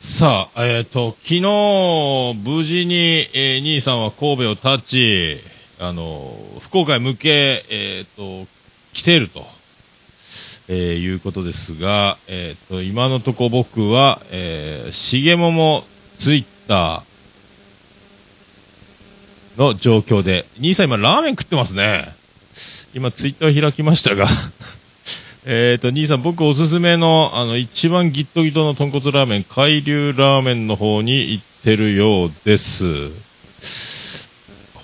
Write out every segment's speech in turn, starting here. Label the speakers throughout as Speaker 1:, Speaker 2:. Speaker 1: さあ、えっ、と、昨日、無事に、えー兄さんは神戸をタッチ、あの、福岡へ向け、えっ、と、来ていると、えーいうことですが、えっ、と、今のとこ僕は、えー、しげももツイッターの状況で、兄さん今ラーメン食ってますね。今ツイッター開きましたが、えっと、兄さん、僕おすすめの、あの、一番ギットギトの豚骨ラーメン、海流ラーメンの方に行ってるようです。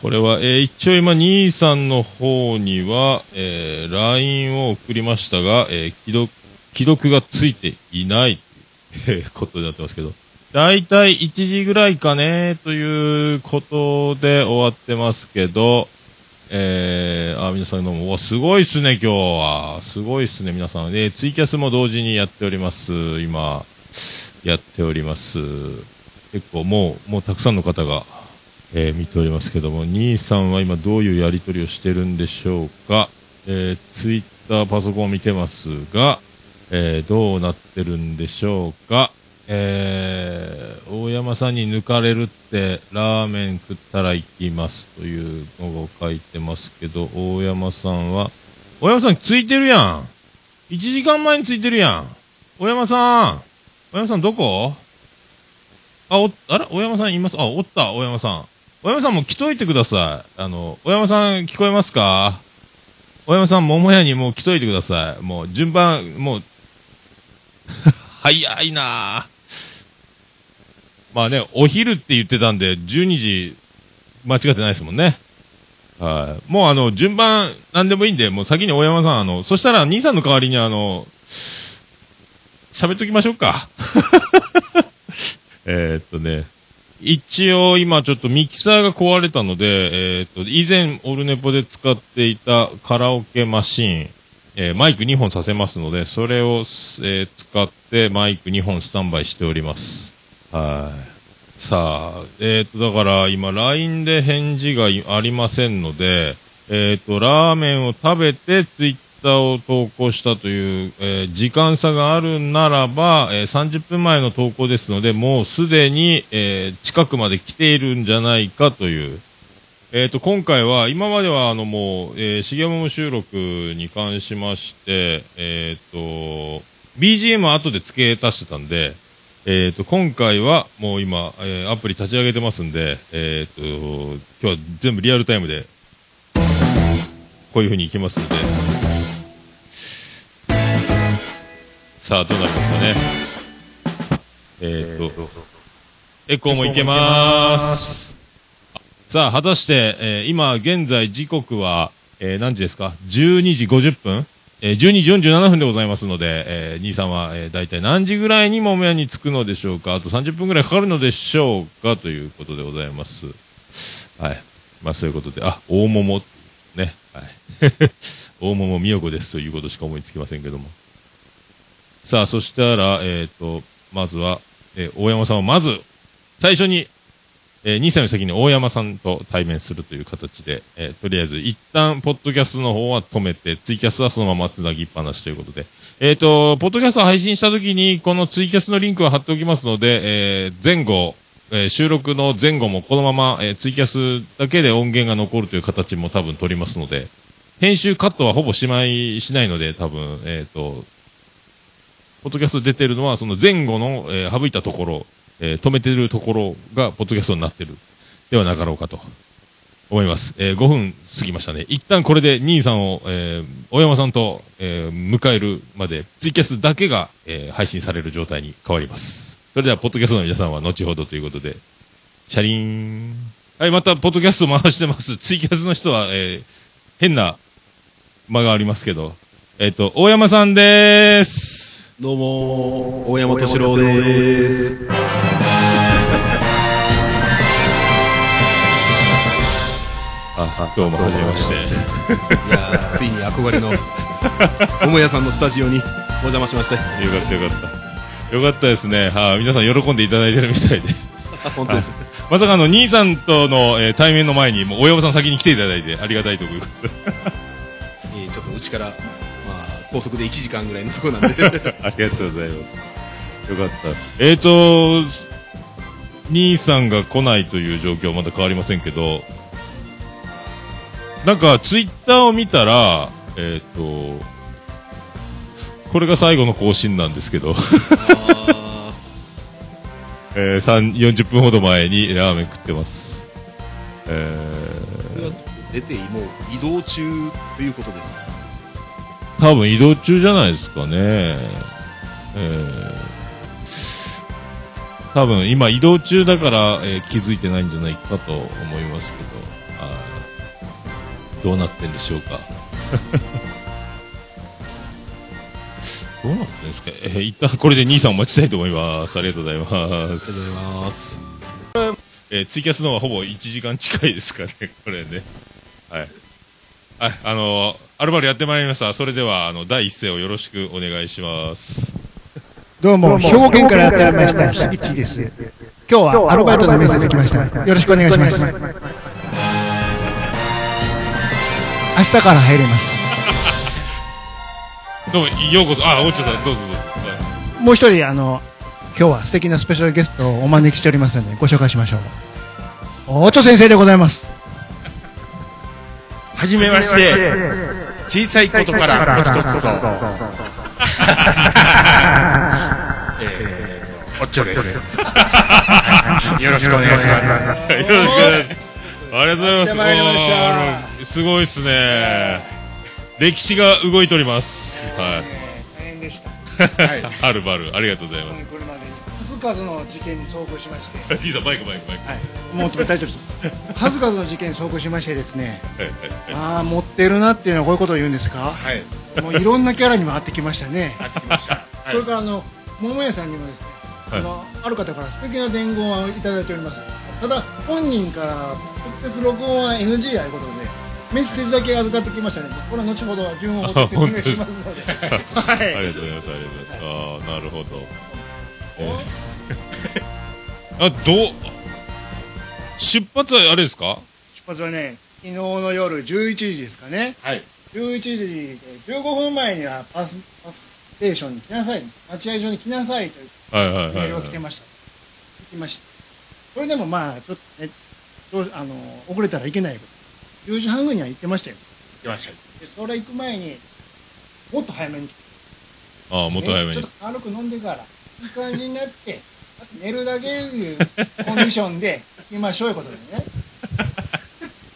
Speaker 1: これは、えー一応今、兄さんの方には、えー LINE を送りましたが、えー既読、既読がついていない、 えーことになってますけど、だいたい1時ぐらいかね、ということで終わってますけど、えー、あ、皆さんどうも、うわすごいっすね、今日は。すごいっすね、皆さん。で、ツイキャスも同時にやっております。今、やっております。結構もう、もうたくさんの方が、えー見ておりますけども、兄さんは今どういうやりとりをしてるんでしょうか。えー、ツイッター、パソコンを見てますが、えーどうなってるんでしょうか。えー大山さんに抜かれるって、ラーメン食ったら行きますというのを書いてますけど、大山さんは、大山さんついてるやん !1 時間前についてるやん大山さん大山さんどこあ、お、あれ大山さんいますあ、おった大山さん。大山さんも来といてください。あの、大山さん聞こえますか大山さん、桃屋にもう来といてください。もう順番、もう、早いなぁ。まあね、お昼って言ってたんで、12時、間違ってないですもんね。はい。もうあの、順番、なんでもいいんで、もう先に大山さん、あの、そしたら兄さんの代わりにあの、喋っときましょう か。えーっとね、一応今ちょっとミキサーが壊れたので、えーっと、以前オルネポで使っていたカラオケマシーン、えーマイク2本させますので、それをす、えー使ってマイク2本スタンバイしております。はい。さあ、えーっと、だから今 LINE で返事がいありませんので、えーっと、ラーメンを食べて Twitter を投稿したという、えー時間差があるならば、えー30分前の投稿ですので、もうすでに、えー近くまで来ているんじゃないかという、えー、と今回は、今まではあのもう、えー、重桃収録に関しまして、えー、と BGM は後で付け足してたんで、えー、と今回はもう今、えーアプリ立ち上げてますんで、えー、と今日は全部リアルタイムでこういうふうにいきますのでさあどうなりますかね。えー、とエコーもいけます。さあ、果たして、えー今現在時刻は、えー何時ですか ?12 時50分えー12時47分でございますので、えー兄さんは、えー、大体何時ぐらいにも屋に着くのでしょうかあと30分ぐらいかかるのでしょうかということでございます。はい。まあそういうことで、あ、大桃、ね。はい。 大桃美代子ですということしか思いつきませんけども。さあ、そしたら、えっ、と、まずは、えー大山さんはまず、最初にえー、2歳の先に大山さんと対面するという形で、えーとりあえず一旦、ポッドキャストの方は止めて、ツイキャスはそのままつなぎっぱなしということで、えっ、と、ポッドキャスト配信した時に、このツイキャスのリンクを貼っておきますので、えー前後、えー収録の前後もこのまま、えーツイキャスだけで音源が残るという形も多分取りますので、編集カットはほぼしまい、しないので、多分、えっ、と、ポッドキャスト出てるのは、その前後の、えー省いたところ、えー止めてるところが、ポッドキャストになってる、ではなかろうかと、思います。えー5分過ぎましたね。一旦これで、兄さんを、えー大山さんと、えー迎えるまで、ツイキャスだけが、えー配信される状態に変わります。それでは、ポッドキャストの皆さんは、後ほどということで、シャリーン。はい、また、ポッドキャスト回してます。ツイキャスの人は、えー変な間がありますけど、えっ、と、大山さんでーす。
Speaker 2: どうもー大山敏郎でーす。
Speaker 1: あ、どうも、はじめまして。
Speaker 2: いやーついに憧れの 桃屋さんのスタジオにお邪魔しました。
Speaker 1: よかった、よかった。よかったですね。はい、皆さん喜んでいただいてるみたいで。
Speaker 2: 本当です。
Speaker 1: まさかあの、兄さんとの、えー対面の前に、もう、大山さん先に来ていただいて、ありがたいと思います。
Speaker 2: えーちょっとうちからまあ高速で1時間ぐらいのとこなんで。
Speaker 1: ありがとうございます。よかった。えっ、と、兄さんが来ないという状況はまだ変わりませんけど、なんかツイッターを見たら、えっ、と、これが最後の更新なんですけど、
Speaker 2: あ
Speaker 1: えー、3 40分ほど前にラーメン食ってます。えー
Speaker 2: ーこれは出てもう移動中ということですか
Speaker 1: 多分移動中じゃないですかね。えー、多分今移動中だから、えー気づいてないんじゃないかと思いますけど、あーどうなってんでしょうか。 どうなってんですか、えー一旦これで兄さんお待ちしたいと思います。ありがとうございます。
Speaker 2: がとうございます
Speaker 1: えーツイキャスの方はほぼ1時間近いですかね、これね。はい。はい、あのーあるばるやってまいりました。それでは、あの、第一声をよろしくお願いします。
Speaker 3: どうも、兵
Speaker 4: 兵
Speaker 3: 庫
Speaker 4: 庫
Speaker 3: 県
Speaker 4: 県
Speaker 3: か
Speaker 4: かららや
Speaker 3: やっ
Speaker 4: っててら
Speaker 3: られ
Speaker 4: れ
Speaker 3: ま
Speaker 4: ま
Speaker 3: し、
Speaker 4: したた
Speaker 3: し
Speaker 4: し
Speaker 3: ぎ
Speaker 4: ぎち
Speaker 3: ちで
Speaker 4: ですす。
Speaker 3: 今日は
Speaker 4: はア
Speaker 3: アル
Speaker 4: ル
Speaker 3: バ
Speaker 4: バ
Speaker 3: イ
Speaker 4: イ
Speaker 3: ト
Speaker 4: ト
Speaker 3: の
Speaker 4: の
Speaker 3: 面
Speaker 4: 面
Speaker 3: 接
Speaker 4: 接
Speaker 3: 来
Speaker 4: 来
Speaker 3: ま
Speaker 4: ま
Speaker 3: し。
Speaker 4: したた
Speaker 3: よ
Speaker 4: よ
Speaker 3: ろ
Speaker 4: ろ
Speaker 3: し
Speaker 4: し
Speaker 3: く
Speaker 4: く
Speaker 3: お
Speaker 4: お願
Speaker 3: 願い
Speaker 4: い
Speaker 3: し
Speaker 4: します
Speaker 3: ま。
Speaker 4: す
Speaker 3: 明
Speaker 4: 明日から入れます
Speaker 1: どうも、ようこそ、あ、おっちょさん、どうぞどうぞ。は
Speaker 4: もう一人あの今日は素敵なスペシャルゲストをお招きしておりますのでご紹介しましょうおちょ先生でございます
Speaker 1: じめまして、
Speaker 5: 小さいことからコツコツと、えー、おっちょです。はいよろしくお願いします。
Speaker 1: よろしくお願いします。ありがとうございます。
Speaker 4: やってまいりました
Speaker 1: あーすごいですね。歴史が動いております。はい。
Speaker 4: 大変でした
Speaker 1: はるばる、ありがとうございます。
Speaker 4: これまで数々の事件に遭遇しまして
Speaker 1: 兄さん、バイクバイクバイク。
Speaker 4: はいもう大丈夫 です数々の事件に遭遇しましてですね
Speaker 1: はいはいはい
Speaker 4: ああ持ってるなっていうのはこういうことを言うんですか
Speaker 5: はい、
Speaker 4: もういろんなキャラにも合ってきましたね
Speaker 5: やってきました。はい
Speaker 4: それからあの桃屋さんにもですね、
Speaker 1: はい
Speaker 4: あのある方から素敵な伝言をいただいておりますただ本人から直接録音は NG やいうことでメッセージだけ預かってきましたねこれは後ほど順を追って説明しますので
Speaker 1: あ
Speaker 4: は
Speaker 1: り
Speaker 4: い
Speaker 1: がとうございます、ありがとうございます。ああ、なるほど。えー あ、どう、出発はあれですか
Speaker 4: 出発はね昨日の夜11時ですかね
Speaker 5: はい、
Speaker 4: 11時15分前にはパスパスステーションに来なさい待合所に来なさいという
Speaker 1: はいはいはい
Speaker 4: メ
Speaker 1: は
Speaker 4: ー
Speaker 1: い。
Speaker 4: ルが来てました、来ましたそれでもまあちょっとねどうあの遅れたらいけないこと10時半ぐらいには行ってましたよ
Speaker 5: 来ました。
Speaker 4: でそれ行く前にもっと早めに来て
Speaker 1: ああ、もっと早めに
Speaker 4: ねちょ。っと軽く飲んでからいい感じになってあと寝るだけいうコンディションで行きましょういうことで ね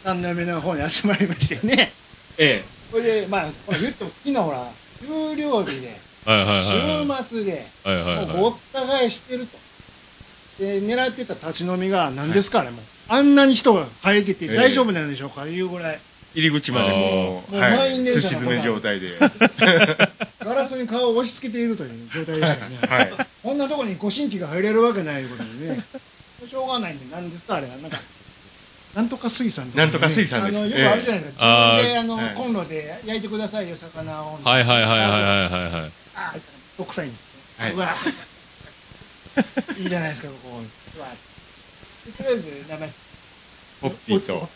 Speaker 4: 三年目の方に集まりましてね
Speaker 5: え
Speaker 4: それでまあほら言っても昨日ほら有料日で
Speaker 1: はいはいはいはい。
Speaker 4: 週末で
Speaker 1: はいはい
Speaker 4: もうご
Speaker 1: は
Speaker 4: った返してると。で、狙ってた立ち飲みが何ですかね、もう。あんなに人が入ってて
Speaker 5: ええ
Speaker 4: 大丈夫なんでしょうか、いうぐらい。
Speaker 5: え入り口までも
Speaker 4: あ
Speaker 5: う、
Speaker 4: ー
Speaker 5: は
Speaker 4: もう満
Speaker 5: い、
Speaker 4: 員電車
Speaker 5: す
Speaker 4: の
Speaker 5: し詰め状態 で、
Speaker 4: ガラスに顔を押し付けているという状態でしたよね。
Speaker 5: はい、
Speaker 4: こんなとこにご神器が入れるわけないことでね。しょうがないんで、何ですかあれは。なんか、なんとか水産とかね
Speaker 5: なんとか水産です
Speaker 4: あの、よくあるじゃないですか。
Speaker 1: ええ
Speaker 4: 自分で、あ
Speaker 5: あー
Speaker 4: の、コンロで焼いてくださいよ、魚を。
Speaker 1: い。はいはいはいはい
Speaker 4: い。
Speaker 1: はいはいはい。
Speaker 4: あー毒臭いんです。、
Speaker 5: はいう
Speaker 4: わいいじゃないですか、ここ。うわでとりあえず、名前。
Speaker 5: ポッピーと、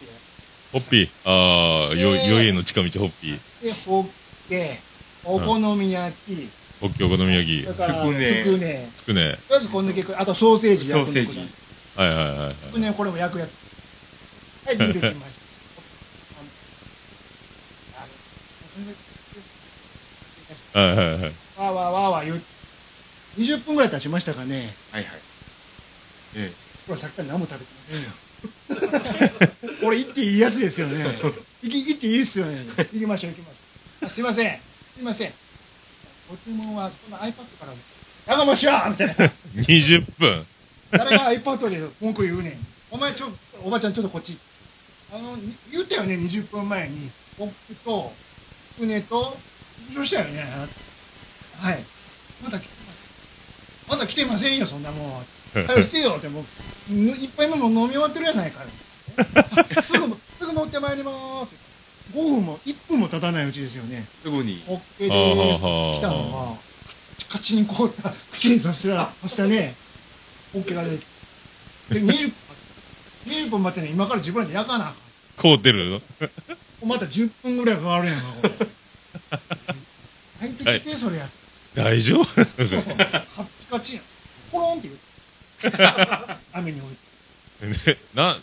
Speaker 1: ホッピー。ああ、よ、
Speaker 4: ねえ
Speaker 1: よいへの近道ホッピー。
Speaker 4: で、ホッケ、お好み焼き、
Speaker 1: ホッキお好み焼き
Speaker 4: だ。から
Speaker 5: つく
Speaker 4: つ
Speaker 5: ね
Speaker 4: くね、
Speaker 1: つくね。
Speaker 4: とりあえずこんだけ、あとソーセージ
Speaker 5: ソー
Speaker 4: 焼く
Speaker 5: セ
Speaker 4: の
Speaker 5: ー
Speaker 4: とか
Speaker 5: ジ、
Speaker 1: はいはいはいはい。
Speaker 4: つくね、これも焼くやつ。はい、ビール来ま した。あの
Speaker 1: はいはいはい。
Speaker 4: わーわーわーわー言う。20分ぐらい経ちましたかね。
Speaker 5: はいはい、え
Speaker 4: ほら、さっきから何も食べてませんよ。 俺、行っていいやつですよね。行き行っていいっすよね。行きましょう、行きましょう。あすいません。すいません。ご注文は、この iPad から、やがましやみたいな。
Speaker 1: 20分。
Speaker 4: 誰が iPad で文句言うねん。お前ちょ、おばちゃんちょっとこっち。あの、に言ったよね、20分前に。ポップと、つくねと、どうしたよね。はい。まだ来てません。まだ来てませんよ、そんなもん。早くしてよって、もう、ぬいっぱいも飲み終わってるやないか。すぐ、すぐ持ってまいります。5分も、1分も経たないうちですよね。
Speaker 5: ー、すぐに、
Speaker 4: オッケーでーす。
Speaker 1: はあはあはあ
Speaker 4: 来たのは、カチに凍った、口にそしたら、そしたね、オッケーが出てきて。で、20分、20分待ってね、今から自分らで焼かなあかん。
Speaker 1: 凍ってるの
Speaker 4: また10分ぐらいかかるやんか、 これ。入ってきて、それやっ
Speaker 1: 大丈夫
Speaker 4: て。カピカチンポロンって言う雨に置いて
Speaker 1: で な、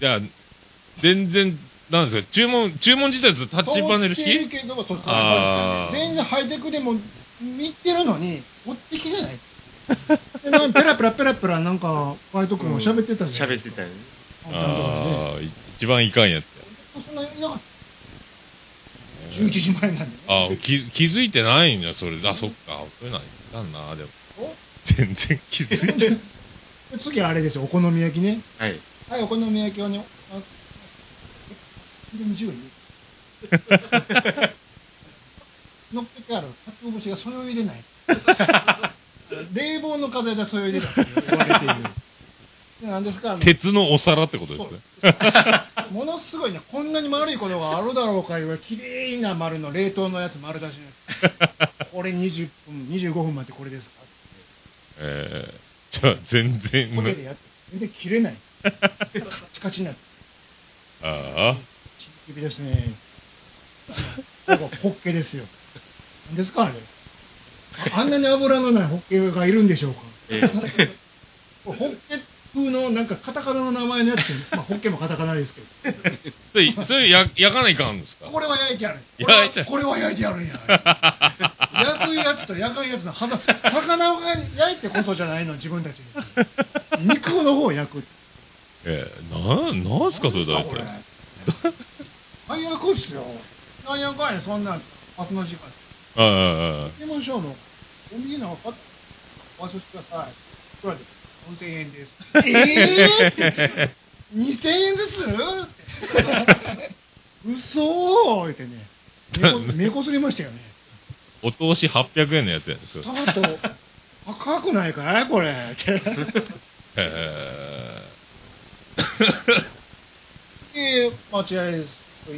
Speaker 1: いや、全然、なんですよ。注文、注文自体ずっとタッチパネル
Speaker 4: 通っ
Speaker 1: 式
Speaker 4: てるけどそうそう
Speaker 1: あー
Speaker 4: 全然ハイテクでも見てる のに持ってきてないでなんかペラペラペラペラなんかファイト君も喋ってたじゃん
Speaker 5: 喋ってたよね。
Speaker 4: 本当にね
Speaker 1: ああ、い一番いかんやつ。
Speaker 4: そんないなかった11時前なんでね
Speaker 1: ああ、気、気づいてないんだ、それ。あ、そっか。そういうのはいかんな、でも
Speaker 4: お。
Speaker 1: 全然気づいてない。
Speaker 4: 次あれですよお好み焼きね
Speaker 5: はい。
Speaker 4: はいお好み焼きをねあでも10円乗っけてあるかつお節がそれを入れない冷房の風でそれを入れるって言われているで何ですかあの
Speaker 1: 鉄のお皿ってことですね。
Speaker 4: ものすごいねこんなに丸いことがあるだろうかいうきれいな丸の冷凍のやつ丸出しの やつこれ20分25分待ってこれですか
Speaker 1: ええじゃあ、全然、
Speaker 4: コテでやって全然切れないカチカチになって
Speaker 1: ああ、
Speaker 4: ちびですね。なんかホッケですよ。何ですかあれ。ああんなに油のないホッケがいるんでしょうか。
Speaker 5: え
Speaker 4: ホッケ風のなんかカタカナの名前のやつ、まあホッケもカタカナですけど、
Speaker 1: それ、それや、焼かないかんですか
Speaker 4: これは焼いてやる。これ
Speaker 1: 焼いて
Speaker 4: はこれは焼いてやる んや。焼くやつと焼かんやつのはざ、魚を焼いてこそじゃないの自分たちに。肉の方を焼く。
Speaker 1: ええな、なんすか、それ、だい
Speaker 4: これ
Speaker 1: たい。
Speaker 4: 最悪っすよ。最悪やね、そんなん。明日の時間。
Speaker 1: ああああ、
Speaker 4: ポケモンショーのコンビニの方、お貸しください。いくらで4000円です。えぇ、ー、!2000 円ず つ嘘ーってね、目こ目こすりましたよね。
Speaker 1: お通し800円のやつやですよ。
Speaker 4: だと、高くないかいこれ。
Speaker 1: え
Speaker 4: で、待合です。
Speaker 1: え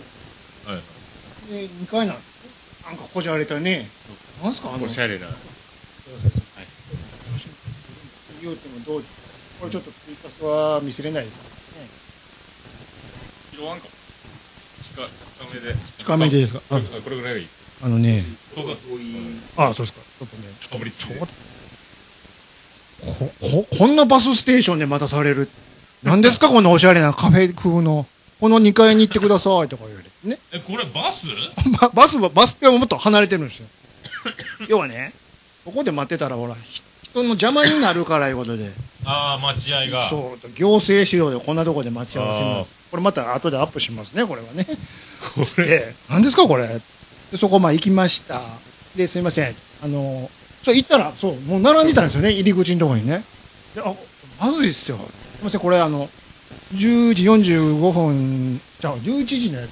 Speaker 1: はい。
Speaker 4: で、2階なんですねなんかこじゃれたね。なんすかあの
Speaker 5: お、しゃれな。
Speaker 4: 言うてもどうこれちょっと追加スは見せれないですか
Speaker 1: 拾わんかも。近、近めで。
Speaker 4: 近めでいいですかあ
Speaker 1: あこれぐらいがいい。
Speaker 4: あのね、
Speaker 1: そうか、
Speaker 4: あそうですか。ちょっとね、
Speaker 1: かぶりついて。
Speaker 4: こ、こ、こんなバスステーションで待たされる。何ですかこのおしゃれなカフェ風の。この2階に行ってくださいとか言われて。ね。
Speaker 1: え、これバス
Speaker 4: ババスは、バス停ももっと離れてる んですよ。要はね、ここで待ってたらほら、ひ人の邪魔になるからいうことで。
Speaker 1: ああ、待合が。
Speaker 4: そう。行政資料でこんなとこで待ち合わせ
Speaker 1: あ
Speaker 4: な
Speaker 1: ー
Speaker 4: んですこれまた後でアップしますね、これはね。
Speaker 1: これ。
Speaker 4: で、何ですかこれ。でそこまあ行きました。で、すいません。あの、そう行ったら、そう、もう並んでたんですよね、入り口のところにね。であ、まずいっすよ。すいません、これあの、10時45分、じゃあ11時のや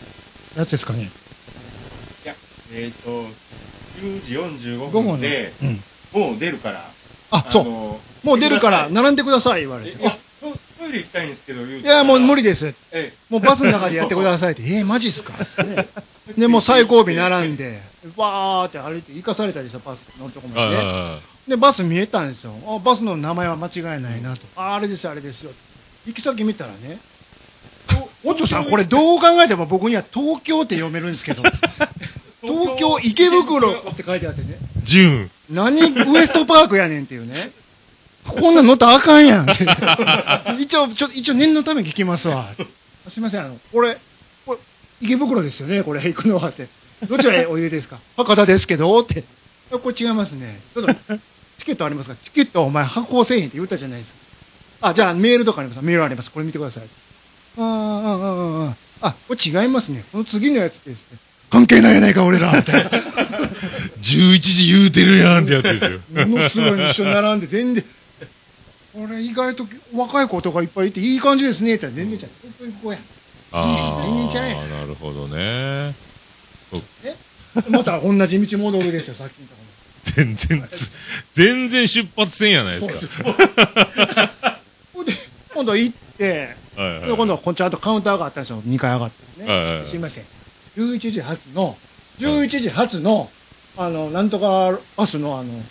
Speaker 4: つですかね。
Speaker 5: えっと、10時45
Speaker 4: 5分
Speaker 5: 分
Speaker 4: ね
Speaker 5: で、。
Speaker 4: うん。
Speaker 5: もう出るから。
Speaker 4: あ、そう。
Speaker 5: う。
Speaker 4: もう出るから、並んでください、言われ
Speaker 5: え
Speaker 4: て。
Speaker 5: いや
Speaker 4: あ、
Speaker 5: トトイレ行きたいんですけど、い
Speaker 4: いや、もう無理です。
Speaker 5: え
Speaker 4: もうバスの中でやってくださいって。えー、マジっすかってね。で、もう最後尾並んで、わーって歩いて、行かされたりしたバス乗るとこま
Speaker 1: あ
Speaker 4: でね。
Speaker 1: あ、
Speaker 4: でバス見えたんですよあバスの名前は間違いないなと、ああれですあれですよ行き先見たらねおおちょさんこれどう考えても僕には東京って読めるんです けど東京池袋って書いてあってね
Speaker 1: ジュン。
Speaker 4: 何ウエストパークやねんっていうねこんなん乗ったらあかんやんって一応ちょ一応念のため聞きますわすいませんあのこれこれ池袋ですよねこれ行くのはってどちらへおいでですか博多ですけどっていやこれ違いますねちょっとチケットありますかチケットはお前発行せえへんって言ったじゃないですかあじゃあメールとかありますメールありますこれ見てくださいあーあーあーあーあこれ違いますねこの次のやつですって関係ないやないか俺らって
Speaker 1: 11時言うてるやんってやつですよ。
Speaker 4: ものす ごいの一緒に並んで全然これ意外と若い子とかいっぱいいていい感じですねって言ったら全然ちゃう本当にこうやん
Speaker 1: あ
Speaker 4: 人間ちゃう
Speaker 1: あ、なるほどね。
Speaker 4: また同じ道戻るで すよさっきのとこ
Speaker 1: 全然つ、全然出発せんやない
Speaker 4: ろ
Speaker 1: です
Speaker 4: そうほんで今度行って
Speaker 1: か。はいはい。
Speaker 4: で今度はこっちゃんとカウンターがあったんですよ2階上がってね、
Speaker 1: はいはいはい
Speaker 4: すいません11時発の11時発の、あのなんとかバスのあの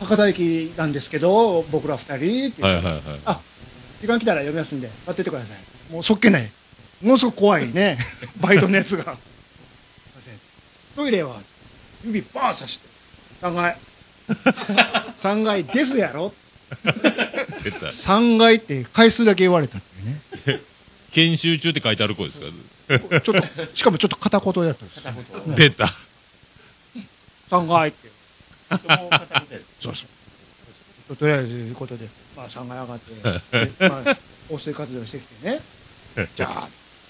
Speaker 4: 博多駅なんですけど僕ら2人って言って
Speaker 1: はいはいはい。
Speaker 4: 時間来たら呼びますんで、待っててください。もうそっけない。ものすごく怖いね。 バイトのやつが。すいま せん。トイレは指バーン刺して。考え。 3階ですやろ
Speaker 1: 出た
Speaker 4: 3階って回数だけ言われたっていうね
Speaker 1: 研修中って書いてある子ですか
Speaker 4: ちょっとしかもちょっと片言だったんですよ
Speaker 1: 出た
Speaker 4: 3階ってそうそうとりあえずいうことで、まあ、3階上が ってで、まあ、放水活動してきて ねじゃあ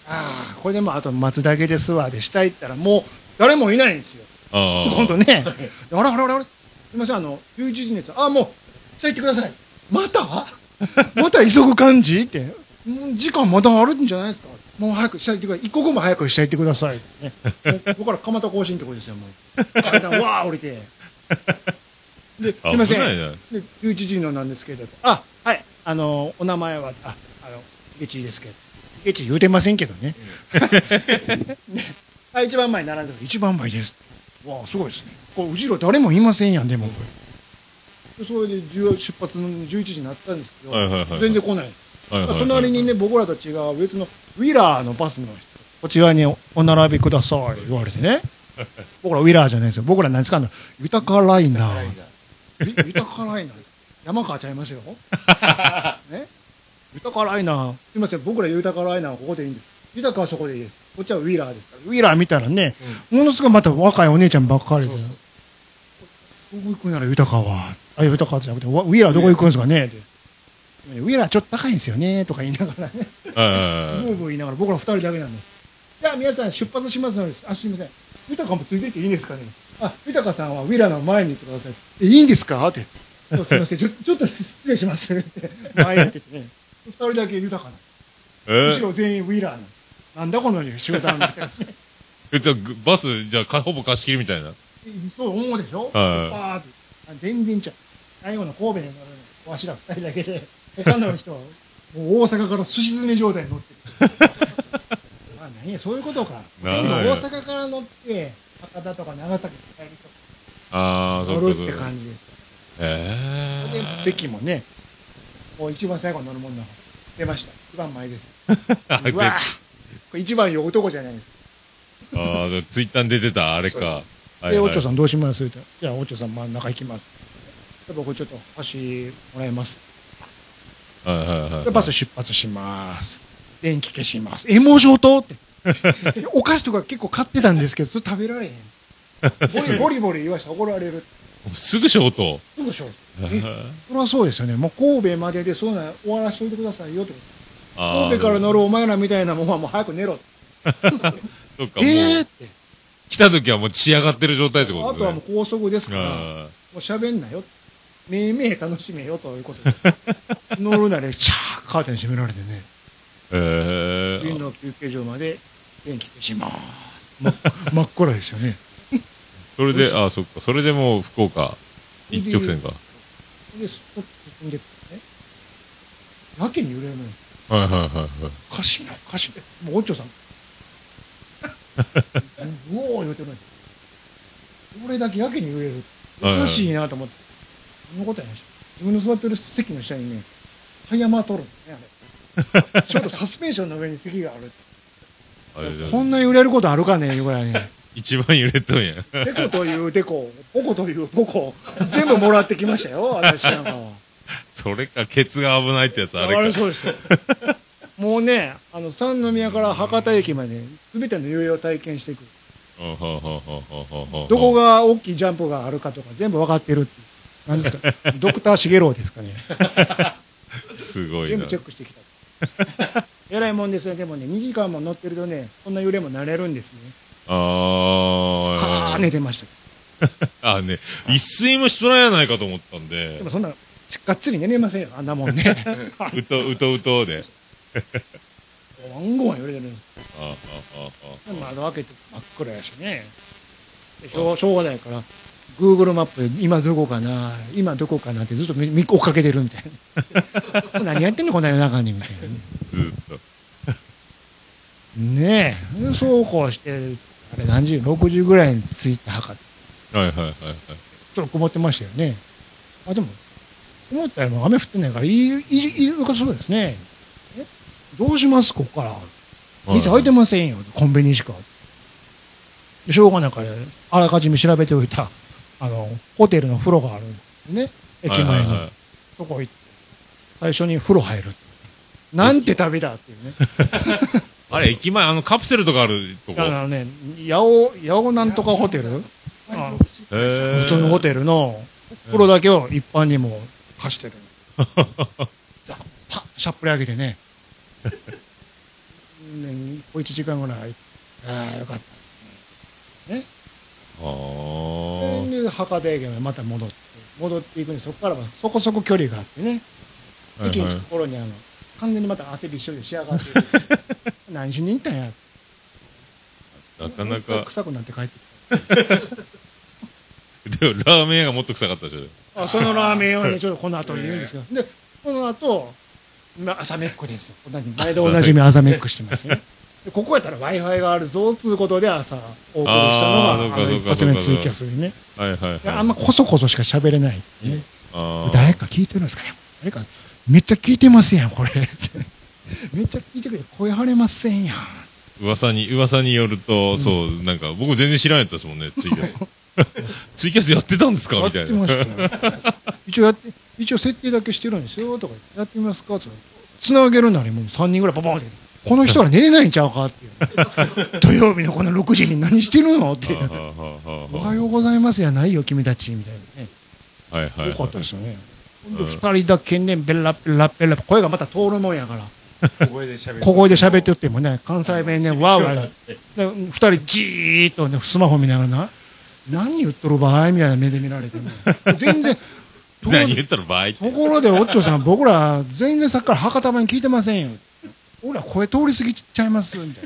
Speaker 4: ああこれでもうあと待つだけですわでしたいったらもう誰もいないんですよ
Speaker 1: ああ
Speaker 4: 本当ね。あらあらあらあら。すみません、あの、11時のやつ。あ、もう、さあ行ってください。またまた急ぐ感じって。もう時間まだあるんじゃないですか。もう早く下行ってください。一刻も早く下行ってください。 ね、もうここから蒲田更新ってことですよ、もう。階段わー降りて。で、すいませ
Speaker 1: 危
Speaker 4: ん。
Speaker 1: ない
Speaker 4: で
Speaker 1: な、
Speaker 4: 11時のなんですけれど。あ、はい。あの、お名前は、あ、あの、ゲチですけど。ゲチ言うてませんけどね。ねあ、一番前並んでる。一番前です。わあすごいですねこれ後ろ誰もいませんやんでも、でそれで10出発の11時になったんですけど、
Speaker 1: はいはいはいはい
Speaker 4: 全然来ない
Speaker 1: はいはいはい
Speaker 4: 隣にね僕らと違う別のウィラーのバスの人こちらにおお並びください言われ てね僕らウィラーじゃないですよ僕ら何ですかあの豊かライナーゆ豊かライナーです山川ちゃ いますよね豊かライナーすいません僕ら豊かライナーはここでいいんです豊かはそこでいいですこっちはウィラーですウィラー見たらね、ものすごいまた若いお姉ちゃんばっかりでどこ行くんやら豊かはあ豊かじゃなくてわウィラーどこ行くんですかねってウィラーちょっと高いんですよねとか言いながらね
Speaker 1: はいはい
Speaker 4: ブ
Speaker 1: はい
Speaker 4: ーブー言いながら僕ら二人だけなんですじゃあ皆さん出発しますのであすいません豊かもついてっていいんですかねあ豊かさんはウィラーの前に行ってくださいえいいんですかってそうすいませんちょ ちょっと失礼しますって前に行っててね二人だけ豊かな
Speaker 1: え
Speaker 4: 後ろ全員ウィラーなのなんだこの集団みたいな
Speaker 1: えじゃあぐバスじゃあかほぼ貸し切りみたいな
Speaker 4: そう思うでしょ、
Speaker 1: はい
Speaker 4: パーってあ全然ちゃう最後の神戸に乗るのわしら二人だけで他の人はもう大阪からすし詰め状態に乗って るまあ何やそういうことか
Speaker 1: なる
Speaker 4: 大
Speaker 1: ほど
Speaker 4: 阪から乗って博多とか長崎に帰りと
Speaker 1: ああそ
Speaker 4: か乗
Speaker 1: う
Speaker 4: るって
Speaker 1: か
Speaker 4: 感じです
Speaker 1: え
Speaker 4: で席もねこう一番最後に乗るもんだから出ました一番前です
Speaker 1: え
Speaker 4: うわこれ一番よ男じゃないです
Speaker 1: ああ、じゃあツイッターに出てた、あれか。は
Speaker 4: で、
Speaker 1: いは
Speaker 4: お
Speaker 1: い
Speaker 4: ちょさんどうしますって言ったら、いや、おちょさん真ん中行きます。で、僕ちょっと箸もらいます。
Speaker 1: はいはいはい
Speaker 4: で、バス出発します。電気消します。え、もう消灯って。 お菓子とか結構買ってたんですけど、それ食べられへん。 ボリボリボリ言わしたら怒られる。
Speaker 1: すぐショート。
Speaker 4: す ぐ消灯。え、そりゃそうですよね。もう神戸までで、そうなん終わらしといてくださいよってこと。
Speaker 1: あー
Speaker 4: 神戸から乗るお前らみたいなもんはもう早く寝ろ。
Speaker 1: そっか、
Speaker 4: え
Speaker 1: もう、
Speaker 4: ーって。
Speaker 1: 来た時はもう仕上がってる状態ってこ
Speaker 4: あ
Speaker 1: とです
Speaker 4: と
Speaker 1: ね。
Speaker 4: はもう高速ですから。
Speaker 1: あ
Speaker 4: もう喋んなよ。めいめい楽しめよということで。 乗るなり、シャーカーテン閉められてね、
Speaker 1: ーへ
Speaker 4: 次
Speaker 1: ー
Speaker 4: の休憩所まで電気消します。ま、真っ暗ですよね。
Speaker 1: それで、あーそっか、それでもう福岡、一直線か。
Speaker 4: で、そこ進んでくるね。やけに揺れるのよ。
Speaker 1: はいはいはいはい。
Speaker 4: おかしいな、おかしいな。もう、おっちょさん。うおー言うてるんですよ。俺だけやけに揺れる。お
Speaker 1: はいはい
Speaker 4: かしいなと思って。そんなことやないでしょ。自分の座ってる席の下にね、タイヤマー取るんですね、あれ。ちょうどサスペンションの上に席があ る。
Speaker 1: あれじゃ
Speaker 4: こ
Speaker 1: あ
Speaker 4: んな揺れることあるかねいうぐらいね。
Speaker 1: 一番揺れとんや。
Speaker 4: デコというデコ、ボコというボコ、全部もらってきましたよ、私なんかは。
Speaker 1: それか、ケツが危ないってやつ、あ
Speaker 4: あ
Speaker 1: れ
Speaker 4: れ
Speaker 1: か。
Speaker 4: そうですよもうねあの三宮から博多駅まで全ての揺れを体験していく
Speaker 1: うんほうほうほうほうほうほう
Speaker 4: どこが大きいジャンプがあるかとか全部分かってるっていうなんですか ドクター茂郎ですかね
Speaker 1: すごい
Speaker 4: 全
Speaker 1: な
Speaker 4: 部。チェックしてきたえらいもんですねでもね2時間も乗ってるとねこんな揺れも慣れるんですね
Speaker 1: あー
Speaker 4: ああ寝てました
Speaker 1: あーね、一睡もしとらんやないかと思ったんで
Speaker 4: でも、そんながっつり寝れませんよあんなも んね
Speaker 1: うとうとうとうで。
Speaker 4: ワンゴン揺れてるんです
Speaker 1: あーあーあーあー
Speaker 4: 窓開けて真っ暗やしねでしょうしょうがないから Google マップで今どこかな今どこかなってずっとみみ追っかけてるみたいな 何やってんのこんな夜中にみたい
Speaker 1: ずーっと。
Speaker 4: なねえでそうこうしてあれ何時6時ぐらいに着いた博多ち
Speaker 1: はいはいはいはい。
Speaker 4: ょっと曇ってましたよねあでも思ったよりも雨降ってないからいいいいいいよかそうですねえどうしますここから店開いてませんよ、コンビニしか。しょうがないから、あらかじめ調べておいたあの、ホテルの風呂があるんですね。駅前
Speaker 1: はいはい
Speaker 4: の
Speaker 1: はい
Speaker 4: とこ行って、最初に風呂入る。なんて旅だっていう ね。
Speaker 1: あれ、駅前、あの、カプセルとかあるとこ。
Speaker 4: あ
Speaker 1: へ
Speaker 4: のね、八尾、八尾なんとかホテルあの
Speaker 1: え。
Speaker 4: 普通のホテルの風呂だけを一般にも貸 してる。ザッパッ、しゃっぷり上げ てね。ね小一時間ぐらい。ああ、よかったです
Speaker 1: あ
Speaker 4: ね。で、博多駅までまた戻って、戻っていくんで、そこからはそこそこ距離があってね。
Speaker 1: あ。
Speaker 4: 駅に
Speaker 1: はい
Speaker 4: 着
Speaker 1: はい
Speaker 4: く頃にあの、完全にまた汗びっしょりで仕上がってる。何しに行ったんや。
Speaker 1: なかなか、
Speaker 4: 臭くなって帰ってき
Speaker 1: でもラーメン屋がもっと臭かったでしょ。
Speaker 4: た。あそのラーメンをね、ちょっとこの後言うんですけど。で、この後、まあ、朝メックですよ。何毎度おなじみ朝メックしてます ね。でここやったら Wi-Fi があるぞ、つうことで朝、お送りしたのが、
Speaker 1: あー
Speaker 4: あ
Speaker 1: そうか
Speaker 4: の
Speaker 1: そう
Speaker 4: 一
Speaker 1: か
Speaker 4: 発目のツイキャスにね。
Speaker 1: はいはい
Speaker 4: い
Speaker 1: はい。
Speaker 4: やあんまこそこそしか喋れないっていうね。
Speaker 1: あー
Speaker 4: 誰か聞いてるんですかね誰か、めっちゃ聞いてますやん、これ。 めっちゃ聞いてくれ、声張れませんやん。
Speaker 1: 噂に、噂によると、そう、なんか、僕全然知らんやったですもんね、ツイキャス。 ツイキャスやってたんですか
Speaker 4: やっ
Speaker 1: みた
Speaker 4: て
Speaker 1: いな。
Speaker 4: ましたよ。一応やって、一応設定だけしてるんですよ、とか言ってやってみますかってつなげるなりもう3人ぐらいババーンって。この人ら寝れないんちゃうかっ ていう。土曜日のこの6時に何してるのっていう。
Speaker 1: はあはあはあ
Speaker 4: お
Speaker 1: は
Speaker 4: はようございますやないよ、君たち、みたいなね。
Speaker 1: あはいはい
Speaker 4: よか
Speaker 1: は
Speaker 4: ったですよね。ほん
Speaker 1: うん
Speaker 4: で二人だけね、ベラベラベラ、声がまた通るもんやから。
Speaker 3: 小声で喋る
Speaker 4: 小声で喋ってってもね、関西弁ね、わーわーで、二人じーっとね、スマホ見ながらな、何言っとる場合みたいな目で見られても、全然、と
Speaker 1: い。
Speaker 4: ころ
Speaker 1: 何言ったの場合って
Speaker 4: ところで、おっちょさん、僕ら、全然さっきから博多弁聞いてませんよ。俺ら声通り過ぎちゃいます、みたい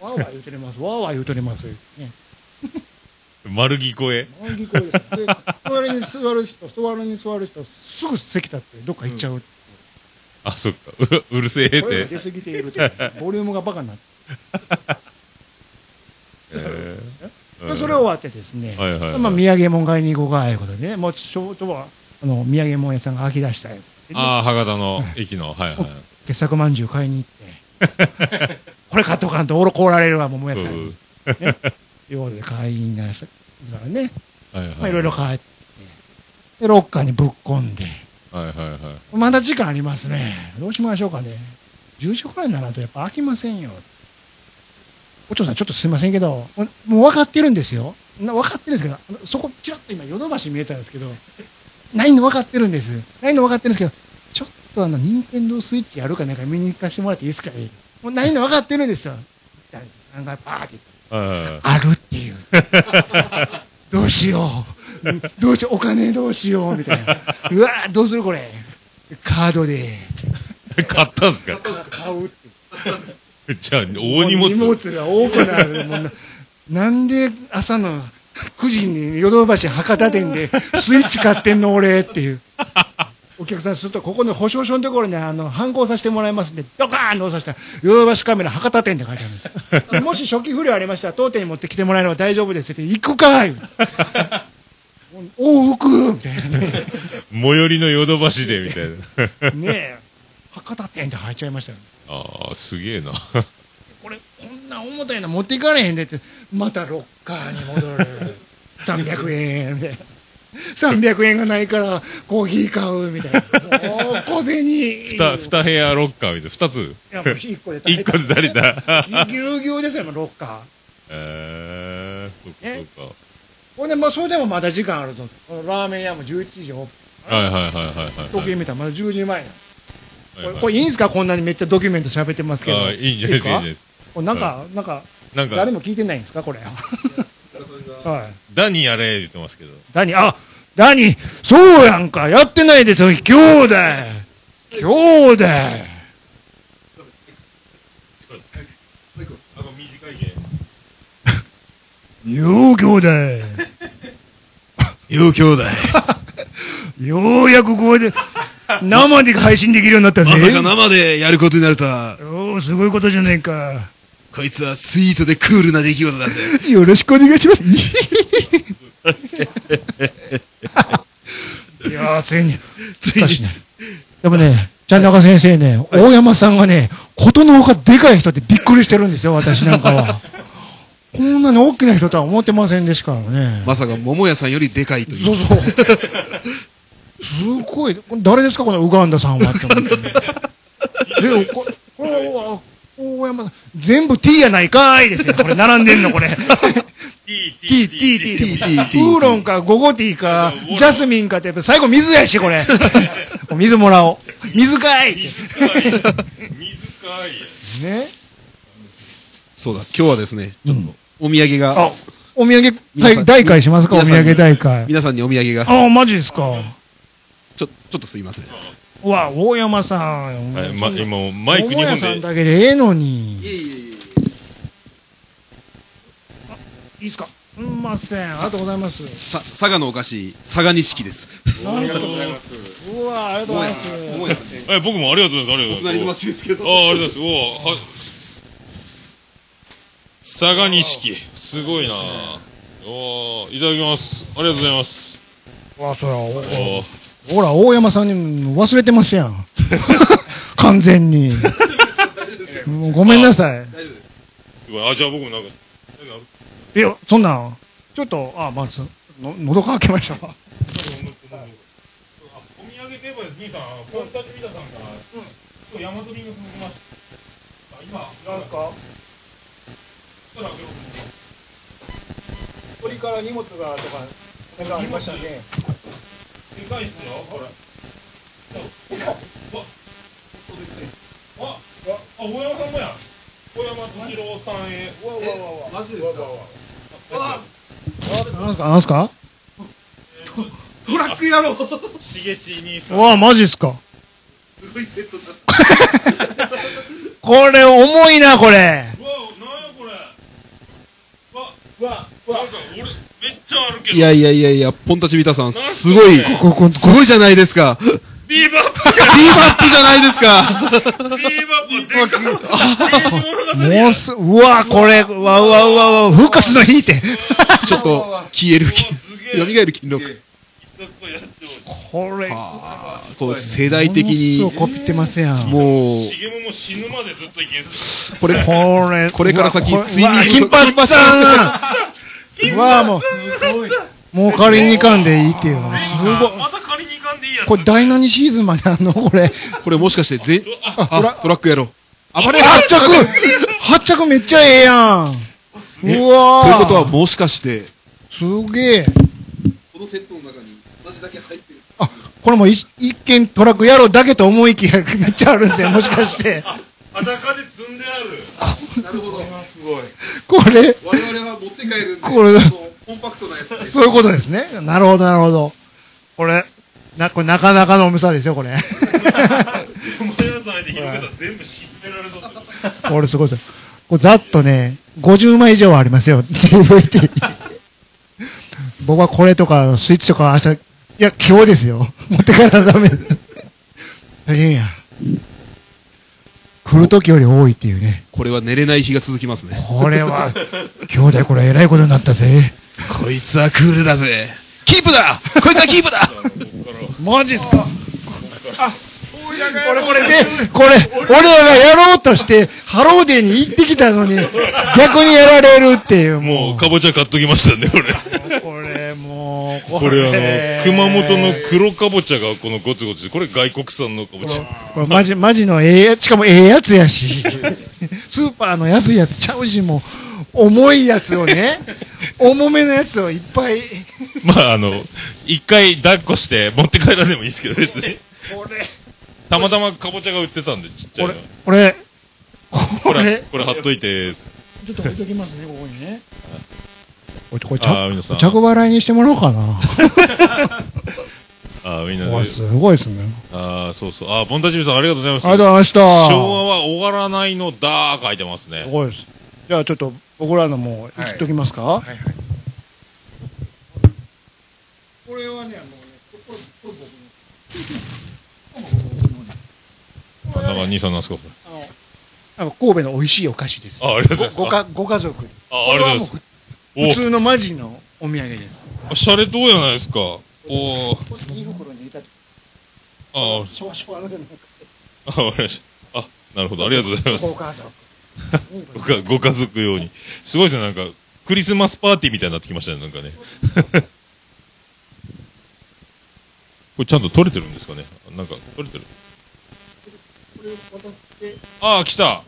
Speaker 4: な。わーわー言うとります、わーわー言うとります。ね、
Speaker 1: 丸着声。
Speaker 4: 何聞こえですで隣に座る人、隣に座る人、すぐ席立って、どっか行っちゃう。
Speaker 1: あ、そっか。ううるせえって。
Speaker 4: 声が出過ぎているというかボリュームがバカになって
Speaker 1: えー
Speaker 4: でそれ終わってですね、
Speaker 1: はいはいはい
Speaker 4: まあ、土産物買いに行こうかいうことでねもうちょうどはあの土産物屋さんが飽き出したよ
Speaker 1: ああ、博多の駅の、 はいはい。
Speaker 4: 傑作まんじゅう買いに行って これ買っとかんと俺怒られるわ桃屋さんにということで買いになさだからね、
Speaker 1: はい
Speaker 4: ま
Speaker 1: は
Speaker 4: あ、
Speaker 1: い。
Speaker 4: いろいろ買ってでロッカーにぶっこんで
Speaker 1: はいはいはい。
Speaker 4: まだ時間ありますねどうしましょうかね10時くらいにならんとやっぱ飽きませんよお嬢さんちょっとすいませんけどもうもう分かってるんですよな分かってるんですけどあのそこちらっと今ヨドバシ見えたんですけどないの分かってるんですないの分かってるんですけどちょっとあの任天堂スイッチやるかなんか見に行かせてもらっていいですかねもうないの分かってるんですよ行ったんですなんかバーって
Speaker 1: はいはい
Speaker 4: あるっていう。どうしよう。うんどうしよう。お金どうしよう。みたいな。うわーどうするこれ。カードで。
Speaker 1: 買ったんすか
Speaker 4: 買うって。
Speaker 1: じゃあ、大荷
Speaker 4: 荷
Speaker 1: 物。
Speaker 4: 物が多くなるもんな。なんで朝の9時にヨドバシ博多店でスイッチ買ってんの俺っていう。お客さんすると、ここの保証書のところに、あの、反抗させてもらいますんで、ドカーンと押させたら、ヨドバシカメラ博多店って書いてあるんですよ。でもし初期不良ありましたら、当店に持ってきてもらえれば大丈夫ですって、行くかい 往復みたいなね。
Speaker 1: 最寄りのヨドバシで、みたいな。
Speaker 4: ねえ、博多店って入っちゃいましたよ、ね。
Speaker 1: ああ、すげえな。
Speaker 4: これこんな重たいの持っていかれへんでってまたロッカーに戻 る300円みたいな300円がないからコーヒー買うみたいなもう小銭
Speaker 1: ふ
Speaker 4: い
Speaker 1: た、二部屋ロッカーみたいな。二つ。
Speaker 4: やもう一個で足り
Speaker 1: 一
Speaker 4: た
Speaker 1: 個で足りた。
Speaker 4: ぎゅうぎゅうですよもうロッカー
Speaker 1: えー、そっかそっか。
Speaker 4: ほんでまあそれでもまだ時間あるぞこのラーメン屋も11時オープン
Speaker 1: はいはいはいはいはい
Speaker 4: 時計見たらまだ10時前
Speaker 1: はい
Speaker 4: やこ
Speaker 1: はい。
Speaker 4: れこれいいんですかこんなにめっちゃドキュメント喋ってますけど
Speaker 1: ああ、いいんじゃないですか。いいんじゃないです
Speaker 4: これなんかなんか
Speaker 1: かなん
Speaker 4: 誰
Speaker 1: か、
Speaker 4: も聞いてないんですかこれ はい
Speaker 1: ダニやれ言ってますけど。
Speaker 4: ダニ、あ、ダニ、そうやんか、やってないですよ、兄弟。兄弟。
Speaker 1: あの短い芸。
Speaker 4: よう兄弟。
Speaker 2: よう兄弟。
Speaker 4: ようやくこうやって、生で配信できるようになったぜ。
Speaker 2: まさか生でやることになるとは、
Speaker 4: おーすごいことじゃねえか。
Speaker 2: こいつはスイートでクールな出来事だぜ。
Speaker 4: よろしくお 願いします。いやー、ついに、
Speaker 2: つい
Speaker 4: 難
Speaker 2: に
Speaker 4: しいね。でもね、ちゃん中先生ね、 大山さんがね、ことのほかでかい人ってびっくりしてるんですよ、私なんかは。こんなに大きな人とは思ってませんでしたからね。
Speaker 2: まさか桃屋さんよりでかいという。
Speaker 4: そうそう。すごい。誰ですか、このウガンダさんはって思って。で、ここれは、大山さん、全部 T やないかーいですよ。これ、並んでんの、これ。
Speaker 1: T、
Speaker 4: T、T、T、T。ウーロンか、ゴゴティーか、ジャスミンかって、やっぱ最後水やし、これ。お水もらおう。水かいって
Speaker 1: 水かい。
Speaker 4: ね。
Speaker 2: そうだ、今日はですね、ちょっとお土産
Speaker 4: あ
Speaker 2: が、、
Speaker 4: お土産
Speaker 2: 皆さん
Speaker 4: 大大会しますか、お
Speaker 2: 皆さ
Speaker 4: 土
Speaker 2: ん
Speaker 4: 産大会。
Speaker 2: 皆さんにお土産が、
Speaker 4: あ、マジですか。
Speaker 2: ちょ、ちょっとすいません。いう
Speaker 4: わ、大山さん。
Speaker 1: はい、ま、今、マイク2
Speaker 4: 桃屋
Speaker 1: 本
Speaker 4: さん
Speaker 1: で。
Speaker 4: だけでええのに。
Speaker 2: えいえいえ。
Speaker 4: いいですか。すみません。ありがとうございます。
Speaker 2: さ、佐賀のお菓子、佐賀錦です。
Speaker 4: なんと
Speaker 3: す。
Speaker 4: うわありがとうございます。
Speaker 2: 桃屋さんね、
Speaker 1: え、僕もありがとうございます。ありがとう
Speaker 2: 隣の
Speaker 1: ございます。
Speaker 2: 町ですけど
Speaker 1: あ。あ、ありがとうございます。おーはい。佐賀錦。すごいなおーいただきます。ありがとうございます。
Speaker 4: うわそらお
Speaker 1: おー
Speaker 4: ほら大山さんに忘れてます やん。完全に。もうごめんなさい。
Speaker 1: あ、じゃあ僕もなんか。
Speaker 4: いやそんなんちょっとあまずの喉乾きました。
Speaker 1: お土産といえば、兄さん、ファンタジミダさんが、今日ヤマトリング踏みました。今、
Speaker 5: なんすか鳥から荷物がとか、なんかありましたね。
Speaker 1: でかいっすよ、これ。あ、あ、大山さんもや。大山敏郎さんへ。
Speaker 5: うわうわうわうわ。マジですか
Speaker 4: なんすかなんすか。
Speaker 2: トラック野郎
Speaker 1: しげち兄さ。
Speaker 4: うんわマジっすか。
Speaker 2: すごいセットだ。
Speaker 4: これ重いなこれ。
Speaker 1: うわ、なんやこれ。わ、わ、わ。なんか俺、めっちゃあるけど。
Speaker 2: いやいやいやいや、ポンタチビタさん、すごい、
Speaker 4: ここ
Speaker 2: すごいじゃないですか。ビー
Speaker 1: ビーバップ
Speaker 2: バップじゃないです か。
Speaker 1: が、ビーバップがでかい。
Speaker 4: もうすうわこれうわうわうわうわ復活の日って。
Speaker 2: ちょっと、消える気、
Speaker 1: すげえ
Speaker 2: 蘇る気の、
Speaker 4: これ。
Speaker 2: あーこう、世代的に
Speaker 4: もの、すごいこびてますやん。
Speaker 2: もう、
Speaker 1: しげもも死ぬまでずっといける。す
Speaker 2: これ、
Speaker 4: これ、
Speaker 2: これから先
Speaker 4: うわ
Speaker 2: 睡眠
Speaker 4: うわ
Speaker 2: 不足
Speaker 4: 金髪さんうわもう、もう借りに行かんでいいっていう。
Speaker 1: ごい。また借りに行かんでいいやつ。
Speaker 4: これ、第何シーズンまであんのこれ。
Speaker 2: これもしかして、ぜ、
Speaker 1: あ、
Speaker 2: あ、トラック野郎。暴れる
Speaker 4: 発着発着めっちゃええやん
Speaker 2: え
Speaker 4: うわ
Speaker 2: ということは、もしかして、
Speaker 4: すげえ。
Speaker 2: このセットの中に、私だけ入ってる。
Speaker 4: あ、これも一一見トラック野郎だけと思いきやめっちゃあるんですよ、もしかして。
Speaker 1: 裸で積んである。
Speaker 2: なるほど。
Speaker 4: これ、
Speaker 2: 我々は持って帰るんで
Speaker 4: これ
Speaker 2: コンパクトなやつで
Speaker 4: そういうことですね。なるほど、なるほど。これ、な、これなかなかの重さですよ、これ。
Speaker 1: 前田さんで広げたら全部知ってられるぞってこと。
Speaker 4: これすごいですよ。これざっとね、50枚以上はありますよ、DVD。僕はこれとか、スイッチとか明日、いや、今日ですよ。持ってからダメ。大変や。来る時より多いっていうね。
Speaker 2: これは寝れない日が続きますね。
Speaker 4: これは、兄弟これ偉いことになったぜ。
Speaker 2: こいつはクールだぜ。キープだこいつはキープだ
Speaker 4: マジっすかこれこれで、これ、俺らがやろうとして、ハローデーに行ってきたのに、逆にやられるっていう、もう。
Speaker 1: もう、かぼちゃ買っときましたね、俺。
Speaker 4: これもう、
Speaker 1: これ、あの、熊本の黒かぼちゃがこのゴツゴツして、これ外国産のかぼちゃ。
Speaker 4: これマジ、マジのええやつ、しかもええやつやし、スーパーの安いやつちゃうし、もう、重いやつをね、重めのやつをいっぱい、
Speaker 1: まあ、あの、一回抱っこして持って帰られてもいいですけど、別 に。
Speaker 4: これ、
Speaker 1: たまたまかぼちゃが売ってたんで、ちっちゃい
Speaker 4: こ
Speaker 1: の
Speaker 4: れ。、これ、こ
Speaker 1: これ
Speaker 4: れ、、
Speaker 1: これ貼っといて、
Speaker 4: ちょっと置いときますね、ここにね。これ、これ着
Speaker 1: あー皆さん
Speaker 4: 着払いにしてもらおうかな。
Speaker 1: ああ、みんな
Speaker 4: こ
Speaker 1: で
Speaker 4: れ、すごいですね。
Speaker 1: ああ、そうそう。ああ、ボンタジミさんありがとうございます。
Speaker 4: ありがとうございました。
Speaker 1: 昭和は終わらないのだー書いてます
Speaker 4: す
Speaker 1: ね。
Speaker 4: ごいです。じゃあ、ちょっと、僕らのも、言っときますか。
Speaker 5: これはね、もうね、これ、これこれ僕の。これ僕のね
Speaker 1: あなんか兄さんなんですかそれ
Speaker 4: あの神戸の美味しいお菓子です。
Speaker 1: あ、ありがとうございます。
Speaker 4: ごご家ご家族。
Speaker 1: あ、ありがとうございます。お
Speaker 4: 普通のマジのお土産です。
Speaker 1: お、シャレどうじゃないですか。おー、
Speaker 5: これ、いい袋に入れたと。
Speaker 1: あ
Speaker 5: 昭和昭和のでもなくて、
Speaker 1: あ、わかりました。あ、なるほど。ありがとうございま
Speaker 5: ご
Speaker 1: す。
Speaker 5: 家族。
Speaker 1: ご家ご家族用に。すごいですね、なんか、クリスマスパーティーみたいになってきましたね、なんかね。 これちゃんと取れてるんですかねなんか、取れてる。
Speaker 5: これを渡して
Speaker 1: ああ、来たあ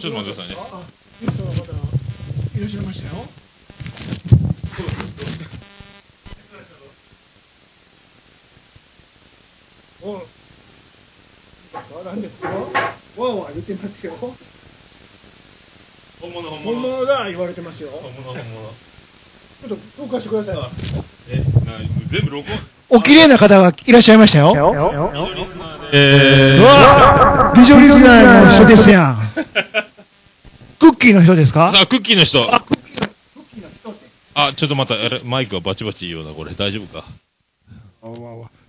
Speaker 1: ちょっと待ってくださいね。
Speaker 5: あゆうさんはまだいらっしゃいましたよおいあなんですかわーわー言ってますよ
Speaker 1: 本物、本
Speaker 5: 本物だ言われてますよ
Speaker 1: 本物、本物。
Speaker 5: ちょっとどうかしてください
Speaker 1: え、な、全部録音。
Speaker 4: お綺麗な方がいらっしゃいましたよ。
Speaker 1: えー、
Speaker 4: 美女リスナーの人ですやん。クッキーの人ですか
Speaker 1: さあ、クッキーの人。
Speaker 5: クッキーの人って
Speaker 1: あ、ちょっとまた、あれマイクがバチバチ言うな、これ。大丈夫か。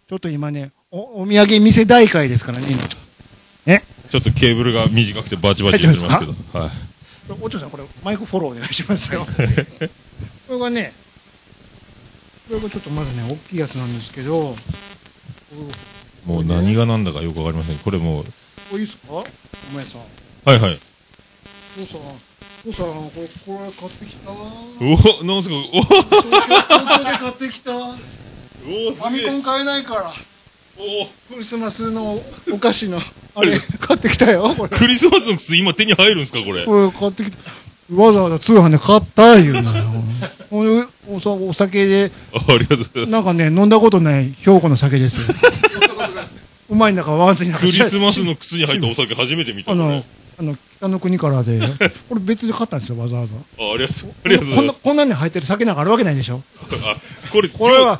Speaker 4: ちょっと今ね、お、お土産店大会ですからね、今。
Speaker 1: ちょっとケーブルが短くてバチバチ言ってますけど。はい。
Speaker 4: お嬢さん、これ、マイクフォローお願いしますよ。
Speaker 5: これがね
Speaker 4: これがちょっとまずね、大きいやつなんですけど、
Speaker 1: もう何が何だかよくわかりません。これもう、
Speaker 5: これいいですかお前さん
Speaker 1: はいはい。
Speaker 5: 父さん父さんこれこれ買ってきた東
Speaker 1: おお、なんすか、おお、
Speaker 5: 京東京で買ってきたフ
Speaker 1: おお、
Speaker 5: ァ
Speaker 1: す
Speaker 5: ミ
Speaker 1: げ
Speaker 5: コ
Speaker 1: え。
Speaker 5: ン買えないから
Speaker 1: おお、
Speaker 5: クリスマスのお菓子のあれ買ってきたよこれ
Speaker 1: クリスマスの靴今手に入るんですか、これ。
Speaker 5: これ買ってきた
Speaker 4: わざわざ通販で買ったいうのよ。ほんでおさお酒で、
Speaker 1: あありがとうございます。
Speaker 4: なんかね、飲んだことない兵庫の酒ですよ。うまいんだか、わずいんだか。
Speaker 1: クリスマスの靴に入ったお酒初めて見た
Speaker 4: あ
Speaker 1: これ
Speaker 4: の、あの、北の国からで、これ別で買ったんですよ、わざわざ。
Speaker 1: あありがとう、ありがとうご
Speaker 4: こ
Speaker 1: ざい
Speaker 4: んな、
Speaker 1: ます。
Speaker 4: こんなに入ってる酒なんかあるわけないでしょ。
Speaker 1: あ、これ、
Speaker 4: これは、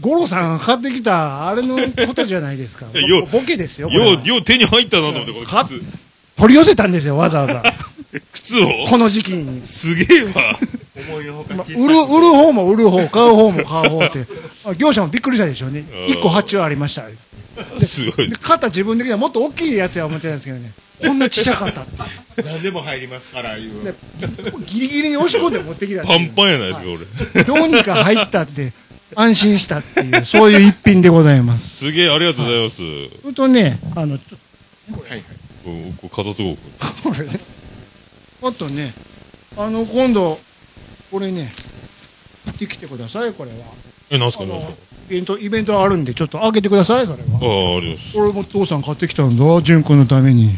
Speaker 4: 五郎さんが買ってきた、あれのことじゃないですか。
Speaker 1: いやよう
Speaker 4: ボケですよ、
Speaker 1: よ
Speaker 4: これは
Speaker 1: う、よう手に入ったなと思って、この
Speaker 4: か
Speaker 1: 靴、
Speaker 4: 取り寄せたんですよ、わざわざ。
Speaker 1: 靴を
Speaker 4: この時期に。
Speaker 1: すげえわ。
Speaker 4: まあ 売る、売る方も売る方、買う方も買う方って。あ業者もびっくりしたでしょうね。
Speaker 1: ん
Speaker 4: 一個発注ありました。
Speaker 1: すごい
Speaker 4: で。買った自分的にはもっと大きいやつや思ってたんですけどね。こんなちっちゃかったって。
Speaker 6: 何でも入りますからいう
Speaker 4: でここギリギリに押し込んで持ってきたって
Speaker 1: パ
Speaker 4: い
Speaker 1: ン
Speaker 4: う。
Speaker 1: パンやないですか、これ。
Speaker 4: どうにか入ったって、安心したっていう、そういう一品でございます。
Speaker 1: すげえ、ありがとうございます。
Speaker 4: それとね、あの、ちょ
Speaker 1: うんこう飾っとこう。
Speaker 4: これね、
Speaker 5: あとねあの今度これね行ってきてくださいこれは
Speaker 1: え、なんすか、
Speaker 5: あ
Speaker 1: なんす
Speaker 5: の
Speaker 1: か。
Speaker 5: イベントイベントあるんでちょっと開けてくださいそれは
Speaker 1: ああ、ありがとうございます。
Speaker 4: 俺も父さん買ってきたんだ、純君のために。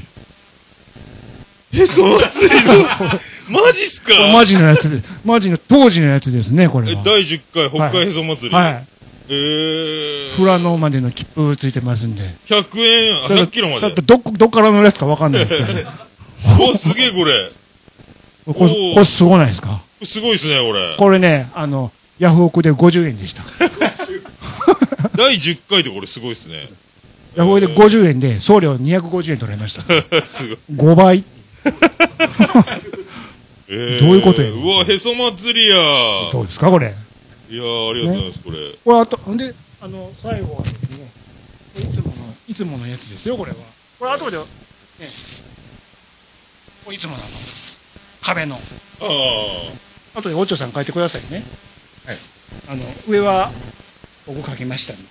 Speaker 1: え、そう熱いの マジっすか
Speaker 4: これマジのやつで、 マジの当時のやつですね、これ
Speaker 1: え、
Speaker 4: は。
Speaker 1: 第10回北海へそ祭り。
Speaker 4: はい。
Speaker 1: えー。
Speaker 4: 富良野までの切符ついてますんで。
Speaker 1: 100円、あ100キロま
Speaker 4: ちょっ
Speaker 1: で
Speaker 4: と。どっ、どっからのやつかわかんないですけど、
Speaker 1: おすげえこれ。
Speaker 4: こ
Speaker 1: お
Speaker 4: れ、
Speaker 1: ー
Speaker 4: これすごないですか
Speaker 1: すごいっすね、これ。
Speaker 4: これね、あの、ヤフオクで50円でした。
Speaker 1: 第10回でこれすごいっすね。
Speaker 4: ヤフオクで50円で送料250円取られました。
Speaker 1: すごい。
Speaker 4: 5倍。
Speaker 1: えー
Speaker 4: どういうことや
Speaker 1: うわ、へそ祭りや。いや
Speaker 4: どうですか、これ。
Speaker 1: ー、ありがとうございます、これ。
Speaker 4: これあと、んで、あの、最後はですね、いつもの、いつものやつですよ、これは。これ後で、ね、これいつものあの壁の。
Speaker 1: あ
Speaker 4: 後で、おちょさん書いてくださいね。はい。あの、上は、僕書きましたんで。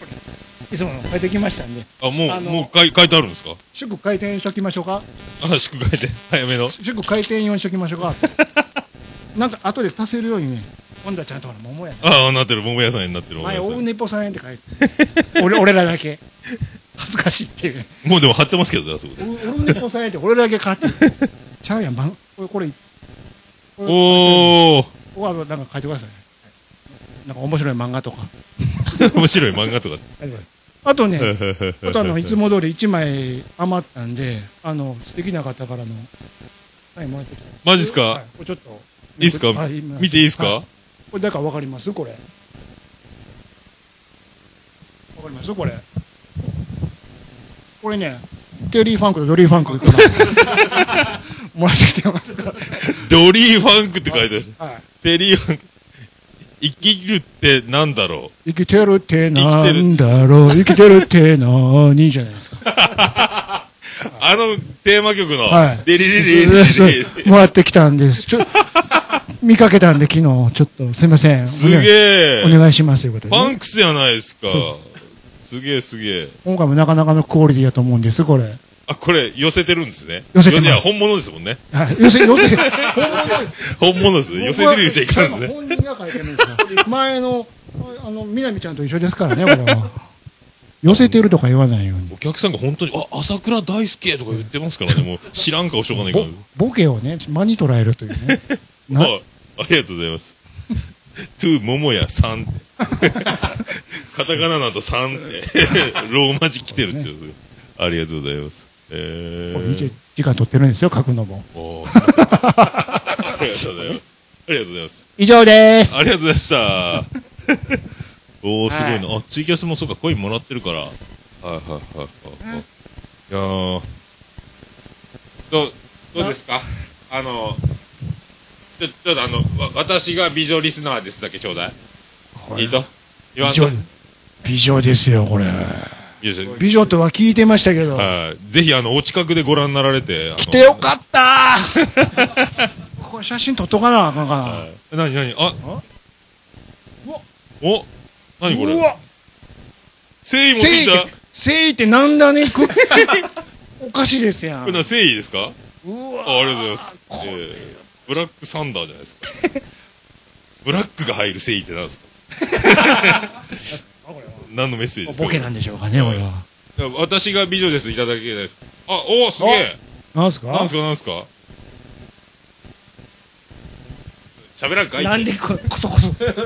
Speaker 4: これ、いつもの書いてきましたんで、
Speaker 1: あ。あ、もう、
Speaker 4: あの
Speaker 1: もう書い書いてあるんですか
Speaker 4: 祝回転しときましょうか。
Speaker 1: あ、祝書いて。 早めの。
Speaker 4: 祝回転用にしときましょう か。なんか、後で足せるようにね、今度はちゃんとほら、桃やね。
Speaker 1: ああ、なってる。桃屋さんになってる。桃
Speaker 4: 前、
Speaker 1: 屋
Speaker 4: オ
Speaker 1: さ
Speaker 4: ー
Speaker 1: ん
Speaker 4: ネポさんへって書いて。俺、俺らだけ。恥ずかしいっていうね。
Speaker 1: もうでも貼ってますけどね、あそこで。
Speaker 4: 俺の猫さえて俺だけ勝ってるちゃうやんばんこれこれ
Speaker 1: おー。
Speaker 4: ここはなんか書いてくださいねなんか面白い漫画とか
Speaker 1: 面白い漫画とか。
Speaker 4: あとね あとあのいつも通り1枚余ったんであの素敵な方からのサインもらってきた
Speaker 1: マジっす
Speaker 4: はい
Speaker 1: か
Speaker 4: これちょっと
Speaker 1: いいっすか
Speaker 4: はい今
Speaker 1: 見ていいっす
Speaker 4: は
Speaker 1: か
Speaker 4: これだからわかりますこれわかりますこれこれねテリーファンクとドリーファンクから もらってきてますから
Speaker 1: ドリーファンクって書いてある。
Speaker 4: はい
Speaker 1: テリーファンク。生きるってなんだろ
Speaker 4: 生きてるってなんだろう生きてるって何じゃないですか。
Speaker 1: う。あのテーマ曲の。
Speaker 4: はい
Speaker 1: デリリリリリリ。
Speaker 4: もらってきたんです。ちょ見かけたんで昨日、ちょっとすいません。
Speaker 1: すげ
Speaker 4: お
Speaker 1: え。
Speaker 4: 願いしますということで、
Speaker 1: パ
Speaker 4: ね。
Speaker 1: ンクスやないですか。すげえすげえ。
Speaker 4: 今回もなかなかのクオリティだと思うんです、これ。
Speaker 1: あ、これ、寄せてるんですね。
Speaker 4: 寄せてます
Speaker 1: いや、本物ですもんね。
Speaker 4: はい寄せ、寄せ、本物
Speaker 1: 本物です。寄せてる言っちゃいかんですね。
Speaker 4: 本人が書いてるんですよ。前の、あの、南ちゃんと一緒ですからね、これは。寄せてるとか言わないように。
Speaker 1: お客さんが本当に、あ、朝倉大輔とか言ってますからね、もう知らん顔しょうがないから。
Speaker 4: ボケをね、間に捉えるというね。な
Speaker 1: はいありがとうございます。 トゥー、桃屋さんって。 カタカナだとさんって。 ローマ字来てるっていう。ありがとうございます。え
Speaker 4: これ
Speaker 1: ー
Speaker 4: 20。時間取ってるんですよ、書くのも。
Speaker 1: おーすいませんありがとうございます。ありがとうございます。
Speaker 4: 以上です。
Speaker 1: ありがとうございま した。おー、すごいな。あ、ツイキャスもそうか、コインもらってるから。はいはいはいはいはい。いやー。
Speaker 6: どうどうですかあのちょちょっとあのわ私が美女リスナーですだけちょうだい
Speaker 4: これ
Speaker 6: いいと言わ
Speaker 4: 美
Speaker 6: んと
Speaker 4: 女、美女ですよ、これ。
Speaker 1: いいですね
Speaker 4: 美女とは聞いてましたけど、
Speaker 1: はい。ぜひ、あの、お近くでご覧になられて。来
Speaker 4: 来てよか ったーこれ写真撮っとかなあかんか
Speaker 1: なになにあおなにこ
Speaker 4: な。
Speaker 1: れ
Speaker 4: うわ
Speaker 1: 誠意も
Speaker 4: 誠
Speaker 1: つい
Speaker 4: 意
Speaker 1: た
Speaker 4: って、誠意ってなんだね、く おかしいです
Speaker 1: こ
Speaker 4: やん。
Speaker 1: れな
Speaker 4: う
Speaker 1: 誠意ですか
Speaker 4: わ
Speaker 1: あありがとうございます。えーブラックサンダーじゃないですか。 ブラックが入る誠意って何ですか何のメッセージですか
Speaker 4: ボケなんでしょうかね、俺は。
Speaker 1: いや私が美女ですいただけないです。あ、おーすげえ
Speaker 4: なんすか
Speaker 1: なんすかなんすか喋らんかい
Speaker 4: なんでこ、こそこそ。恥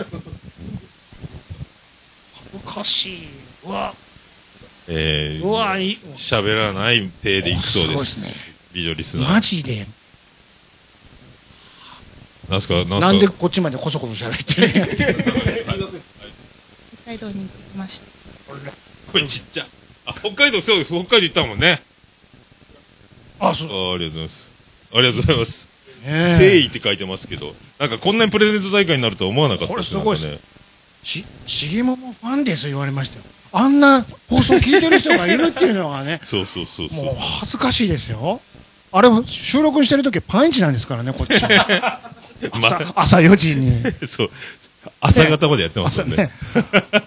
Speaker 4: ずかしい。うわ、
Speaker 1: えー
Speaker 4: うわ、いい。
Speaker 1: 喋らない体でいくそうで
Speaker 4: お
Speaker 1: す。
Speaker 4: すごいっすね
Speaker 1: 美女リスナー。
Speaker 4: マジで。
Speaker 1: なんすかなんすか
Speaker 4: なんでこっちまでこそこそ喋って る
Speaker 7: 北海道に行ってきました。
Speaker 1: これちっちゃ。あ、北海道、そうです。北海道行ったもんね。
Speaker 4: あ、そ
Speaker 1: あ
Speaker 4: う。
Speaker 1: ーありがとうございます。ありがとうございます。
Speaker 4: ねえ
Speaker 1: 誠意って書いてますけど、なんかこんなにプレゼント大会になるとは思わなかった
Speaker 4: これす
Speaker 1: ね
Speaker 4: ごいっす
Speaker 1: なんかね。、
Speaker 4: ち、ちげももファンです言われましたよ。あんな放送聞いてる人がいるっていうのがね
Speaker 1: そうそうそう そう
Speaker 4: もう。恥ずかしいですよ。あれ、収録してる時パンイチなんですからね、こっ ち。
Speaker 1: ま
Speaker 4: 朝朝4時に。
Speaker 1: あ、そう。朝方までやってます
Speaker 4: 朝
Speaker 1: よ
Speaker 4: ね
Speaker 1: ね。。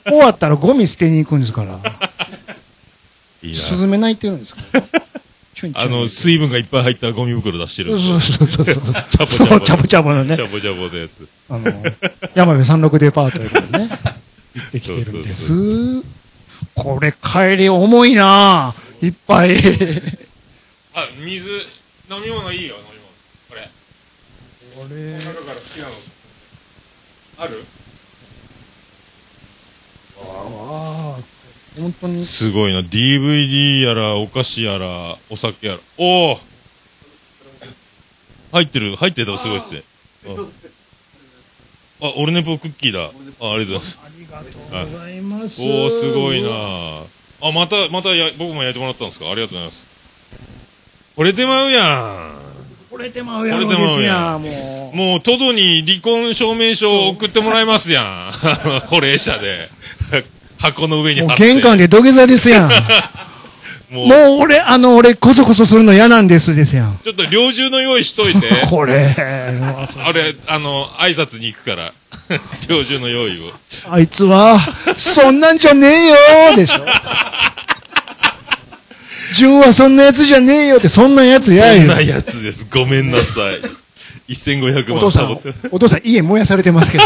Speaker 4: 終わったらゴミ捨てに行くんですから。
Speaker 1: いい
Speaker 4: スズメないって言うんですから。チュンチ
Speaker 1: な。あ
Speaker 4: ュン
Speaker 1: の、水分がいっぱい入ったゴミ袋出してるん
Speaker 4: そう
Speaker 1: です
Speaker 4: そ
Speaker 1: よ。
Speaker 4: うそうそう。
Speaker 1: チャポチャ
Speaker 4: そ
Speaker 1: ポ。
Speaker 4: う、チャボチャボのね
Speaker 1: チ、ャポチャポのやつ。
Speaker 4: あの、山部三六デパートということでね、行ってきてるんで
Speaker 1: そ
Speaker 4: す。これ帰り重いなぁ。いっぱい。
Speaker 6: あ水飲み物いいよ飲み物これこれ中から好きなのある
Speaker 4: ああ、本当に。
Speaker 1: すごいな。DVD やら、お菓子やら、お酒やら。おお入ってる、入ってたらすごいっすね。あ、あオルネポクッキーだ。あありがとうございます。
Speaker 4: ありがとうございます。
Speaker 1: おおすごいな。あ、また、またや、僕も焼いてもらったんですかありがとうございます。惚れてまうや
Speaker 4: これてまうや
Speaker 1: こ
Speaker 4: ろ
Speaker 1: れ
Speaker 4: で
Speaker 1: てまうやん
Speaker 4: すやん、も
Speaker 1: ん。もう、トドに離婚証明書を送ってもらいますやん。 保冷車で。箱の上に
Speaker 4: う。も
Speaker 1: 貼
Speaker 4: う
Speaker 1: って。
Speaker 4: 玄関で土下座ですやん。
Speaker 1: もう、
Speaker 4: もう俺、あの、俺、こそこそするの嫌なんですですやん。
Speaker 1: ちょっと猟銃の用意しとい て。
Speaker 4: これ、
Speaker 1: あれ、あの、挨拶に行くから。 猟銃の用意を。
Speaker 4: あいつは、そんなんじゃねえよーでしょ。純はそんなやつじゃねえよって、そんなやつや
Speaker 1: そん
Speaker 4: よ
Speaker 1: な。やつです。ごめんなさい。1500
Speaker 4: お父
Speaker 1: 万
Speaker 4: さ
Speaker 1: サボ
Speaker 4: ん
Speaker 1: って。、
Speaker 4: お父さん家燃やされてますけど、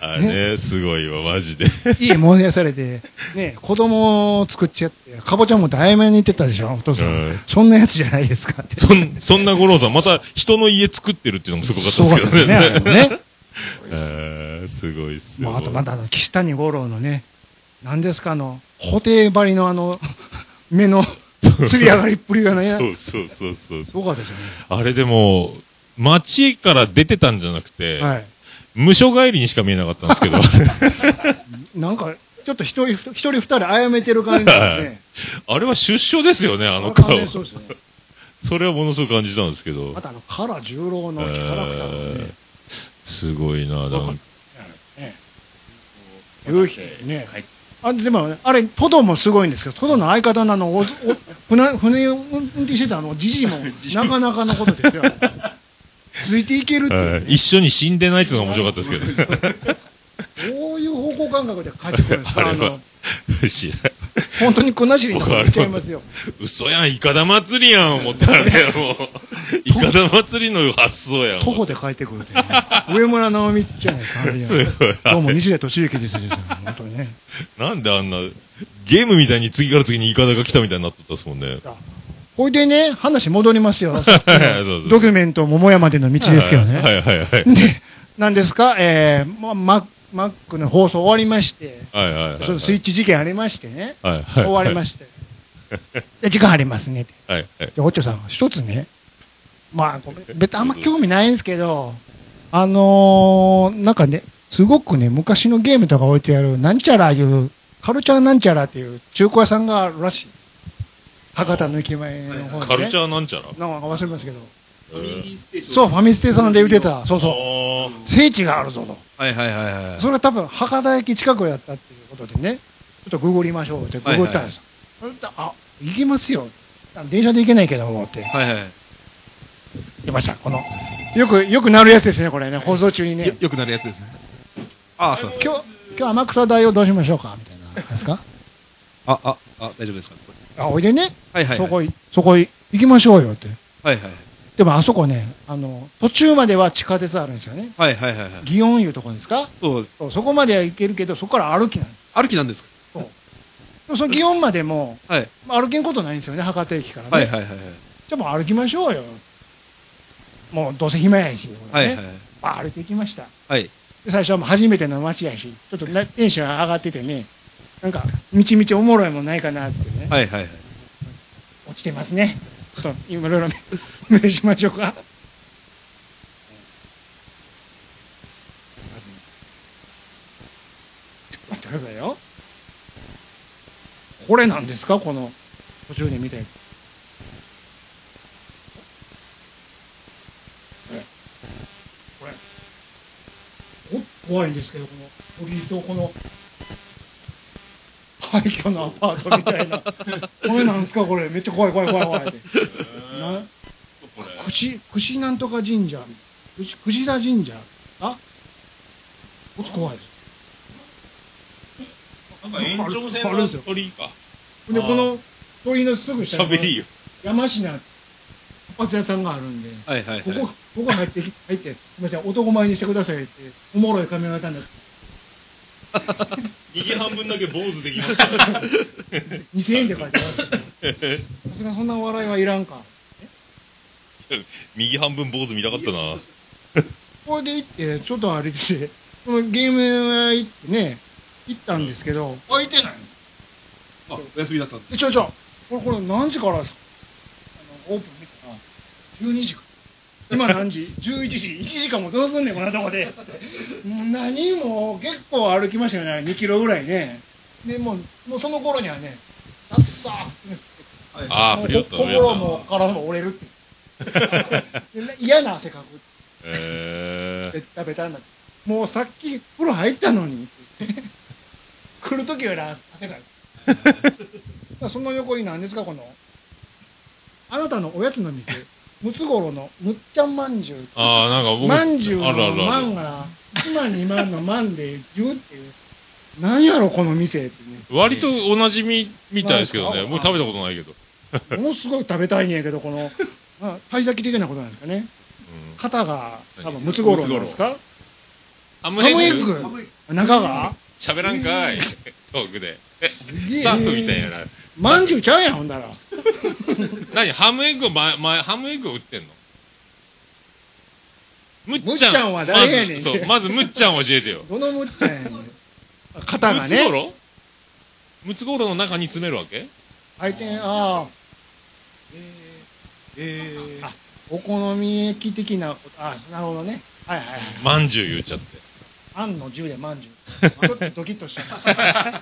Speaker 1: あれね、すごいわ、マジで。
Speaker 4: 家燃やされて、ね、子供を作っちゃって、かぼちゃも大名に行ってたでしょ、お父さん。
Speaker 1: うん
Speaker 4: そんなやつじゃないですかって。
Speaker 1: そん、そんな五郎さん、また人の家作ってるっていうのもすごかったですけどね。
Speaker 4: そうなんですね、あれもね。
Speaker 1: えーすごいっすよ。
Speaker 4: まあ、あとまだあの岸谷五郎のね、何ですか、あの、布袋張りのあの、 目のつり上がりっぷりがね、
Speaker 1: そうそうそうそう。
Speaker 4: そうかったですよ
Speaker 1: あれでも、街から出てたんじゃなくて、
Speaker 4: ね。はい。
Speaker 1: 無所帰りにしか見えなかったんです けど、
Speaker 4: なんか、ちょっと一人、一人二人あやめてる感じですね。
Speaker 1: あれは出所ですよね、あ
Speaker 4: あ
Speaker 1: の
Speaker 4: の
Speaker 1: 顔
Speaker 4: 感。じそうですね。
Speaker 1: それはものすごく感じたんですけど
Speaker 4: ま、たあの、唐十郎のキャラクターのね、
Speaker 1: すごいな、なんか
Speaker 4: 夕日、ね。あ、でもね、あれ、トドもすごいんですけど、トドの相方のあの、おお船、船を運転してたあの、じじいも、なかなかのことですよ。ついていけるっていう
Speaker 1: は
Speaker 4: ね、
Speaker 1: い一緒に死んでないっていうのが面白かったですけど、
Speaker 4: こういう方向感覚で帰ってくるんです
Speaker 1: あれ
Speaker 4: よ。
Speaker 1: は
Speaker 4: あの、
Speaker 1: 知らない
Speaker 4: 本当に粉尻になっちゃいますよ。
Speaker 1: 嘘やん、イカダ祭りやん、思ったらね、もう。イカダ祭りの発想やん。
Speaker 4: 徒歩で帰ってくるってね、上村直美じゃないですか、あれ
Speaker 1: すごい
Speaker 4: どうも西出敏行ですですよ、本当にね。
Speaker 1: なんであんな、ゲームみたいに次から次にイカダが来たみたいになっとったっすもんね。
Speaker 4: ほいでね、話戻りますよ。さっき
Speaker 1: そうそう
Speaker 4: のドキュメント桃山での道ですけどね。
Speaker 1: はいはいはい。
Speaker 4: で、何ですか、えー、ま、ママックの放送終わりまして、
Speaker 1: はいはいはい。
Speaker 4: ちょっとスイッチ事件ありましてね、
Speaker 1: はいはい。
Speaker 4: 終わりまして。で、時間ありますねって。
Speaker 1: はいはい。
Speaker 4: で、おっちょさん、一つね、まあ、ごめん別にあんま興味ないんですけど、あのー、なんかね、すごくね、昔のゲームとか置いてある、なんちゃらいう、カルチャーなんちゃらっていう中古屋さんがあるらしい。博多の駅前の方に、ね。
Speaker 1: カルチャーなんちゃら
Speaker 4: なんか忘れますけ
Speaker 1: え
Speaker 4: ど。
Speaker 1: ー
Speaker 4: そう、ファミステさんで言ってた。そうそう。
Speaker 1: あ
Speaker 4: 聖地があるぞと。
Speaker 2: はいはいはいはい
Speaker 4: それは多分、博多駅近くやったっていうことでね、ちょっとググりましょうってググったんですよ。それであ、行けますよ。電車で行けないけどもって。
Speaker 2: はいはい
Speaker 4: 出ました。この、よく、よくなるやつですね、これね。放送中にね
Speaker 2: よ。よくなるやつですねああそうそう
Speaker 4: 今日、今日天草大をどうしましょうかみたいな。ですか
Speaker 2: あああ大丈夫ですかこれ
Speaker 4: あ、おいでね。
Speaker 2: はいはいは
Speaker 4: そ
Speaker 2: い
Speaker 4: こい、そこい行きましょうよって。
Speaker 2: はいはい
Speaker 4: でもあそこね、あの、途中までは地下鉄あるんですよね。
Speaker 2: はいはいはいはい
Speaker 4: 祇園いうとこですか
Speaker 2: そう
Speaker 4: そうそこまでは行けるけど、そこから歩きなんです。
Speaker 2: 歩きなんですか
Speaker 4: でもその祇園までも、
Speaker 2: はい
Speaker 4: まあ、歩けんことないんですよね、博多駅からね。
Speaker 2: はいはいはい
Speaker 4: じゃあもう歩きましょうよ。もうどうせ暇やし、ね
Speaker 2: はいはいはい
Speaker 4: まあ歩いていきました。
Speaker 2: はい
Speaker 4: で最初はもう初めての街やし、ちょっとなテンション上がっててね、なんか、みちみちおもろいもんないかなっつってね、
Speaker 2: はいはいはい
Speaker 4: 落ちてますね。ちょっと、いろいろ 目目しましょうか。まずちょっと待ってくださいよ。これなんですかこの、途中で見たやつ。これ。これ。お怖いんですけど、この鳥居とこの、廃墟のアパートみたいな。これなんですかこれめっちゃ怖い怖い 怖い怖いってな串串なんとか神社串串田神社あこっち怖いです
Speaker 1: なんか延長線
Speaker 4: あるん
Speaker 1: の
Speaker 4: ですよ
Speaker 1: 鳥居か。あ
Speaker 4: で
Speaker 1: ー
Speaker 4: この鳥居のすぐ下に
Speaker 1: 喋りよ。
Speaker 4: 山科活発屋さんがあるんで
Speaker 2: はいはい
Speaker 4: こ
Speaker 2: は
Speaker 4: こ
Speaker 2: い
Speaker 4: ここ入ってき入ってすみません男前にしてくださいっておもろい髪型になって
Speaker 1: 右半分だけ坊主できま した。
Speaker 4: 2000円で書いてますよ さすがにそんな笑いはいらんか
Speaker 1: 右半分坊主見たかったな。
Speaker 4: これで行って、ちょっと歩いてて、このゲーム屋行ってね、行ったんですけど、空いてないんです。
Speaker 2: あお休みだったんで
Speaker 4: で、ちょちょ、これ、これ何時からですかあの、オープン見たら、12時から。今何時 ?11 時。1時間もどうすんねん、こんなとこで。 もう何も、結構歩きましたよね、2キロぐらいね。で、もう、もうその頃にはね、ダッサーって
Speaker 1: ああ、
Speaker 4: も
Speaker 1: 振りよ
Speaker 4: う
Speaker 1: った、振りよ
Speaker 4: 心
Speaker 1: った。
Speaker 4: も体も折れるって。 で嫌な汗かく。
Speaker 1: えー
Speaker 4: ベタベタになってもうさっき風呂入ったのに って言って来る時より汗かい たその横に何ですかこのあなたのおやつの店ムツゴロウのむっちゃんまんじゅう
Speaker 1: ああ、なんか僕、
Speaker 4: まんじゅうの
Speaker 1: あるある
Speaker 4: ま
Speaker 1: あ
Speaker 4: ん
Speaker 1: る。
Speaker 4: が1万2万のまんで10っていう何やろこの店ってね
Speaker 1: 割とおなじみみたいですけどね。
Speaker 4: なん
Speaker 1: もう
Speaker 4: ですか
Speaker 1: 食べたことないけど。
Speaker 4: ものすごい食べたいんやけどこのまあたい焼き的なことなんですかね肩が多分ムツゴロウなんですか
Speaker 1: ハム
Speaker 4: ハムエッ
Speaker 1: グ
Speaker 4: グ中が
Speaker 1: 喋らんか い。トークで。スタッフみたいやな。
Speaker 4: まんじゅうちゃうやんほんだら
Speaker 1: 何ハムエッグを前、前、ハムエッグを売ってんのむっ
Speaker 4: むっ
Speaker 1: ち
Speaker 4: ち
Speaker 1: ゃん。
Speaker 4: ゃんは誰やね
Speaker 1: ま
Speaker 4: ん
Speaker 1: ずそう、まずむっちゃんを教えてよ。
Speaker 4: どのむっちゃんやねん肩
Speaker 1: ム
Speaker 4: が
Speaker 1: ツゴ
Speaker 4: ね
Speaker 1: ロウムツゴロウの中に詰めるわけ
Speaker 4: 回転ああ
Speaker 2: ええ
Speaker 4: お好み焼き的なことああなるほどねはいはいはい
Speaker 1: まんじゅう言っちゃって。
Speaker 4: あんの銃でまんじゅうちょっとドキッ としたんですよ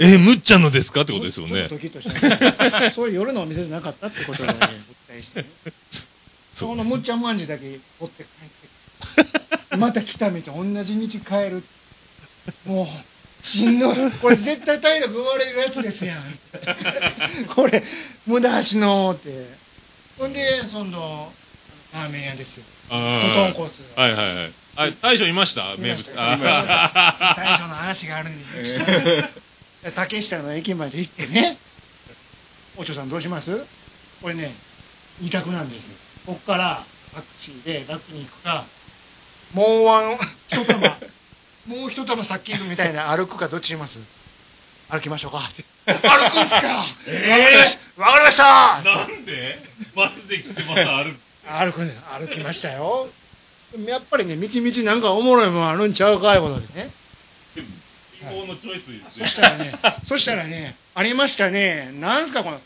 Speaker 1: えー、むっちゃんのですかってことですよ
Speaker 4: ちょっ
Speaker 1: ね
Speaker 4: と。ドキッとしたんですそういう夜のお店じゃなかったってことをねお伝えしてね
Speaker 1: そう
Speaker 4: そこのむっちゃんまんじゅうだけ持って帰ってまた来た道同じ道帰るもうしんどいこれ絶対体力奪われるやつですやん これ無駄足のってほんでそのラーメン屋ですよ
Speaker 1: あ
Speaker 4: ト
Speaker 1: ー
Speaker 4: トンコツ
Speaker 1: はいはいはい。あ、大将いました
Speaker 4: い
Speaker 1: 名
Speaker 4: まし
Speaker 1: 物。
Speaker 4: た
Speaker 1: あ
Speaker 4: 大将の話があるんで竹下の駅まで行ってね、お嬢さんどうしますこれね、二択なんです。ここからタクシーで楽に行くか、もうワン、一 玉、もう一玉先行くみたいな歩くかどっちします歩きましょうかって。歩くんすかわ、かりましたわかりました
Speaker 8: なんでバスで来てまた歩く
Speaker 4: 歩くんです歩きましたよでもやっぱりねみちみちなんかおもろいもんあるんちゃうかいうことでね
Speaker 8: 貧乏のチョイスで
Speaker 4: そしたらねそしたらねありましたねなんすかこの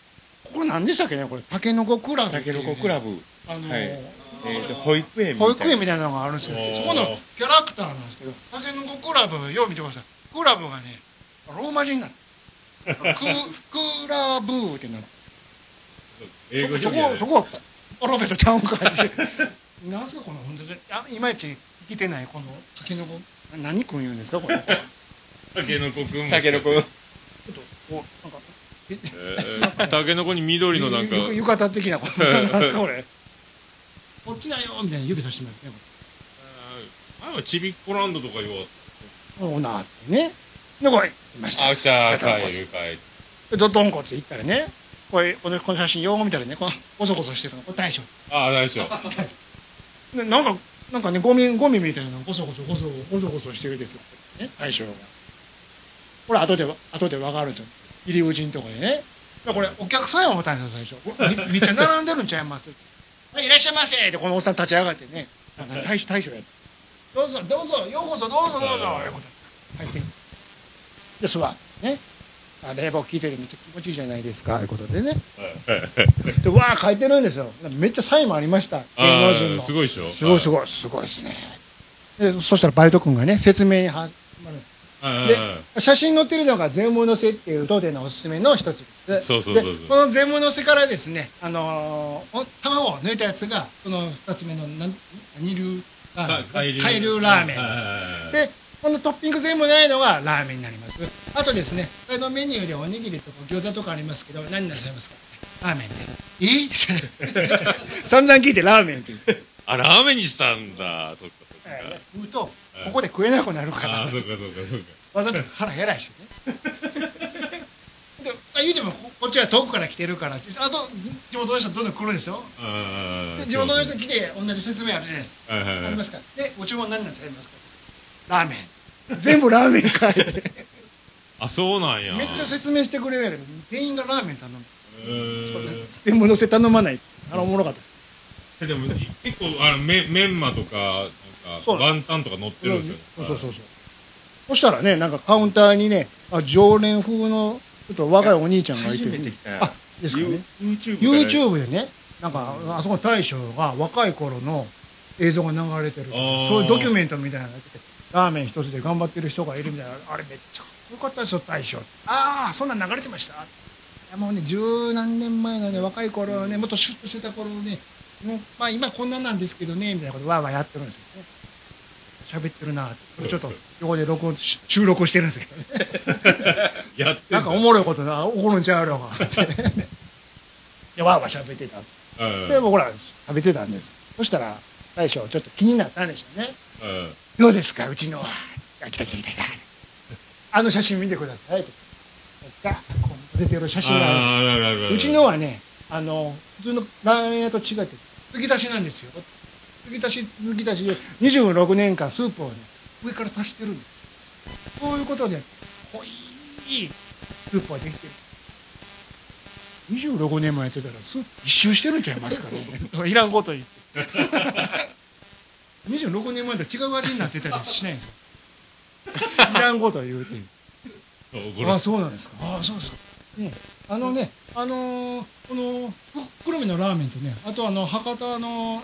Speaker 4: ここ何でしたっけねこれタケノコクラブ
Speaker 5: タ
Speaker 4: ってい
Speaker 5: ケ
Speaker 4: うね
Speaker 5: ノコクラブ、
Speaker 4: あのー
Speaker 5: はいえーと保育園みたい
Speaker 4: 保
Speaker 5: な
Speaker 4: 育園みたいなのがあるんですよ
Speaker 8: おー
Speaker 4: そこのキャラクターなんですけどタケノコクラブよう見てくださいクラブがねローマ字になるククラブってなる
Speaker 8: 英語表
Speaker 4: そ
Speaker 8: 現
Speaker 4: こそこはアロベルちゃうんかいってなんすかこの本当にあいまいち生きてないこのタケノコ何君言うんですかこれちょっ
Speaker 8: タケノコくん
Speaker 5: タケノコ
Speaker 4: とこうなんか
Speaker 1: えータケノコに緑のなんか
Speaker 4: ゆゆ浴衣的 なことなんですかこれこっちだよみたいな指さしてますね
Speaker 8: 前はちびっこランドとか言おう
Speaker 4: これオーナーってねでこれいました
Speaker 8: あ来た帰る帰る
Speaker 4: でドドンコって行ったらねこれこのこの写真よう見たらねこのゴソゴソしてるのこれ大将
Speaker 8: あ大将
Speaker 4: でなんかなんかねゴミゴミみたいなのゴソゴソゴソゴソゴソしてるんですよ、ね、大将がこれ後で後で分かるんですよ入り口のとこでねだからこれお客さんや思ったんですよ最 初めめっちゃ並んでるんちゃいますはいいらっしゃいませってこのおっさん立ち上がってねあな大将大将やどうぞどうぞようこそどうぞどうぞいうことで入ってで座ってねあ冷房効いててめっちゃ気持ちいいじゃないですかいうことでねでわあ書いてるんですよめっちゃサインもありました芸
Speaker 1: あ
Speaker 4: 能人
Speaker 1: ー
Speaker 4: の
Speaker 1: すごいでしょ
Speaker 4: すごいすごい、すごいですね。で、そしたらバイト君がね、説明には、
Speaker 1: はいはい
Speaker 4: で
Speaker 1: はいはい、
Speaker 4: 写真載ってるのが全部載せっていう当店のおすすめの一つです。
Speaker 1: そうそうそうそう
Speaker 4: でこの全部載せからですね、あのーお卵を抜いたやつが、この二つ目の、なん、何流ラーメン
Speaker 1: か海流
Speaker 4: 海流ラーメンです。でこのトッピング全部ないのがラーメンになりますあとですねサイドメニューでおにぎりとか餃子とかありますけど何になさいますかラーメンでえ 散々聞いてラーメンって言って
Speaker 1: あラーメンにしたんだそっかそっか、
Speaker 4: 言うとここで食えなくなるから
Speaker 1: あーそっかそっかそっか
Speaker 4: わざと腹減らして ねであ言うてもここっちは遠くから来てるからあと地元の人どんどん来るでしょ
Speaker 1: あ
Speaker 4: で
Speaker 1: ー
Speaker 4: 地元の人来て同じ説明あるじゃないですか
Speaker 1: はいはい
Speaker 4: あ
Speaker 1: は
Speaker 4: り
Speaker 1: い
Speaker 4: ますかでご注文何なんですかありますかラーメン全部ラーメン かいて
Speaker 1: あそうなんや
Speaker 4: めっちゃ説明してくれるやん店員がラーメン頼む
Speaker 1: うーん
Speaker 4: 全部乗せ頼まないあれおもろかった
Speaker 1: えでも結構あのメメンマとかなんか
Speaker 4: そう
Speaker 1: ワンタンとか乗って
Speaker 4: そう
Speaker 1: るんですよ、
Speaker 4: そうそうそうそしたらねなんかカウンターにねあ常連風のちょっと若いお兄ちゃんがいて
Speaker 5: 初めて来た
Speaker 4: あですかね
Speaker 5: YouTube から
Speaker 4: YouTube でねなんかあそこの大将が若い頃の映像が流れてる
Speaker 1: あー
Speaker 4: そういうドキュメントみたいなのが出てラーメン一つで頑張ってる人がいるみたいなあれめっちゃかっこよかったですよ大将ああそんなん流れてましたいやもうね十何年前のね若い頃はねもっとシュッとしてた頃ねもうまあ今こんなんなんですけどねみたいなことわーわーやってるんですよね喋ってるなってこれちょっと横で録音し収録してるんですけどね
Speaker 1: やって
Speaker 4: なんかおもろいことな怒るんちゃうやろう かってでわーわー喋ってた
Speaker 1: うん
Speaker 4: で、僕ら食べてたんです。そしたら、大将、ちょっと気になったんでしょうね。
Speaker 1: うん
Speaker 4: どうですか、うちのは。あ、来た来た来た来た。あの写真見てください。ガーッこう出てる写真があ
Speaker 1: あーあるあるあ
Speaker 4: る。
Speaker 1: る
Speaker 4: うちのはね、あの、普通のラーメン屋と違って、継ぎ足しなんですよ。継ぎ足し、継ぎ足しで、26年間スープをね、上から足してるんです。そういうことで、濃いスープができてる。26年もやってたらスープ一周してるんちゃいますかね いらんこと言って26年前と違う味になってたりしないんですかいらんこと言うて
Speaker 1: 怒
Speaker 4: あ
Speaker 1: ら
Speaker 4: あそうなんですかああそうですか、ね、あのねあのーこのふくるみのラーメンとねあとあの博多のん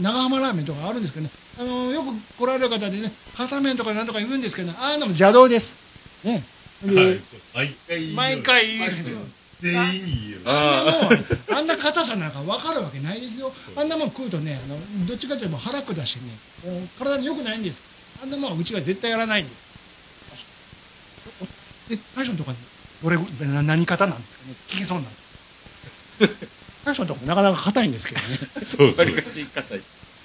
Speaker 4: 長浜ラーメンとかあるんですけどねあのーよく来られる方でね片面とかなんとか言うんですけどねああいうのも邪道ですねで、
Speaker 1: はい毎回
Speaker 4: 毎回
Speaker 1: 全員言う
Speaker 4: あんなもんあんな硬さなんか分かるわけないですよあんなもん食うとねあのどっちかというと腹下してねもう体に良くないんですあんなもんはうちが絶対やらないんですで大将のとこにどれな何方なんですかね聞きそうなんです大将のとこなかなか硬いんですけどね
Speaker 1: そうそう
Speaker 5: 割りかし硬い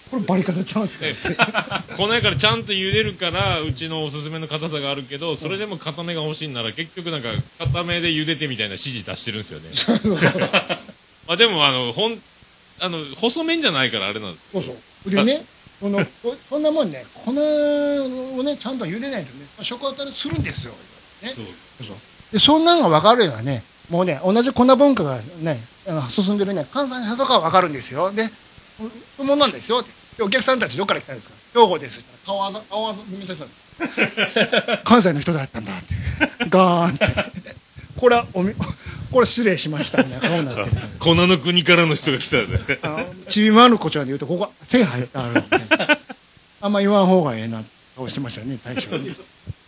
Speaker 4: これバリカタちゃうんですか
Speaker 1: このからちゃんと茹でるからうちのおすすめの硬さがあるけどそれでも固めが欲しいんなら結局なんか固めで茹でてみたいな指示出してるんですよね まあでもあのほんあの細麺じゃないからあれなんです
Speaker 5: そうそう。でね、この、ここんなもんね、粉をね、ちゃんと茹でないとね、食当たりするんですよ。ね。
Speaker 1: そう
Speaker 5: で、そんなのが分かるようなね、もうね、同じ粉文化がね、あの進んでるね、関西の人とかは分かるんですよ。で、こもんなんですよって。でお客さんたちどっから来たんですか兵庫です。顔あざ、顔あざ、みんなしたの
Speaker 4: 関西の人だったんだって。ガーンって。これはお み、これ失礼しましたみたいな顔になってる。
Speaker 1: 粉の国からの人が来たんで
Speaker 4: あの ちびまる子ちゃんで言うと、ここは背入ってあるんで、あんま言わん方がええなって顔してましたよね、大 将。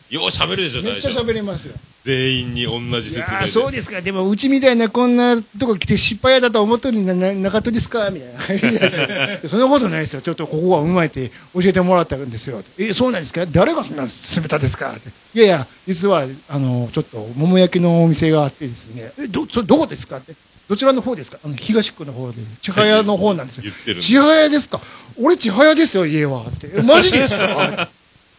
Speaker 1: よう喋るでしょ
Speaker 5: め
Speaker 1: 大
Speaker 5: っちゃ
Speaker 1: 将
Speaker 5: 喋りますよ。
Speaker 1: 全員に同じ説
Speaker 4: あ
Speaker 1: 明
Speaker 4: あそうですか、でもうちみたいなこんなとこ来て失敗やだと思ったのになな中取りですかみたいな いや、そんなことないですよ、ちょっとここはうまいって教えてもらったんですよ、えそうなんですか、誰がそんな勧めたんですかって、いやいや、実はあのちょっと桃焼きのお店があってですね、えどそれどこですかって、どちらの方ですか、あの東区の方で、千早の方なんですよ
Speaker 1: 言ってる
Speaker 4: 千早ですか俺千早ですよ家はつってえマジですか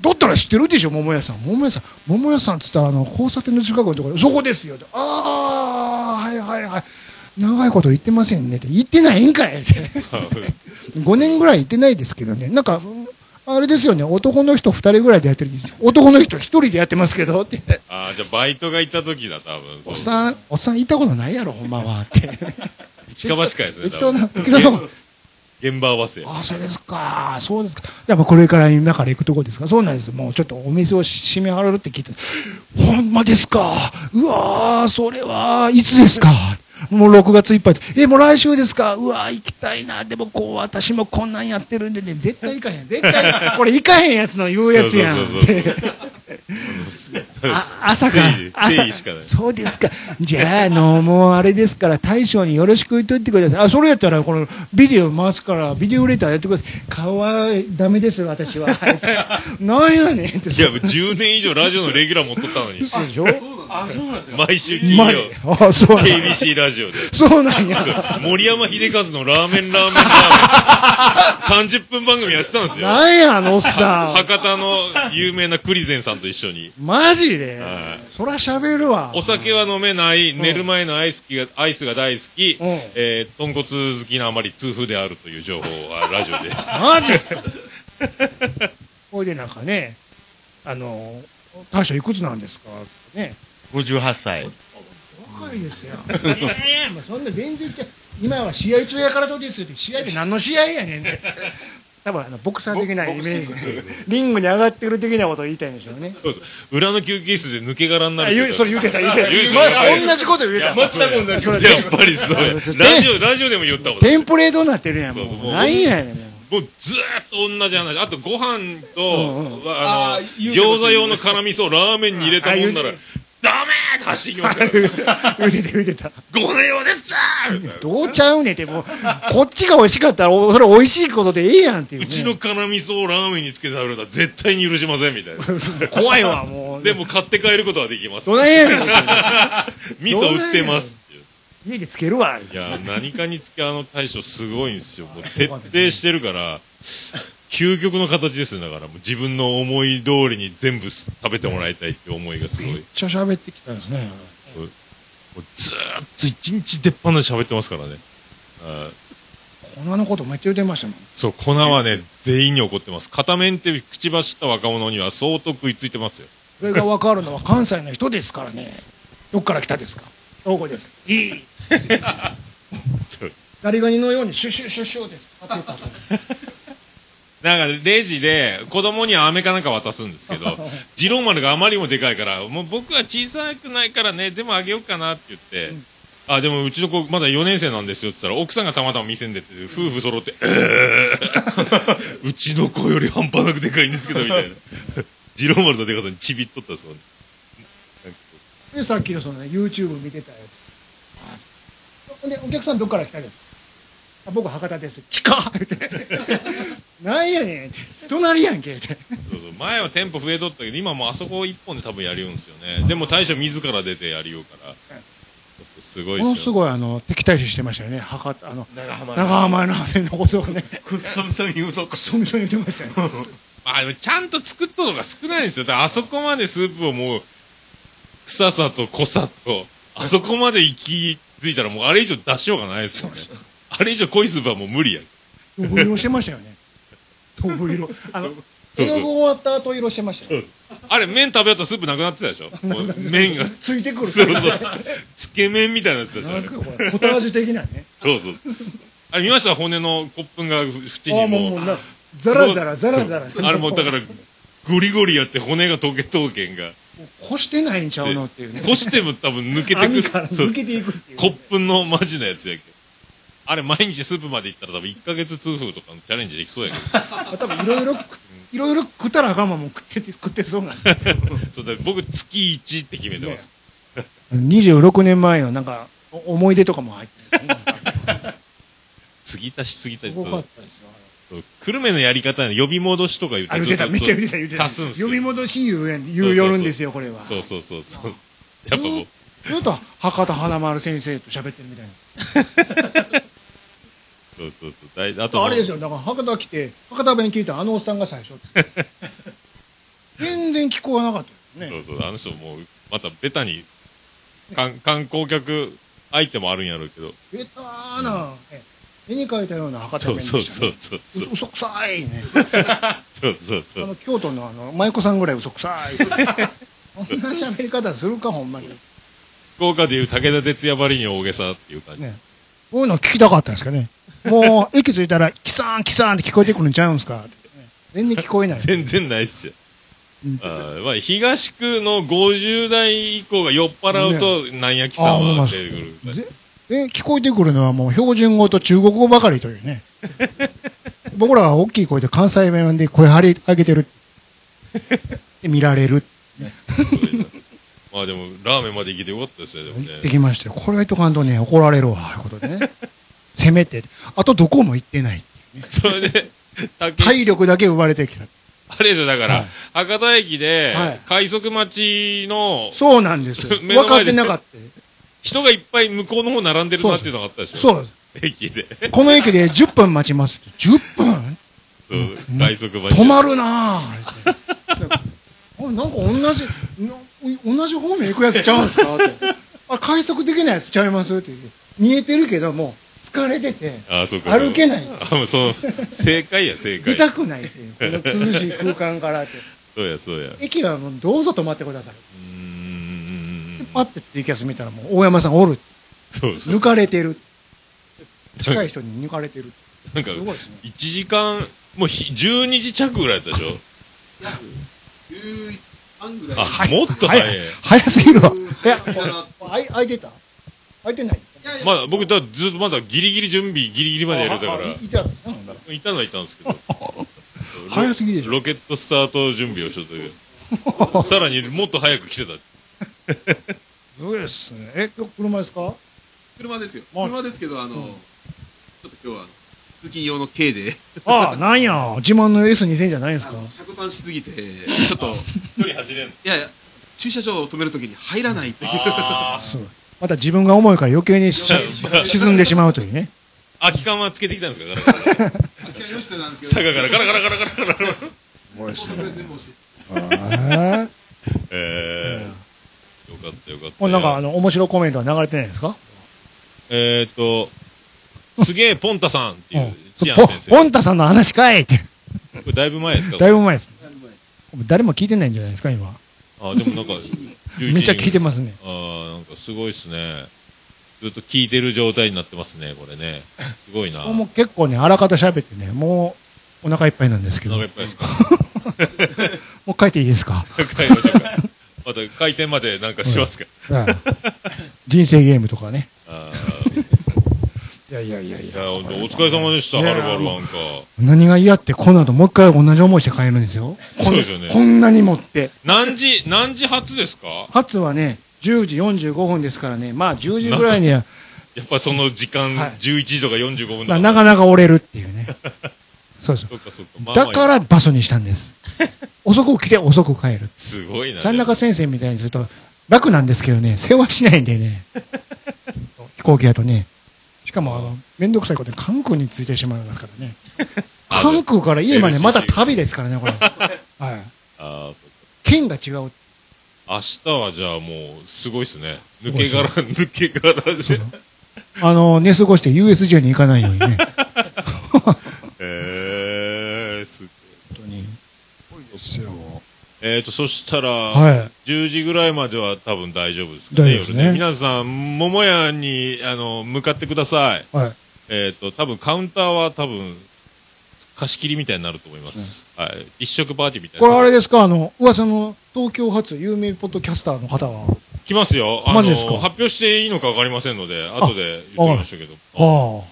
Speaker 4: だったら知ってるでしょ桃屋さん桃屋さん桃屋さんっつったらあの交差点の近くのところそこですよってああはいはいはい長いこと言ってませんねって言ってないんかいって 5年ぐらい行ってないですけどねなんかうんあれですよね男の人2人ぐらいでやってるんですよ男の人1人でやってますけどって
Speaker 1: ああじゃあバイトがいた時だ多分
Speaker 4: おっ
Speaker 1: ん
Speaker 4: さんおっさん行ったことないやろほんまはって
Speaker 1: 近場近いですね
Speaker 4: 適
Speaker 1: 多
Speaker 4: 当な
Speaker 1: 分
Speaker 4: 適当な
Speaker 1: 現場合わせ
Speaker 4: ああ、そうですか。そうですか。やっぱこれから今から行くとこですか。そうなんです。もうちょっとお店を閉めはるって聞いて、ほんまですか。うわー、それはいつですか。もう6月いっぱいで。え、もう来週ですか。うわー、行きたいな。でもこう、私もこんなんやってるんでね、絶対行かへん。絶対、これ行かへんやつの言うやつやん
Speaker 1: そうそうそう。
Speaker 4: あ朝か
Speaker 1: 誠意
Speaker 4: 朝
Speaker 1: 誠意しかない
Speaker 4: そうですか。じゃあ、あの、もうあれですから、大将によろしく言っといてください。あ、それやったら、この、ビデオ回すから、ビデオレターやってください。顔はダメです、私は。はいなんやねんって。
Speaker 1: いや、10年以上ラジオのレギュラー持っとったのに、
Speaker 4: そうでしょ
Speaker 6: あ、そうなんですよ。
Speaker 1: 毎週金曜、
Speaker 4: あ、そうなんや。
Speaker 1: KBC ラジオで。
Speaker 4: そうなんや。
Speaker 1: 森山秀和のラーメンラーメンラーメン。30分番組やってたんですよ。
Speaker 4: なんや、あのおっさん。
Speaker 1: 博多の有名なクリゼンさんと一緒に。
Speaker 4: マジで
Speaker 1: は。
Speaker 4: そら喋るわ
Speaker 1: お。酒は飲めない、寝る前のアイスキがアイスが大好き、
Speaker 4: うん
Speaker 1: えー、豚骨好きなあまり痛風であるという情報はラジオで。
Speaker 4: マジですか。 ほいで、なんかね、あの、大将いくつなんですかってね。
Speaker 7: 58歳。
Speaker 4: 若いですよ。いやいや、もうそんな全然ちゃう。今は試合中やからどうですよって、試合って何の試合やねんって。多分あのボクサー的なイメージ。リングに上がってる的なことを言いたいんでしょうね。
Speaker 1: そうそう裏の休憩室で抜け殻にな
Speaker 4: あ
Speaker 1: る
Speaker 4: 言うそれ言うてた、言うてた。
Speaker 1: 言うでしょ
Speaker 4: 今同じこと言うてた。
Speaker 1: 全く同じ
Speaker 4: それ
Speaker 1: やっぱりそうやラ
Speaker 4: それ
Speaker 1: ジオ、ラジオでも言ったこと
Speaker 4: テンプレートになってるやん、も
Speaker 1: そうそう
Speaker 4: う。
Speaker 1: もう
Speaker 4: なんやねん。
Speaker 1: もうずーっと同じ話。あとご飯と、
Speaker 6: あ
Speaker 1: あの、
Speaker 6: ー言うてま
Speaker 1: 餃
Speaker 6: した
Speaker 1: 子用の辛味噌、ラーメンに入れたもんなら
Speaker 4: あ言う、
Speaker 1: ダメーって走ってきますから、
Speaker 4: 言うてた、言うてた。
Speaker 1: ごめんよですーみたいな
Speaker 4: どうちゃうねんって、もう、 こっちが美味しかったら、おそれ美味しいことでええやんっていうね。
Speaker 1: うちの辛味噌をラーメンにつけて食べるのは絶対に許しませんみたいな。
Speaker 4: 怖いわ、もう。
Speaker 1: で、も買って帰ることはできます。
Speaker 4: どないやねんって。
Speaker 1: 味噌売ってますっていう。
Speaker 4: 家でつけるわ。
Speaker 1: いやー、何かにつけあの大将すごいんです よ。もう徹底してるから、究極の形ですよ。だからもう自分の思い通りに全部食べてもらいたいって思いがすごい。
Speaker 4: めっちゃ喋ってきたんですね。
Speaker 1: もうずーっと一日出っ放し喋ってますからね。あー
Speaker 4: 粉のことめっちゃ言うてましたもん。
Speaker 1: そう、粉はね、全員に怒ってます。片面って口走った若者には相当食いついてますよ。
Speaker 4: それが分かるのは関西の人ですからね。どっから来たですかどこです。い い
Speaker 1: そう。
Speaker 4: ザリガニのようにシュシュシュシュです。当てたと
Speaker 1: なんかレジで子供には飴かなんか渡すんですけど次郎丸があまりにもでかいからもう僕は小さくないからねでもあげようかなって言って、あでもうちの子まだ4年生なんですよって言ったら奥さんがたまたま店に出てて夫婦揃って 「えーうちの子より半端なくでかいんですけど」みたいな 次郎丸のでかさにちびっとったそう
Speaker 4: で、さっきのその、ね、YouTube 見てたやつ。で、お客さんどっから来たですかあ僕博多です。近っって。 なんやねん。隣やんけ。って
Speaker 1: そうそう前は店舗増えとったけど今もうあそこ一本で多分やりようんですよねでも大将自ら出てやりようから、そうそうすごい
Speaker 4: も
Speaker 1: で
Speaker 4: の
Speaker 1: す
Speaker 4: す
Speaker 1: よ。
Speaker 4: ごいあの敵対視してましたよね、博多あの
Speaker 7: 長浜
Speaker 4: 長浜ラーメンのことをね、
Speaker 7: くっそみそに言うとこ
Speaker 4: クソみそに言ってましたよね。
Speaker 1: まあでもちゃんと作ったのが少ないんですよ。だからあそこまでスープをもう、臭さと濃さと、あそこまで行き着いたらもうあれ以上出しようがないですよ ね。あれ以上濃いスープはもう無理や。
Speaker 4: 豆腐色してましたよね。豆腐色。あの、
Speaker 1: そうそう
Speaker 5: 絵の具終わった後色してましたよ
Speaker 1: あれ麺食べようとスープなくなってたでしょもう麺が。
Speaker 4: ついてくる。
Speaker 1: そうそう。つけ麺みたいなやつでしょ。あ
Speaker 4: な
Speaker 1: れ
Speaker 4: んですかこれポタージュ的な ね。
Speaker 1: そうそう。あれ見ました骨の骨粉が縁
Speaker 4: ああ、も
Speaker 1: にも
Speaker 4: う、も
Speaker 1: う
Speaker 4: う、な、ザラザラ、ザラザラ。
Speaker 1: あれもうだから、ゴリゴリやって骨が溶けとうけんが。
Speaker 4: こしてないんちゃうのっていうね。
Speaker 1: こしても多分抜けて
Speaker 4: 網
Speaker 1: く
Speaker 4: から
Speaker 1: る。そう
Speaker 4: 抜けていくっていう。
Speaker 1: コップのマジなやつやけどあれ毎日スープまで行ったら多分1ヶ月痛風とかのチャレンジできそうやけ
Speaker 4: まあ多分いろいろ、いろいろ食ったらあかんもんもう食ってて、食ってそうなんで。
Speaker 1: どそうだ僕月1って決めてます、
Speaker 4: 26年前のなんか、お思い出とかも入ってる。
Speaker 1: 継ぎ足し継ぎ足し
Speaker 4: すご
Speaker 1: そ
Speaker 4: かっ
Speaker 1: う
Speaker 4: たですよ。
Speaker 1: そう久留米のやり方の呼び戻しとか言って
Speaker 4: あれ出た、
Speaker 1: ず
Speaker 4: め
Speaker 1: っ
Speaker 4: っ
Speaker 1: と
Speaker 4: ちゃ言うてた、言うてた。
Speaker 1: 足すんですよ
Speaker 4: 呼び戻し言うやん言うよるんですよ、これは。
Speaker 1: そうそうそうそうやっぱもう
Speaker 4: ずっと博多華丸先生と喋ってるみたいな。
Speaker 1: そうそうそうだいあとも
Speaker 5: あ
Speaker 1: う
Speaker 5: れですよだから博多来て博多弁聞いたあのおっさんが最初全然聞こえなかったですね
Speaker 1: そうそうあの人もうまたベタに観観光客相手もあるんやろうけど
Speaker 5: ベターな、ね絵に描いたような博多
Speaker 1: そ
Speaker 5: 弁
Speaker 1: う
Speaker 5: で
Speaker 1: そう
Speaker 5: した
Speaker 1: そうそう
Speaker 5: ねう
Speaker 1: そう
Speaker 5: 嘘くさいね
Speaker 1: そうそう
Speaker 5: あ
Speaker 1: そう
Speaker 5: の京都のあの舞妓さんぐらい嘘くさいこんな喋り方するかほんまに
Speaker 1: 福岡でいう武田鉄矢ばりに大げさっていう感じ、
Speaker 4: ねこういうの聞きたかったんですかね。もう、駅着いたら、キサーン、キサーンって聞こえてくるんちゃうんすかってね全然聞こえない。
Speaker 1: 全然ないっすよ
Speaker 4: うん。
Speaker 1: あーまあ、東区の50代以降が酔っ払うと、なんやきさん
Speaker 4: あーほんま
Speaker 1: は
Speaker 4: っ
Speaker 1: 出
Speaker 4: す
Speaker 1: てくる。
Speaker 4: ぜえ聞こえてくるのはもう標準語と中国語ばかりというね。僕らは大きい声で関西弁で声張り上げてる。で見られる。
Speaker 1: まあでも、ラーメンまで行けてよかったですね、でもね。
Speaker 4: できましたよ。これは言っとかんとね、怒られるわ、いうことでね。せめて。あとどこも行ってない。
Speaker 1: それ で、竹
Speaker 4: 体力だけ生まれてきた。
Speaker 1: あれでしょ、だから、
Speaker 4: はい
Speaker 1: 博多駅で
Speaker 4: はい、
Speaker 1: 快速待ちの、
Speaker 4: そうなんです よ。
Speaker 1: 目の
Speaker 4: 分かっ
Speaker 1: 前で
Speaker 4: てなかった。
Speaker 1: 人がいっぱい向こうの方並んでるなっていうのがあったでしょ。
Speaker 4: そうです。
Speaker 1: 駅で。
Speaker 4: この駅で10分待ちます。10分
Speaker 1: そう快速待ち。
Speaker 4: 止まるなぁ。
Speaker 5: あなんか同じな同じ方面行くやつちゃうんですかってあ快速できないやつちゃいますって言って見えてるけども疲れてて
Speaker 1: あー、そうか。
Speaker 5: 歩けない
Speaker 1: あ、もうそう、正解や、正解。
Speaker 5: 出たくないっていうこの涼しい空間からって
Speaker 1: そうや、そうや。う
Speaker 5: 駅はもうどうぞ止まってください
Speaker 1: ーん。
Speaker 4: パッてツイキャス見たらもう大山さんおる。
Speaker 1: そうそう。
Speaker 4: 抜かれてる。近い人に抜かれてる。
Speaker 1: なんか、
Speaker 5: すごいですね
Speaker 1: 1時間、もうひ12時着ぐらいだったでしょあ、もっと早い。
Speaker 4: 早すぎるわ。いや、
Speaker 5: あい開いてた開いてない
Speaker 1: まだ、僕、だずっとまだギリギリ準備、ギリギリまでやるだか
Speaker 5: あい
Speaker 1: ら、
Speaker 5: いてあったんですねほんなら
Speaker 1: いたのはいたんですけど。
Speaker 4: 早すぎでしょ
Speaker 1: ロケットスタート準備をしとって、さらにもっと早く来てた。
Speaker 4: すごいですね。
Speaker 5: え車ですか
Speaker 9: 車ですよ。車ですけど、あの、ちょっと今日は、通勤用の軽で、
Speaker 4: ああ、なんや。自慢の S2000 じゃないんです
Speaker 9: あ
Speaker 4: か
Speaker 9: の着弾しす ぎて、ちょっと、
Speaker 1: 一人走れんの
Speaker 9: いやいや、駐車場を止めるときに入らないっていう。
Speaker 1: あー
Speaker 4: すごいまた自分が重いから余 計にし沈んでしまうというね。
Speaker 1: 空き缶はつけてきたんですかガラガラ
Speaker 9: 諦めましてたんですけど、
Speaker 1: 坂からガラガラガラガラガラガラ。
Speaker 9: 高速で全部押して。
Speaker 1: えー。よかったよかった。
Speaker 4: もうなんかあの、面白コメントは流れてないんですか
Speaker 1: えーっと、すげえポンタさんっていう、チアン
Speaker 4: ポ
Speaker 1: 先生。
Speaker 4: ポンタさんの話かいって。
Speaker 1: これだいぶ前ですか
Speaker 4: だいぶ前です。誰も聞いてないんじゃないですか、今。
Speaker 1: あでもなんか、
Speaker 4: めっちゃ聞いてますね。
Speaker 1: あーなんかすごいですね。ずっと聞いてる状態になってますね、これね。すごいな。お
Speaker 4: もう結構ね、あらかた喋ってね、もうお腹いっぱいなんですけど、
Speaker 1: 腹い
Speaker 4: も
Speaker 1: っ ぱいですか
Speaker 4: う帰っていいですか
Speaker 1: 帰りましょうか。また開店までなんかしますか。
Speaker 4: はい 人生ゲームとかね。
Speaker 1: あ
Speaker 4: いやいやいやい
Speaker 1: ーいや、本当お疲れ様でした、
Speaker 4: い
Speaker 1: は
Speaker 4: や
Speaker 1: るばるアンカー。
Speaker 4: 何が嫌って、この後もう一回同じ思いして帰るんですよ。
Speaker 1: そうですよね
Speaker 4: こんなに持って。
Speaker 1: 何時、何時発ですか
Speaker 4: 初はね、10時45分ですからね、まあ10時ぐらいには、
Speaker 1: やっぱその時間、
Speaker 4: はい
Speaker 1: 11時とか45分
Speaker 4: まあ
Speaker 1: だ
Speaker 4: なかなか折れるっ ていうね。そうそう。
Speaker 1: そっかそっか。まあまあ
Speaker 4: だからバスにした んです。遅く来て遅く帰る。
Speaker 1: すごいな。
Speaker 4: 田中先生みたいにすると楽なんですけどね、世話しないんでね。飛行機だとね、しかもあの、めんどくさいことに関空についてしまいますから ね。関空から家まで
Speaker 1: LCC
Speaker 4: また旅ですからね、 これ。はい。
Speaker 1: あー
Speaker 4: 県が違う。
Speaker 1: 明日はじゃあもう、すごいっすね。抜け殻、 抜け殻で。
Speaker 4: そうそうあの、寝過ごして USJ に行かないようにね。 本
Speaker 1: えー、す
Speaker 4: 当に。ですよ。
Speaker 1: えーと、そしたら、
Speaker 4: は
Speaker 1: 10時ぐらいまでは多分大丈夫ですかね、
Speaker 4: 大丈夫です
Speaker 1: 夜
Speaker 4: ね
Speaker 1: ね。皆さん、桃屋に、あの、向かってください。
Speaker 4: い。はい。
Speaker 1: えっ、と、多分カウンターは多分、貸し切りみたいになると思います。はい。一食パーティーみたいな。
Speaker 4: これあれですか、あの、噂の東京発有名ポッドキャスターの方は。
Speaker 1: 来ますよ。あの
Speaker 4: マジですか
Speaker 1: 発表していいのか分かりませんので、後で言ってみましたけど。
Speaker 4: は
Speaker 1: はい、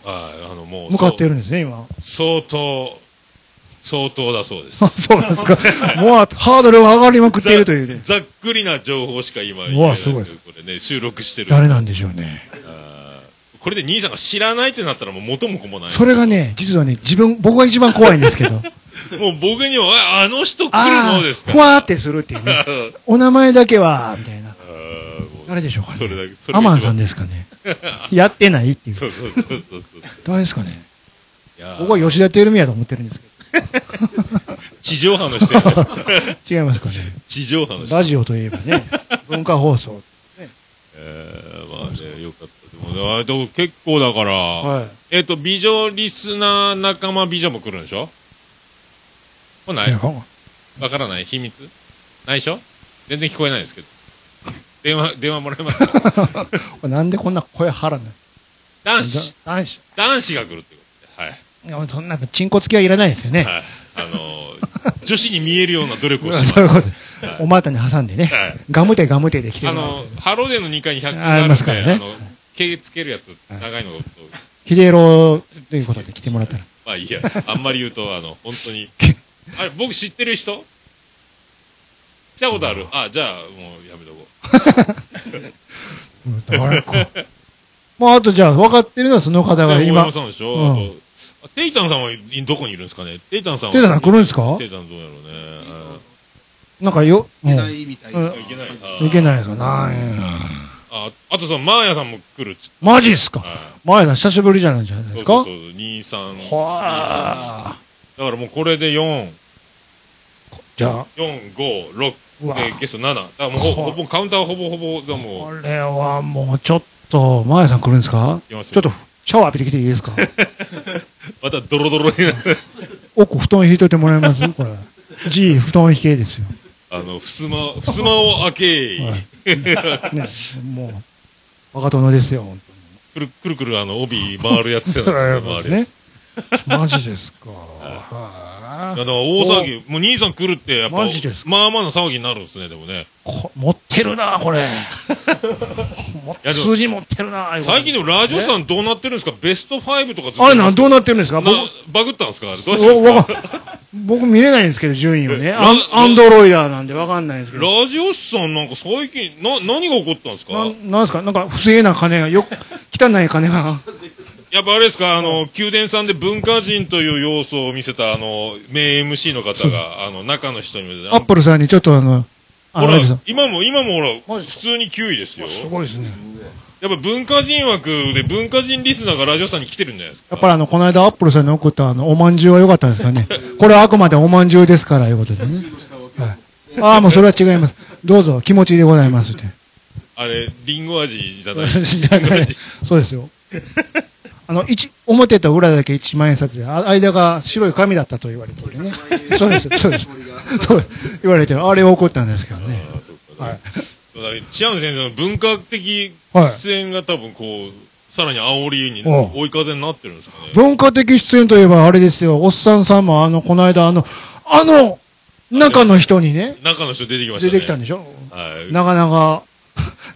Speaker 1: あの、も
Speaker 4: あ。
Speaker 1: う。
Speaker 4: 向かってるんですね、今。
Speaker 1: そう。相当、相当だそうです。
Speaker 4: そうなんですか。もう、ハードルが上がりまくっているという ね。
Speaker 1: ざっくりな情報しか今言えないですけ
Speaker 4: う
Speaker 1: ど、
Speaker 4: わ
Speaker 1: こ
Speaker 4: す
Speaker 1: れね、収録してる。
Speaker 4: 誰なんでしょうね。
Speaker 1: これで兄さんが知らないってなったらもう元も子もない。
Speaker 4: それがね、実はね、自分、僕が一番怖いんですけ ど。
Speaker 1: もう僕には、ああの人来る
Speaker 4: あ
Speaker 1: のです
Speaker 4: あ、
Speaker 1: か
Speaker 4: ふわーってするっていうね。お名前だけは、みたいな。
Speaker 1: あーもう
Speaker 4: 誰でしょうかね。
Speaker 1: それだけそれが一番
Speaker 4: アマンさんです かね。やってないっていう。
Speaker 1: そうそうそうそうそう。
Speaker 4: 誰ですかね。
Speaker 1: いやー
Speaker 4: 僕は吉田照美やと思ってるんですけ
Speaker 1: 地上波の人じゃないです か。
Speaker 4: ど。違いますかね。
Speaker 1: 地上波の人。
Speaker 4: ラジオといえば ね、文化放送。
Speaker 1: えー、まあね、よかった。でも、あでも結構だから、
Speaker 4: は。
Speaker 1: えっ、と、美女リスナー仲間美女も来るんでしょ来ないい
Speaker 4: いやほ
Speaker 1: わからない秘密ないでしょ全然聞こえないですけど。電話、電話もらえます か
Speaker 4: らなんでこんな声張らない
Speaker 1: 男子、
Speaker 4: 男子。
Speaker 1: 男子が来るってことで。はい。
Speaker 4: いやそんな、チンコつきはいらないですよね。
Speaker 1: はい。あのー女子に見えるような努力をし
Speaker 4: そ
Speaker 1: ま。
Speaker 4: ういうことですおまたに挟んでね
Speaker 1: はい。
Speaker 4: ガムテガムテで来て
Speaker 1: あ
Speaker 4: もらう
Speaker 1: のーハローデーの2階に100均
Speaker 4: あ
Speaker 1: があるん
Speaker 4: りま
Speaker 1: で、
Speaker 4: す
Speaker 1: あ
Speaker 4: からね
Speaker 1: の、毛つけるやつ、長いのが、
Speaker 4: ヒデロということで来てもらったら。
Speaker 1: まあいいや、あんまり言うと、あの、本当に。あれ、僕知ってる人来たことあるあ、じゃあ、もうやめとこう。
Speaker 4: うんだから こうまあ、あとじゃあ、分かってるのはその方が
Speaker 1: 大
Speaker 4: 今
Speaker 1: 山、さんでしょ、
Speaker 4: うん
Speaker 1: あと、あテイタンさんはいどこにいるんですかねテイタンさんは
Speaker 4: テイタンさん来るんですか
Speaker 1: テイタンどうやろうね。
Speaker 4: なんかよ、
Speaker 9: い
Speaker 4: も
Speaker 9: な
Speaker 4: う、
Speaker 9: いみたい
Speaker 4: うん
Speaker 9: な。
Speaker 1: あいけない。
Speaker 4: いけ
Speaker 1: い。
Speaker 4: ないですか。なんや
Speaker 1: あ、あとさ、マーヤさんも来るっつって。
Speaker 4: マジっすか
Speaker 1: はい
Speaker 4: 前田久しぶりじゃないじゃないですか
Speaker 1: そうそうそう二三。
Speaker 4: はあ。
Speaker 1: だからもうこれで四
Speaker 4: じゃあ、
Speaker 1: 四五六
Speaker 4: うわ
Speaker 1: でゲスト七。だからもうほ
Speaker 4: こ
Speaker 1: ほぼカウンターほぼほぼだも
Speaker 4: こ
Speaker 1: う
Speaker 4: れはもうちょっと、前田さん来るんですか
Speaker 1: います
Speaker 4: ちょ
Speaker 1: よ
Speaker 4: っと、シャワー浴びてきていいですか
Speaker 1: またドロドロになる。
Speaker 4: 奥、布団引いといてもらえますこれ。G、布団引けですよ。
Speaker 1: あのふすま ふすまを開けい。
Speaker 4: ね、もう、若殿ですよ。本
Speaker 1: くるくるくるあの帯回るやつじゃ
Speaker 4: 当に
Speaker 1: ない回るや
Speaker 4: ね
Speaker 1: つ。。
Speaker 4: マジですか。はいあ
Speaker 1: やだから大騒ぎ、もう兄さん来るってやっぱ
Speaker 4: マジです、
Speaker 1: まあまあな騒ぎになるんですね、でもね。
Speaker 4: こ持ってるな、 これ。も
Speaker 1: やでも
Speaker 4: 数字持ってるな、
Speaker 1: 最近
Speaker 4: の。
Speaker 1: でもラジオさんどうなってるんですかベスト5とかずっと
Speaker 4: あれなん、どうなってるんですか
Speaker 1: な
Speaker 4: 僕、
Speaker 1: バグったんですかあれどうしたん
Speaker 4: お
Speaker 1: です
Speaker 4: わ
Speaker 1: か
Speaker 4: かん僕見れないんですけど、順位をね。
Speaker 1: ラ
Speaker 4: アンアンドロイダーなんでわかんないんですけど。
Speaker 1: ラジオさんなんか最近、な、何が起こったんですか
Speaker 4: なんなんですかなんか不正な金が、よく、汚い 金が。
Speaker 1: やっぱあれですか、あの、宮殿さんで文化人という要素を見せた、あの、名 MC の方 が、あの、中の人にも、
Speaker 4: アップルさんにちょっとあの、あ
Speaker 1: ほ
Speaker 4: の、
Speaker 1: ら
Speaker 4: あれです、
Speaker 1: 今も、今もほら、
Speaker 4: マ
Speaker 1: 普
Speaker 4: ジです
Speaker 1: 通に9位ですよ。
Speaker 4: すごいですね。
Speaker 1: やっぱ文化人枠で文化人リスナーがラジオさんに来てるんじゃないです
Speaker 4: やっ
Speaker 1: か。
Speaker 4: ぱりあの、この間アップルさんに送ったあの、おまんじゅうは良かったんで すかね。これはあくまでおまんじゅうですから、いうことでね。はい。ああ、もうそれは違います。どうぞ、気持ちでございますって。
Speaker 1: あれ、リンゴ味じ ゃない。
Speaker 4: そうですよ。あの、一、表と裏だけ一万円札で、あ間が白い紙だったと言われてるね。そうです、そうです。そう言われてる。あれを怒ったんですけどね。はい。
Speaker 1: だからチアン先生の文化的出演が多分こう、さらに煽りに、
Speaker 4: おう
Speaker 1: 追い風になってるんですかね。
Speaker 4: 文化的出演といえばあれですよ。おっさんさんもあの、この間あの、あの、中の人にね、
Speaker 1: 中の人出てきました
Speaker 4: 出
Speaker 1: ね。
Speaker 4: てきたんでしょ
Speaker 1: はい。
Speaker 4: なかなか、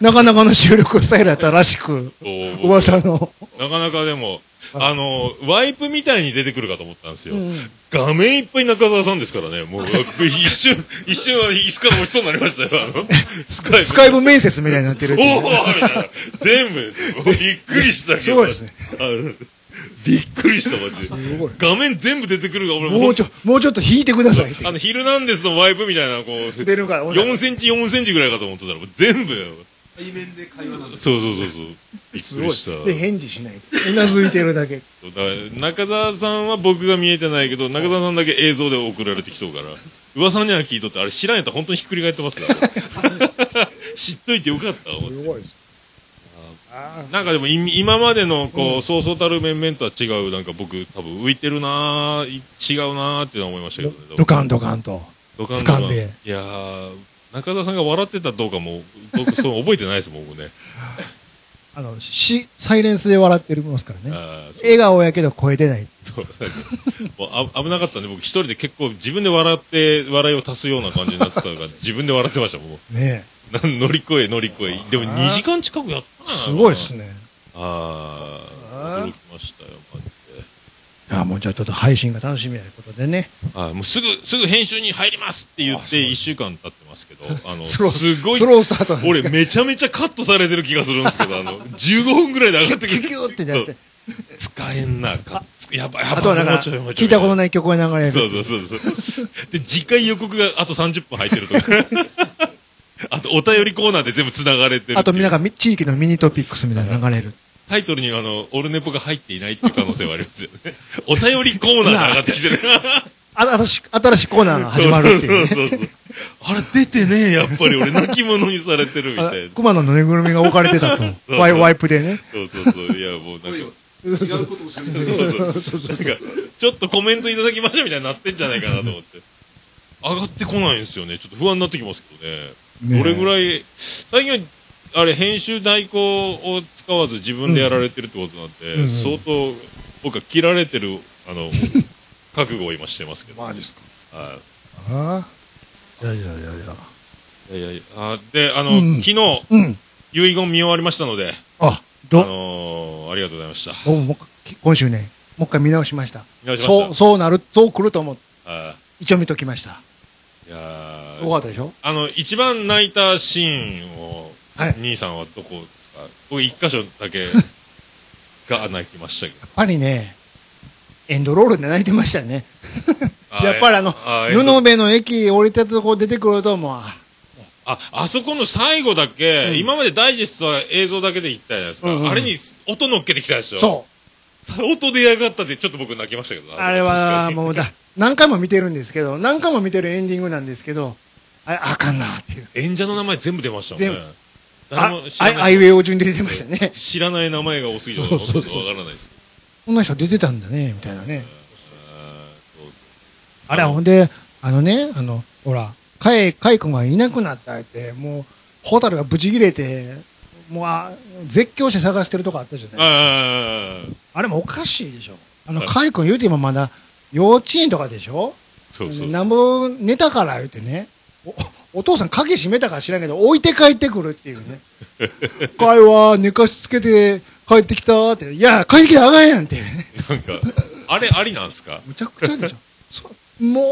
Speaker 4: なかなかの収録スタイルだったらしく、
Speaker 1: こう僕
Speaker 4: 噂の。
Speaker 1: なかなかでも、あの、ワイプみたいに出てくるかと思ったんですよ。
Speaker 4: ん
Speaker 1: 画面いっぱい中澤さんですからね、も う、一瞬、一瞬は椅子から落ちそうになりましたよ、あの、スカイプ。
Speaker 4: スカイブ面接みたいになってるっていう
Speaker 1: おおみたいな。全部ですよ。びっくりしたけど。
Speaker 4: そうですね
Speaker 1: あの。びっくりした、マジで。画面全部出てくるが、俺
Speaker 4: もうちょ、もうちょっと引いてくださいって
Speaker 1: あ。の、ヒルナンデスのワイプみたいな、こう、
Speaker 4: 出るから、
Speaker 1: 4センチ4センチぐらいかと思ってたら、もう全部よ。
Speaker 9: 対面で会話なんです
Speaker 1: そうそうそうそう。びっ
Speaker 4: す
Speaker 1: く
Speaker 4: ご
Speaker 1: り
Speaker 4: い
Speaker 1: した。。
Speaker 4: で、返事しない。うなずいてるだけ。
Speaker 1: だから中澤さんは僕が見えてないけど中澤さんだけ映像で送られてきそうから噂には聞いとってあれ知らんやったら本当にひっくり返ってますから 知っといてよかった思って
Speaker 4: すごいです。あ
Speaker 1: なんかでもい今までのこう、そうそうたる面々とは違うなんか僕多分浮いてるなあい違うなあっていうのは思いましたけどね
Speaker 4: あ。ドカンドカンと。
Speaker 1: ドカン
Speaker 4: 掴んで
Speaker 1: いやー中澤さんが笑ってたどうかも僕そう覚えてないですもん僕ね
Speaker 4: あの、し、サイレンスで笑ってるもんですからね。
Speaker 1: あーそう
Speaker 4: 笑顔やけど声出ない。
Speaker 1: そうなんかもうあ危なかったんで僕一人で結構自分で笑って笑いを足すような感じになってた から自分で笑ってましたもう
Speaker 4: ね
Speaker 1: な乗り越え乗り越えでも2時間近くやった
Speaker 4: え。
Speaker 1: な
Speaker 4: すごいですね。
Speaker 1: ああ
Speaker 4: あー
Speaker 1: 驚きましたよマジで
Speaker 4: いや、もうじゃあちょっと配信が楽しみということでね。
Speaker 1: あーもうすぐすぐ編集に入りますって言って1週間経ってますけどあ の
Speaker 4: スロー
Speaker 1: すごい
Speaker 4: スロースタートなんです
Speaker 1: 俺めちゃめちゃカットされてる気がするんですけどあの15分ぐらいで上がってく
Speaker 4: キュ
Speaker 1: る
Speaker 4: キュってなって。
Speaker 1: 使えんなかやばいやばい
Speaker 4: あとはだから、
Speaker 1: もうちょもうちょ
Speaker 4: 聞いたことない曲が流れ
Speaker 1: そ
Speaker 4: る。
Speaker 1: うそうそうそう。で、次回予告があと30分入ってる とか。あと、お便りコーナーで全部繋がれてるっていう。
Speaker 4: あとみんながみ地域のミニトピックスみたいなの流れる。
Speaker 1: タイトルにはあの、オルネポが入っていないっていう可能性はありますよね。お便りコーナーが上がってき てる。
Speaker 4: あ新しい、新しいコーナーが始まるっていうね。
Speaker 1: そうそうそう。あれ出てねえ、やっぱ り俺、泣き者にされてるみたいな。
Speaker 4: 熊のぬいぐるみが置かれてたと。
Speaker 1: そう
Speaker 4: ワイワイプでね。
Speaker 1: そうそうそう。いや、もうなんか。
Speaker 9: 違うことをしか見てない
Speaker 1: そうそう。 なんか、ちょっとコメントいただきましょうみたいになってんじゃないかなと思って。上がってこないんですよね。ちょっと不安になってきますけどね。
Speaker 4: ねえ
Speaker 1: どれぐらい、最近は、あれ、編集代行を使わず自分でやられてるってことなんで、
Speaker 4: うんうん
Speaker 1: 相当、僕は切られてる、あ の、覚悟を今してますけど。
Speaker 4: ですか。
Speaker 1: は
Speaker 4: ああ。いやいやいやいや。
Speaker 1: い。いやいや、あで、あの、
Speaker 4: うん
Speaker 1: 昨日、
Speaker 4: うん。
Speaker 1: 遺言見終わりましたので、
Speaker 4: あ、
Speaker 1: あ
Speaker 4: ど、
Speaker 1: のーありがとうございました。
Speaker 4: 僕ももうき今週ね、もう一回見直しました。
Speaker 1: 見直しました
Speaker 4: そう、そうなる、そう来ると思って、
Speaker 1: は
Speaker 4: 一応見ときました。
Speaker 1: い。いやー
Speaker 4: よかったでしょ
Speaker 1: あの、一番泣いたシーンを、
Speaker 4: はい
Speaker 1: 兄さんはどこですか僕一箇所だ けが泣きましたけど
Speaker 4: やっぱりね、エンドロールで泣いてましたね。
Speaker 1: あー。
Speaker 4: やっぱりあの、
Speaker 1: あーえっ
Speaker 4: 布
Speaker 1: と
Speaker 4: 部の駅降りたとこ出てくると、もう、あ
Speaker 1: あ、あそこの最後だけ、
Speaker 4: うん
Speaker 1: 今までダイジェストは映像だけで行ったじゃないですか。
Speaker 4: うんうんうん
Speaker 1: あれに音乗っけてきたでしょ。
Speaker 4: そう
Speaker 1: 音出やがったでちょっと僕泣きましたけど
Speaker 4: う、あれはもう
Speaker 1: だ
Speaker 4: だ。、何回も見てるんですけど、何回も見てるエンディングなんですけど、あれ、あかんなっていう。
Speaker 1: 演者の名前全部出ましたもんね
Speaker 4: 全部。あ、
Speaker 1: 誰も知
Speaker 4: あ
Speaker 1: ら
Speaker 4: あ
Speaker 1: ないい。
Speaker 4: うえお順で出てましたね。
Speaker 1: 知らない名前が多すぎてわかんないです。
Speaker 4: こんな人出てたんだね、みたいなね。
Speaker 1: あーそう
Speaker 4: あれはほんで、あのね、あの、ほら、かえ、かえくんがいなくなったって、もう、ホタルがブチ切れて、もうあ、絶叫して探してるとこあったじゃない
Speaker 1: あー
Speaker 4: あれもおかしいでしょ。あの、
Speaker 1: はい
Speaker 4: かえくん言うて今まだ、幼稚園とかでしょ
Speaker 1: そうそう。
Speaker 4: なんぼ寝たから言うてね、おお父さん鍵閉めたか知らんけど、置いて帰ってくるっていう ね。かえは寝かしつけて帰ってきたーって、いや、帰ってきたらあかんやんっていうね。
Speaker 1: なんか、あれありなんすか
Speaker 4: むちゃくちゃでしょ。 そうも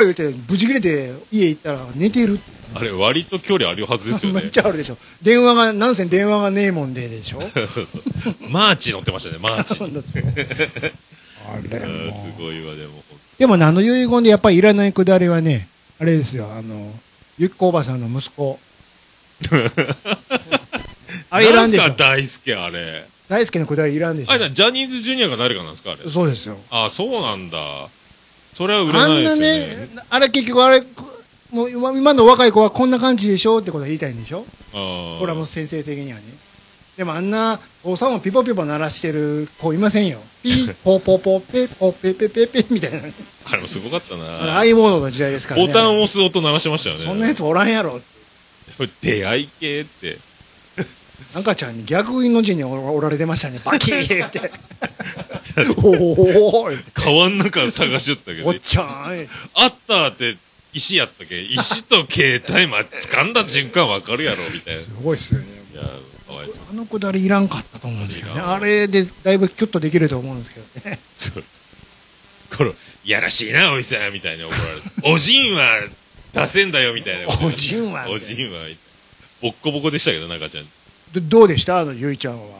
Speaker 4: う言うて、無事切れて家行ったら寝てるって。
Speaker 1: あれ割と距離あるはずですよ
Speaker 4: め
Speaker 1: ね
Speaker 4: っ。ちゃあるでしょ。電話が、なんせ電話がねえもんで でしょ。
Speaker 1: マーチ乗ってましたね、マー チ。
Speaker 4: そうだってあれ
Speaker 1: あー
Speaker 4: も
Speaker 1: すごいわ、でも。
Speaker 4: でもね、あの遺言でやっぱりいらないくだりはね、あれですよ、あの、ゆっこおばさんの息 子。あれいらんでし
Speaker 1: な
Speaker 4: ょ
Speaker 1: んす。か大輔、あれ。
Speaker 4: 大好きなくだりいらんでし
Speaker 1: あれ
Speaker 4: ょ。
Speaker 1: な、ジャニーズジュニアが誰かなんですか、あれ。
Speaker 4: そうですよ。
Speaker 1: あー、そうなんだ。それは売れ
Speaker 4: あ
Speaker 1: ないで
Speaker 4: んな
Speaker 1: すよ
Speaker 4: ね
Speaker 1: ね。、
Speaker 4: あれ結局あれ、もう今今の若い子はこんな感じでしょってことは言いたいんでしょ
Speaker 1: あー
Speaker 4: 俺はもう先生的にはね。でもあんな、おさんをピポピポ鳴らしてる子いませんよ。ピー、ポポポ、ペポ、ペペペペみたいなね。
Speaker 1: あれもすごかった
Speaker 4: あ
Speaker 1: な
Speaker 4: あ。いうものの時代ですからね。
Speaker 1: ボタンを押す音鳴らしてましたよね。
Speaker 4: そんなやつおらんやろ。
Speaker 1: 出会い系って。
Speaker 4: 赤ちゃんに逆の字におおられてましたね。バキ ーって。おお
Speaker 1: 川の中探しよったけ
Speaker 4: お
Speaker 1: ど
Speaker 4: っ、ちゃん。
Speaker 1: あったって石やったけ。石と携帯、ま、掴んだ瞬間わかるやろ、みたい
Speaker 4: すごいっすよね。
Speaker 1: な。いや、かわいそう。
Speaker 4: あのくだりいらんかったと思うんですけど
Speaker 1: い
Speaker 4: ね。
Speaker 1: らん
Speaker 4: あれでだいぶキュッとできると思うんですけどね。
Speaker 1: そうこの、やらしいな、おじさんみたいに怒られて。おじんは出せんだよ、みたいな。
Speaker 4: おじんは
Speaker 1: おじんは、ボッコボコでしたけど、中ちゃん。
Speaker 4: どどうでしたあの、ゆいちゃんは。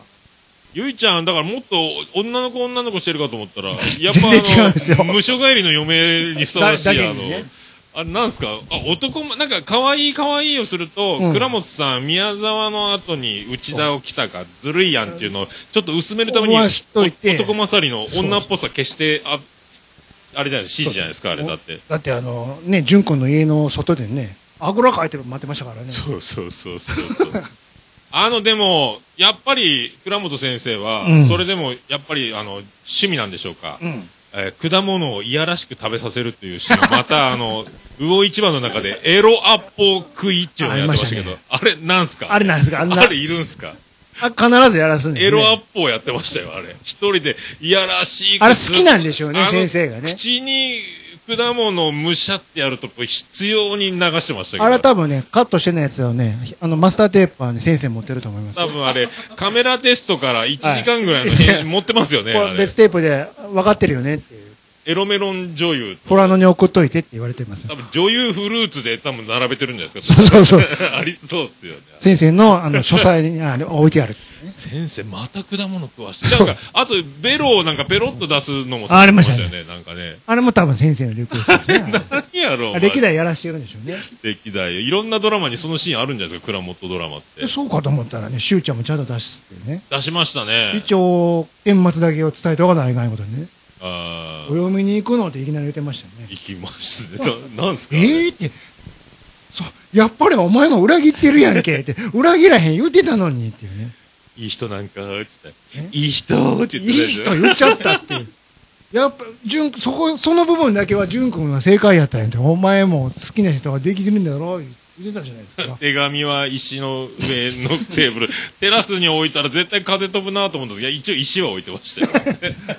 Speaker 1: ゆいちゃん、だからもっと女の子女の子してるかと思ったら、やっ
Speaker 4: 全然違うんですよ
Speaker 1: ぱあの、無所帰りの嫁にふさわしい、
Speaker 4: だ
Speaker 1: あ
Speaker 4: だけ
Speaker 1: の
Speaker 4: にね、
Speaker 1: あれなんすかあ男もなんか可愛い可愛いをすると、
Speaker 4: うん
Speaker 1: 倉本さん宮沢の後に内田を来たかずるいやんっていうのをちょっと薄めるために
Speaker 4: 思わしといて
Speaker 1: お男勝りの女っぽさ消してああれじゃない指示じゃないですかあれだって
Speaker 4: だってあのね純君の家の外でねあぐらかいて待ってましたからね
Speaker 1: そうそうそうそうそうあのでもやっぱり倉本先生は、
Speaker 4: うん
Speaker 1: それでもやっぱりあの趣味なんでしょうか、
Speaker 4: うん
Speaker 1: えー果物をいやらしく食べさせるというシーンがま たあの魚市場の中でエロアポ食いっていうのをやってましたけど
Speaker 4: あり
Speaker 1: あ,、れなんすか
Speaker 4: あれなんですかあんな
Speaker 1: あれいるんすか
Speaker 4: あ必ずやらすんです、ね、
Speaker 1: エロアポやってましたよあれ一人でいやらしい
Speaker 4: あれ好きなんでしょうね
Speaker 1: あの
Speaker 4: 先生がね
Speaker 1: 口に果物をむしゃってやるとこ必要に流してましたけど
Speaker 4: あれ多分ねカットしてないやつをねあのマスターテープはね先生持ってると思います
Speaker 1: 多分あれ、カメラテストから1時間ぐらいの
Speaker 4: は
Speaker 1: 編
Speaker 4: い
Speaker 1: 持ってますよね、
Speaker 4: こ
Speaker 1: あ
Speaker 4: れ
Speaker 1: れ
Speaker 4: 別。テープで分かってるよねっていう
Speaker 1: エロメロン女優。
Speaker 4: フォラノに送っといてって言われてます
Speaker 1: 多分女優フルーツで多分並べてるんじゃないですか。
Speaker 4: そうそうそう
Speaker 1: ありそうっすよね。
Speaker 4: 先生のあの書斎にあれ置いてある
Speaker 1: 先生、また果物食わして。なんか、あと、ベロをなんかペロッと出すのも
Speaker 4: あありましたね
Speaker 1: よね。なんかね。
Speaker 4: あれも多分先生の流行 ですよね
Speaker 1: 何やろう、
Speaker 4: あ
Speaker 1: まあ
Speaker 4: れ歴代やらしてるんでしょうね
Speaker 1: 歴代。いろんなドラマにそのシーンあるんじゃないですか、倉本ドラマって
Speaker 4: で。そうかと思ったらねしゅうちゃんもちゃんと出すってね
Speaker 1: 出しましたね。
Speaker 4: 一応顛末だけを伝えておかないかんことね
Speaker 1: あ
Speaker 4: お
Speaker 1: あ、
Speaker 4: 嫁に行くのっていきなり言ってましたね
Speaker 1: 行きますね。ななんすか
Speaker 4: ええー、ってそうやっぱりお前も裏切ってるやんけって裏切らへん言ってたのにっていうね
Speaker 1: いい人なんか、つって
Speaker 4: え。
Speaker 1: いい人って
Speaker 4: い
Speaker 1: 言ってた
Speaker 4: い
Speaker 1: でしょ
Speaker 4: 人言っちゃったっていうやっぱ純そこその部分だけは純君は正解やったんやってお前も好きな人ができてるんだろ言ってたじゃないですか
Speaker 1: 手紙は石の上のテーブルテラスに置いたら絶対風飛ぶなと思うんですけどいや一応石は置いてましたよ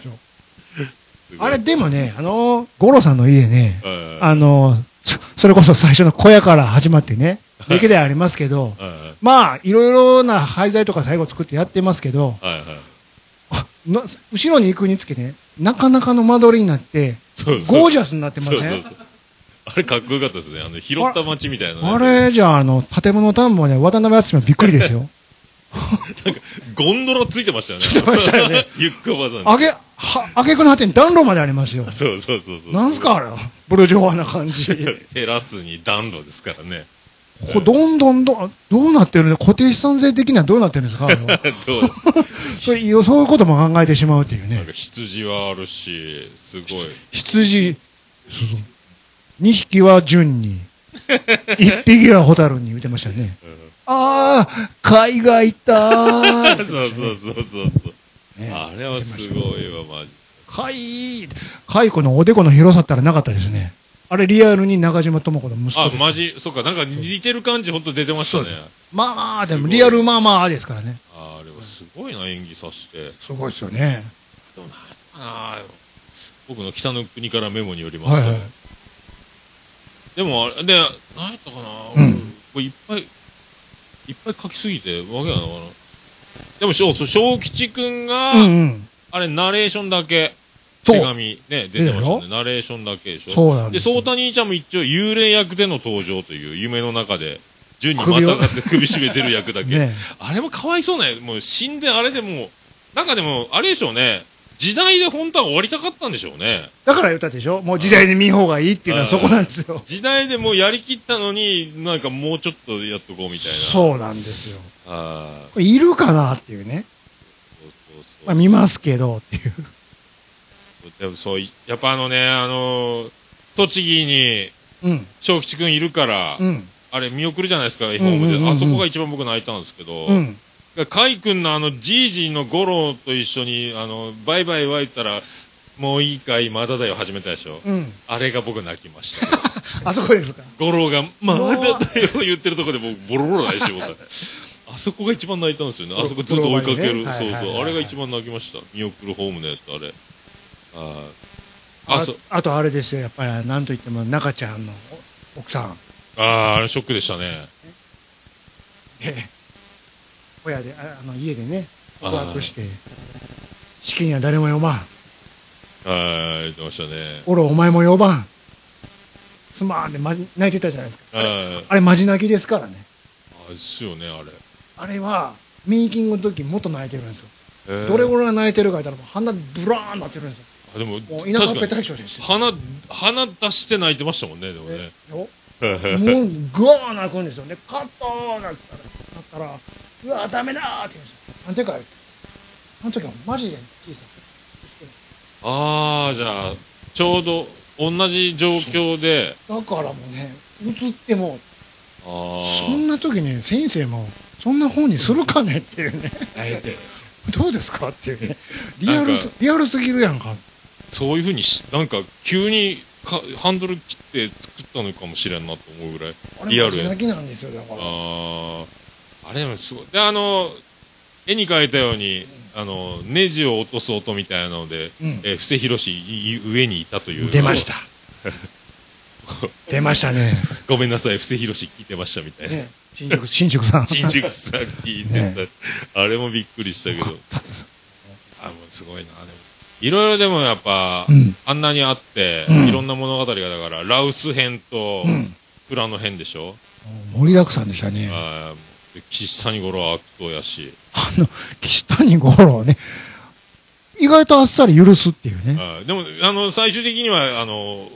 Speaker 4: あれでもねあの五郎さんの家ね
Speaker 1: うん
Speaker 4: あのそそれこそ最初の小屋から始まってね歴代ありますけど
Speaker 1: はい
Speaker 4: まあいろいろな廃材とか最後作ってやってますけど
Speaker 1: はいはい
Speaker 4: あな後ろに行くにつけねなかなかの間取りになって
Speaker 1: そうそう
Speaker 4: ゴージャスになってません
Speaker 1: そうそうそうあれかっこよかったですねあの拾った街みたいなね
Speaker 4: あれじゃあ、あの、建物探訪ね、渡辺篤もびっくりですよ。
Speaker 1: ゴンドラついてましたよね
Speaker 4: てましたよね
Speaker 1: ゆっくおばあさん
Speaker 4: あげ、は、あげくの果てに暖炉までありますよ。
Speaker 1: そうそうそうそう
Speaker 4: なんすかあれブルジョワな感じ。
Speaker 1: テラスに暖炉ですからね
Speaker 4: こうどんどんどん、どうなってるの固定資産税的にはどうなってるんですかあの
Speaker 1: どうな
Speaker 4: そういう、そういうことも考えてしまうっていうね
Speaker 1: ん。か羊はあるしすごい
Speaker 4: 羊、そうそう。2匹は 純に、1匹は蛍に言ってましたね。ああ、海外行った
Speaker 1: そう そ
Speaker 4: ー
Speaker 1: うそうそうそう、
Speaker 4: ね
Speaker 1: あれはすごいわマジ
Speaker 4: 海、海子のおでこの広さったらなかったですね。あれリアルに中島智子の息子
Speaker 1: あ
Speaker 4: です。
Speaker 1: マジそっかなんか似てる感じ本当出てましたね
Speaker 4: まあまあ、でもリアルまあまあですからね。
Speaker 1: ああれはすごいな演技させて
Speaker 4: すごいですよね。
Speaker 1: ああ僕の北の国からメモによりますと、
Speaker 4: はいはい
Speaker 1: でもあれで何やったかな、
Speaker 4: うん
Speaker 1: これいっぱいいっぱい書きすぎてわけなのかなでもそうそう小吉くんが、
Speaker 4: うんうん。
Speaker 1: あれナレーションだけ
Speaker 4: そう
Speaker 1: 手紙ね出てました
Speaker 4: 出てるよ
Speaker 1: ねナレーションだけでしょ
Speaker 4: そうなん
Speaker 1: で、
Speaker 4: ですよ
Speaker 1: 相谷兄ちゃんも一応幽霊役での登場という夢の中で、順にまたがって首絞めてる役だけ。
Speaker 4: ね
Speaker 1: あれもかわいそうな、もう死んであれでもう、なんかでも、あれでしょうね、時代で本当は終わりたかったんでしょうね。
Speaker 4: だから言ったでしょもう時代に見ん方がいいっていうのはそこなんですよ。
Speaker 1: 時代でもうやりきったのに、なんかもうちょっとやっとこうみたいな。う。
Speaker 4: そうなんですよ。
Speaker 1: ああ、
Speaker 4: これいるかなっていうね。
Speaker 1: そうそうそう。
Speaker 4: まあ見ますけどっていう。
Speaker 1: でもそう、やっぱあのね、あのー栃木に、
Speaker 4: うん。
Speaker 1: 正吉くんいるから、
Speaker 4: うん。
Speaker 1: あれ見送るじゃないですか、ホームで。
Speaker 4: うんうんうんうん
Speaker 1: あそこが一番僕泣いたんですけど、
Speaker 4: うん。
Speaker 1: カイ君のあのじいじのゴロと一緒にあのバイバイ湧いたらもういいかいまだだよ始めたでしょ、
Speaker 4: うん。
Speaker 1: あれが僕泣きました
Speaker 4: あそこですか。
Speaker 1: ゴロがまだだよ言ってるとこで僕ボロボロ泣いてしまったあそこが一番泣いたんですよねあそこずっと追いかける、
Speaker 4: ゴロバ
Speaker 1: そ
Speaker 4: イ
Speaker 1: う
Speaker 4: ねはいはい
Speaker 1: そ
Speaker 4: はいは
Speaker 1: う
Speaker 4: い
Speaker 1: あれが一番泣きました見送るホームのやつあれあーあ
Speaker 4: あ
Speaker 1: そう
Speaker 4: あとあれですよ。やっぱりなんといっても中ちゃんの奥さん。
Speaker 1: あーあれショックでしたね
Speaker 4: で親で、ああの家でね、
Speaker 1: あー
Speaker 4: 告白して、式には誰も呼ばん。
Speaker 1: ああ言ってましたね
Speaker 4: おろお前も呼ばん。すまんで、ま、泣いてたじゃないですか。
Speaker 1: あー
Speaker 4: あれ、マジ泣きですからね。
Speaker 1: あですよねあれ、
Speaker 4: あれは、ミーティングの時もっと泣いてるんですよ。
Speaker 1: えー
Speaker 4: どれぐらい泣いてるか言ったら、もう鼻ブラーンなってるんですよ。
Speaker 1: あでも
Speaker 5: もう田舎ほっぺ
Speaker 1: 確かに
Speaker 5: 大将ですよ。
Speaker 1: 鼻鼻出して泣いてましたもんねでもね
Speaker 5: よもうグワー泣くんですよね。カットーなんつったら、なったら、うわダメだーって言うんですよ。なんていうか、あの時はマジで小さ
Speaker 1: ああじゃあちょうど同じ状況で
Speaker 5: い。だからもうね、映っても、
Speaker 1: あ
Speaker 4: そんな時ね、先生も、そんな本にするかねっていうね。 どうですかっていうね。リアルす
Speaker 1: な、
Speaker 4: リアルすぎるやんか。
Speaker 1: ーそういうふうにしなんか急にかハンドル切って作ったのかもしれんなと思うぐらい
Speaker 5: あれ
Speaker 1: リアル
Speaker 5: も
Speaker 1: や
Speaker 5: 泣きなんですよ、だから。
Speaker 1: あああれでもすごいであの絵に描いたようにあのネジを落とす音みたいなので、
Speaker 4: うん
Speaker 1: えー布施宏いい上にいたという
Speaker 4: 出 ました。出ましたね。
Speaker 1: ごめんなさい布施宏聞いてましたみたいな、
Speaker 4: ね新宿、新宿さ ん。
Speaker 1: 新 宿さん聞いてた、
Speaker 4: ね
Speaker 1: あれもびっくりしたけど
Speaker 4: そうです
Speaker 1: あもうすごいなでもいろいろでもやっぱ、
Speaker 4: うん
Speaker 1: あんなにあって、
Speaker 4: うん
Speaker 1: いろんな物語がだからラウス編と、
Speaker 4: うん
Speaker 1: フラの編でしょ、
Speaker 4: 盛りだくさんでしたね。
Speaker 1: あーで岸谷五郎は悪党やし、
Speaker 4: あの、岸谷五郎ね、意外とあっさり許すっていうね。
Speaker 1: あーでもあの最終的にはあの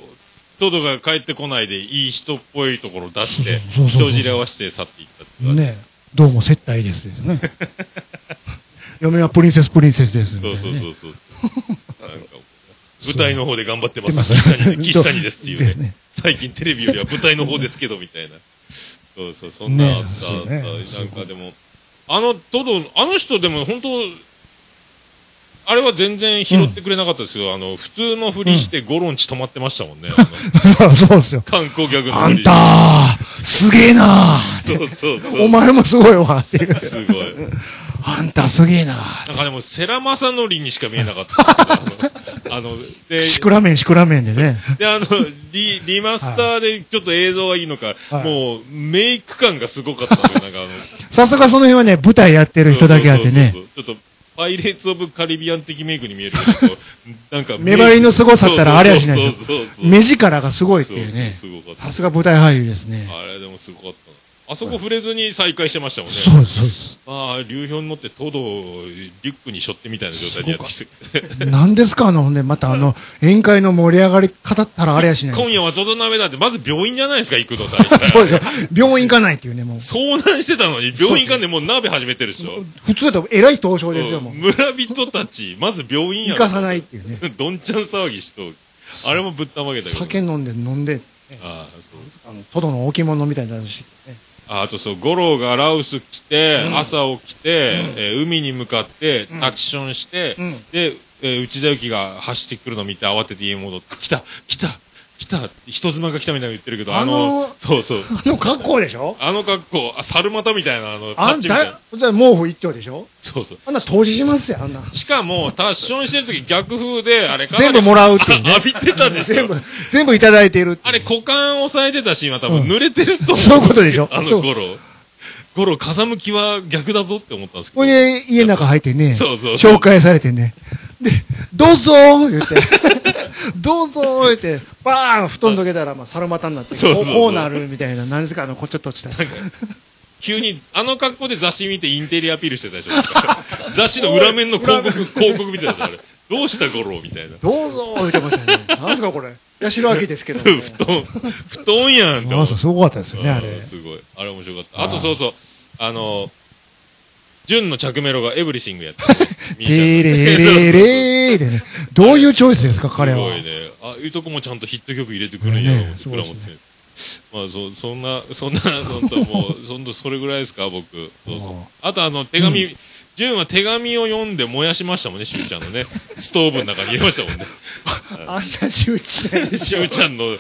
Speaker 1: トドが帰ってこないでいい人っぽいところを出して
Speaker 4: そうそうそうそ
Speaker 1: 人
Speaker 4: う
Speaker 1: じらわして去っていったっていう
Speaker 4: ねどうも接待ですです ね。嫁はプリンセスプリンセスですみた
Speaker 1: そ
Speaker 4: いうな、ね。
Speaker 1: そうそうそ うなんか舞台の方で頑張ってます岸谷で岸谷ですっていうね
Speaker 4: ですね。
Speaker 1: 最近テレビよりは舞台の方ですけどみたいなそうそうそんなあった、
Speaker 4: ねそ
Speaker 1: あっ
Speaker 4: う
Speaker 1: た
Speaker 4: ね
Speaker 1: なんかでもあのトドあの人でも本当あれは全然拾ってくれなかったですけど、あの普通のふりしてゴロンチ止まってましたもんね、あの
Speaker 4: そうですよ。
Speaker 1: 観光客の
Speaker 4: あ
Speaker 1: ふり
Speaker 4: んたすげえな
Speaker 1: そうそうそう
Speaker 4: お前もすごいわっていう。
Speaker 1: すごい
Speaker 4: あんたすげえな
Speaker 1: なんかでも世良正則にしか見えなかったです けどあのあので
Speaker 4: シクラメン、シクラメンでね。
Speaker 1: で、あの、リ、リマスターでちょっと映像がいいのか、
Speaker 4: はい
Speaker 1: もう、メイク感がすごかったのよ、なんかあの、
Speaker 4: さすがその辺はね、舞台やってる 人だけあってね
Speaker 1: そ。うそうそうそうちょっと、パイレーツ・オブ・カリビアン的メイクに見えるけど、なんか、
Speaker 4: 目張りの凄さったらあれはしないでしょ
Speaker 1: そうそうそうそう
Speaker 4: 目力がすごいっていうね。
Speaker 1: そうそうすごか
Speaker 4: さ
Speaker 1: っ
Speaker 4: すが舞台俳優ですね。
Speaker 1: た。あれでもすごかったな。あそこ触れずに再開してましたもんね。
Speaker 4: そうですそうです。
Speaker 1: まあ、流氷に乗って、トドをリュックに背負ってみたいな状態でやってきて、
Speaker 4: 何ですかあの、ほんで、またあの、宴会の盛り上がり方ったらあれやし ない。
Speaker 1: 今夜はトド鍋だって、まず病院じゃないですか、行くの大 体。
Speaker 4: そうですよ病院行かないっていうね、もう。
Speaker 1: 遭難してたのに、病院行かんでもう鍋始めてるでしょ。
Speaker 4: 普通だと偉い東証ですよ、もう。
Speaker 1: 村人た ち、まず病院や
Speaker 4: 行
Speaker 1: ろ
Speaker 4: かさないっていうね。
Speaker 1: どんちゃん騒ぎしと、あれもぶったまげたけど。
Speaker 4: 酒飲んで飲んで、
Speaker 1: ああそう
Speaker 4: あの、トドの置物みたいなのして、ね、
Speaker 1: ああとそう、五郎がラウス来て、朝起きて、えー海に向かって、アクションして、
Speaker 4: ん
Speaker 1: で、えー内田有紀が走ってくるの見て、慌てて家に戻って、来た来た来た人妻が来たみたいなの言ってるけど、あの、
Speaker 4: あの
Speaker 1: そうそう。
Speaker 4: あの格好でしょ
Speaker 1: あの格好、あ猿股みたいな、あの、パ
Speaker 4: あ
Speaker 1: ッ
Speaker 4: ん
Speaker 1: チみたいな
Speaker 4: た。、それ毛布一丁でしょ
Speaker 1: そうそう。
Speaker 4: あんな投資しますよ、あんな。
Speaker 1: しかも、タッションしてる時逆風で、あれかなり
Speaker 4: 全部もらうって いうね。
Speaker 1: 浴びてたでしょ。
Speaker 4: 全部、全部いただいているってい
Speaker 1: あ
Speaker 4: う
Speaker 1: れ、股間押さえてたシーンは多分濡れてると思う。
Speaker 4: そういうことでしょ
Speaker 1: あの頃。頃、風向きは逆だぞって思ったんですけ
Speaker 4: こ
Speaker 1: ど。
Speaker 4: れで家の中入ってね、
Speaker 1: そうそうそう
Speaker 4: 紹介されてね。で、どうぞー言って、 どうぞー言って、バーン布団どけたら、まあ、猿股になって、
Speaker 1: そうそうそう
Speaker 4: ここうなるみたいな、何ですか、あの、こちょっとした。
Speaker 1: 急に、あの格好で雑誌見てインテリアピールしてたでしょ。雑誌の裏面の広 告、広告見てたでしょ、あれ。どうした五郎みたいな。
Speaker 4: どうぞー言ってましたね。何ですか、これ。八代亜紀ですけど、ね。
Speaker 1: 布団、布団やんって思
Speaker 4: あ
Speaker 1: っ
Speaker 4: そうすごかったですよね、あれ
Speaker 1: うん。すごい。あれ面白かった。あとそうそう。あの、純の着メロがエブリシングやっ てたね。ミーシャ
Speaker 4: て
Speaker 1: の
Speaker 4: れれれーでね、どういうチョイスですか、彼は。
Speaker 1: すごいね。ああいうとこもちゃんとヒット曲入れてくるんやろ、
Speaker 4: ねえ
Speaker 1: 僕らもねまあそ、そんな、そんな、本当もう、そんとそれぐらいですか、僕。そうそう
Speaker 4: あ
Speaker 1: あと、あの、手紙、純、は手紙を読んで燃やしましたもんね、しゅうちゃんのね。ストーブの中に入れましたもんね。
Speaker 4: あんな周知ないでし
Speaker 1: しゅうちゃんの、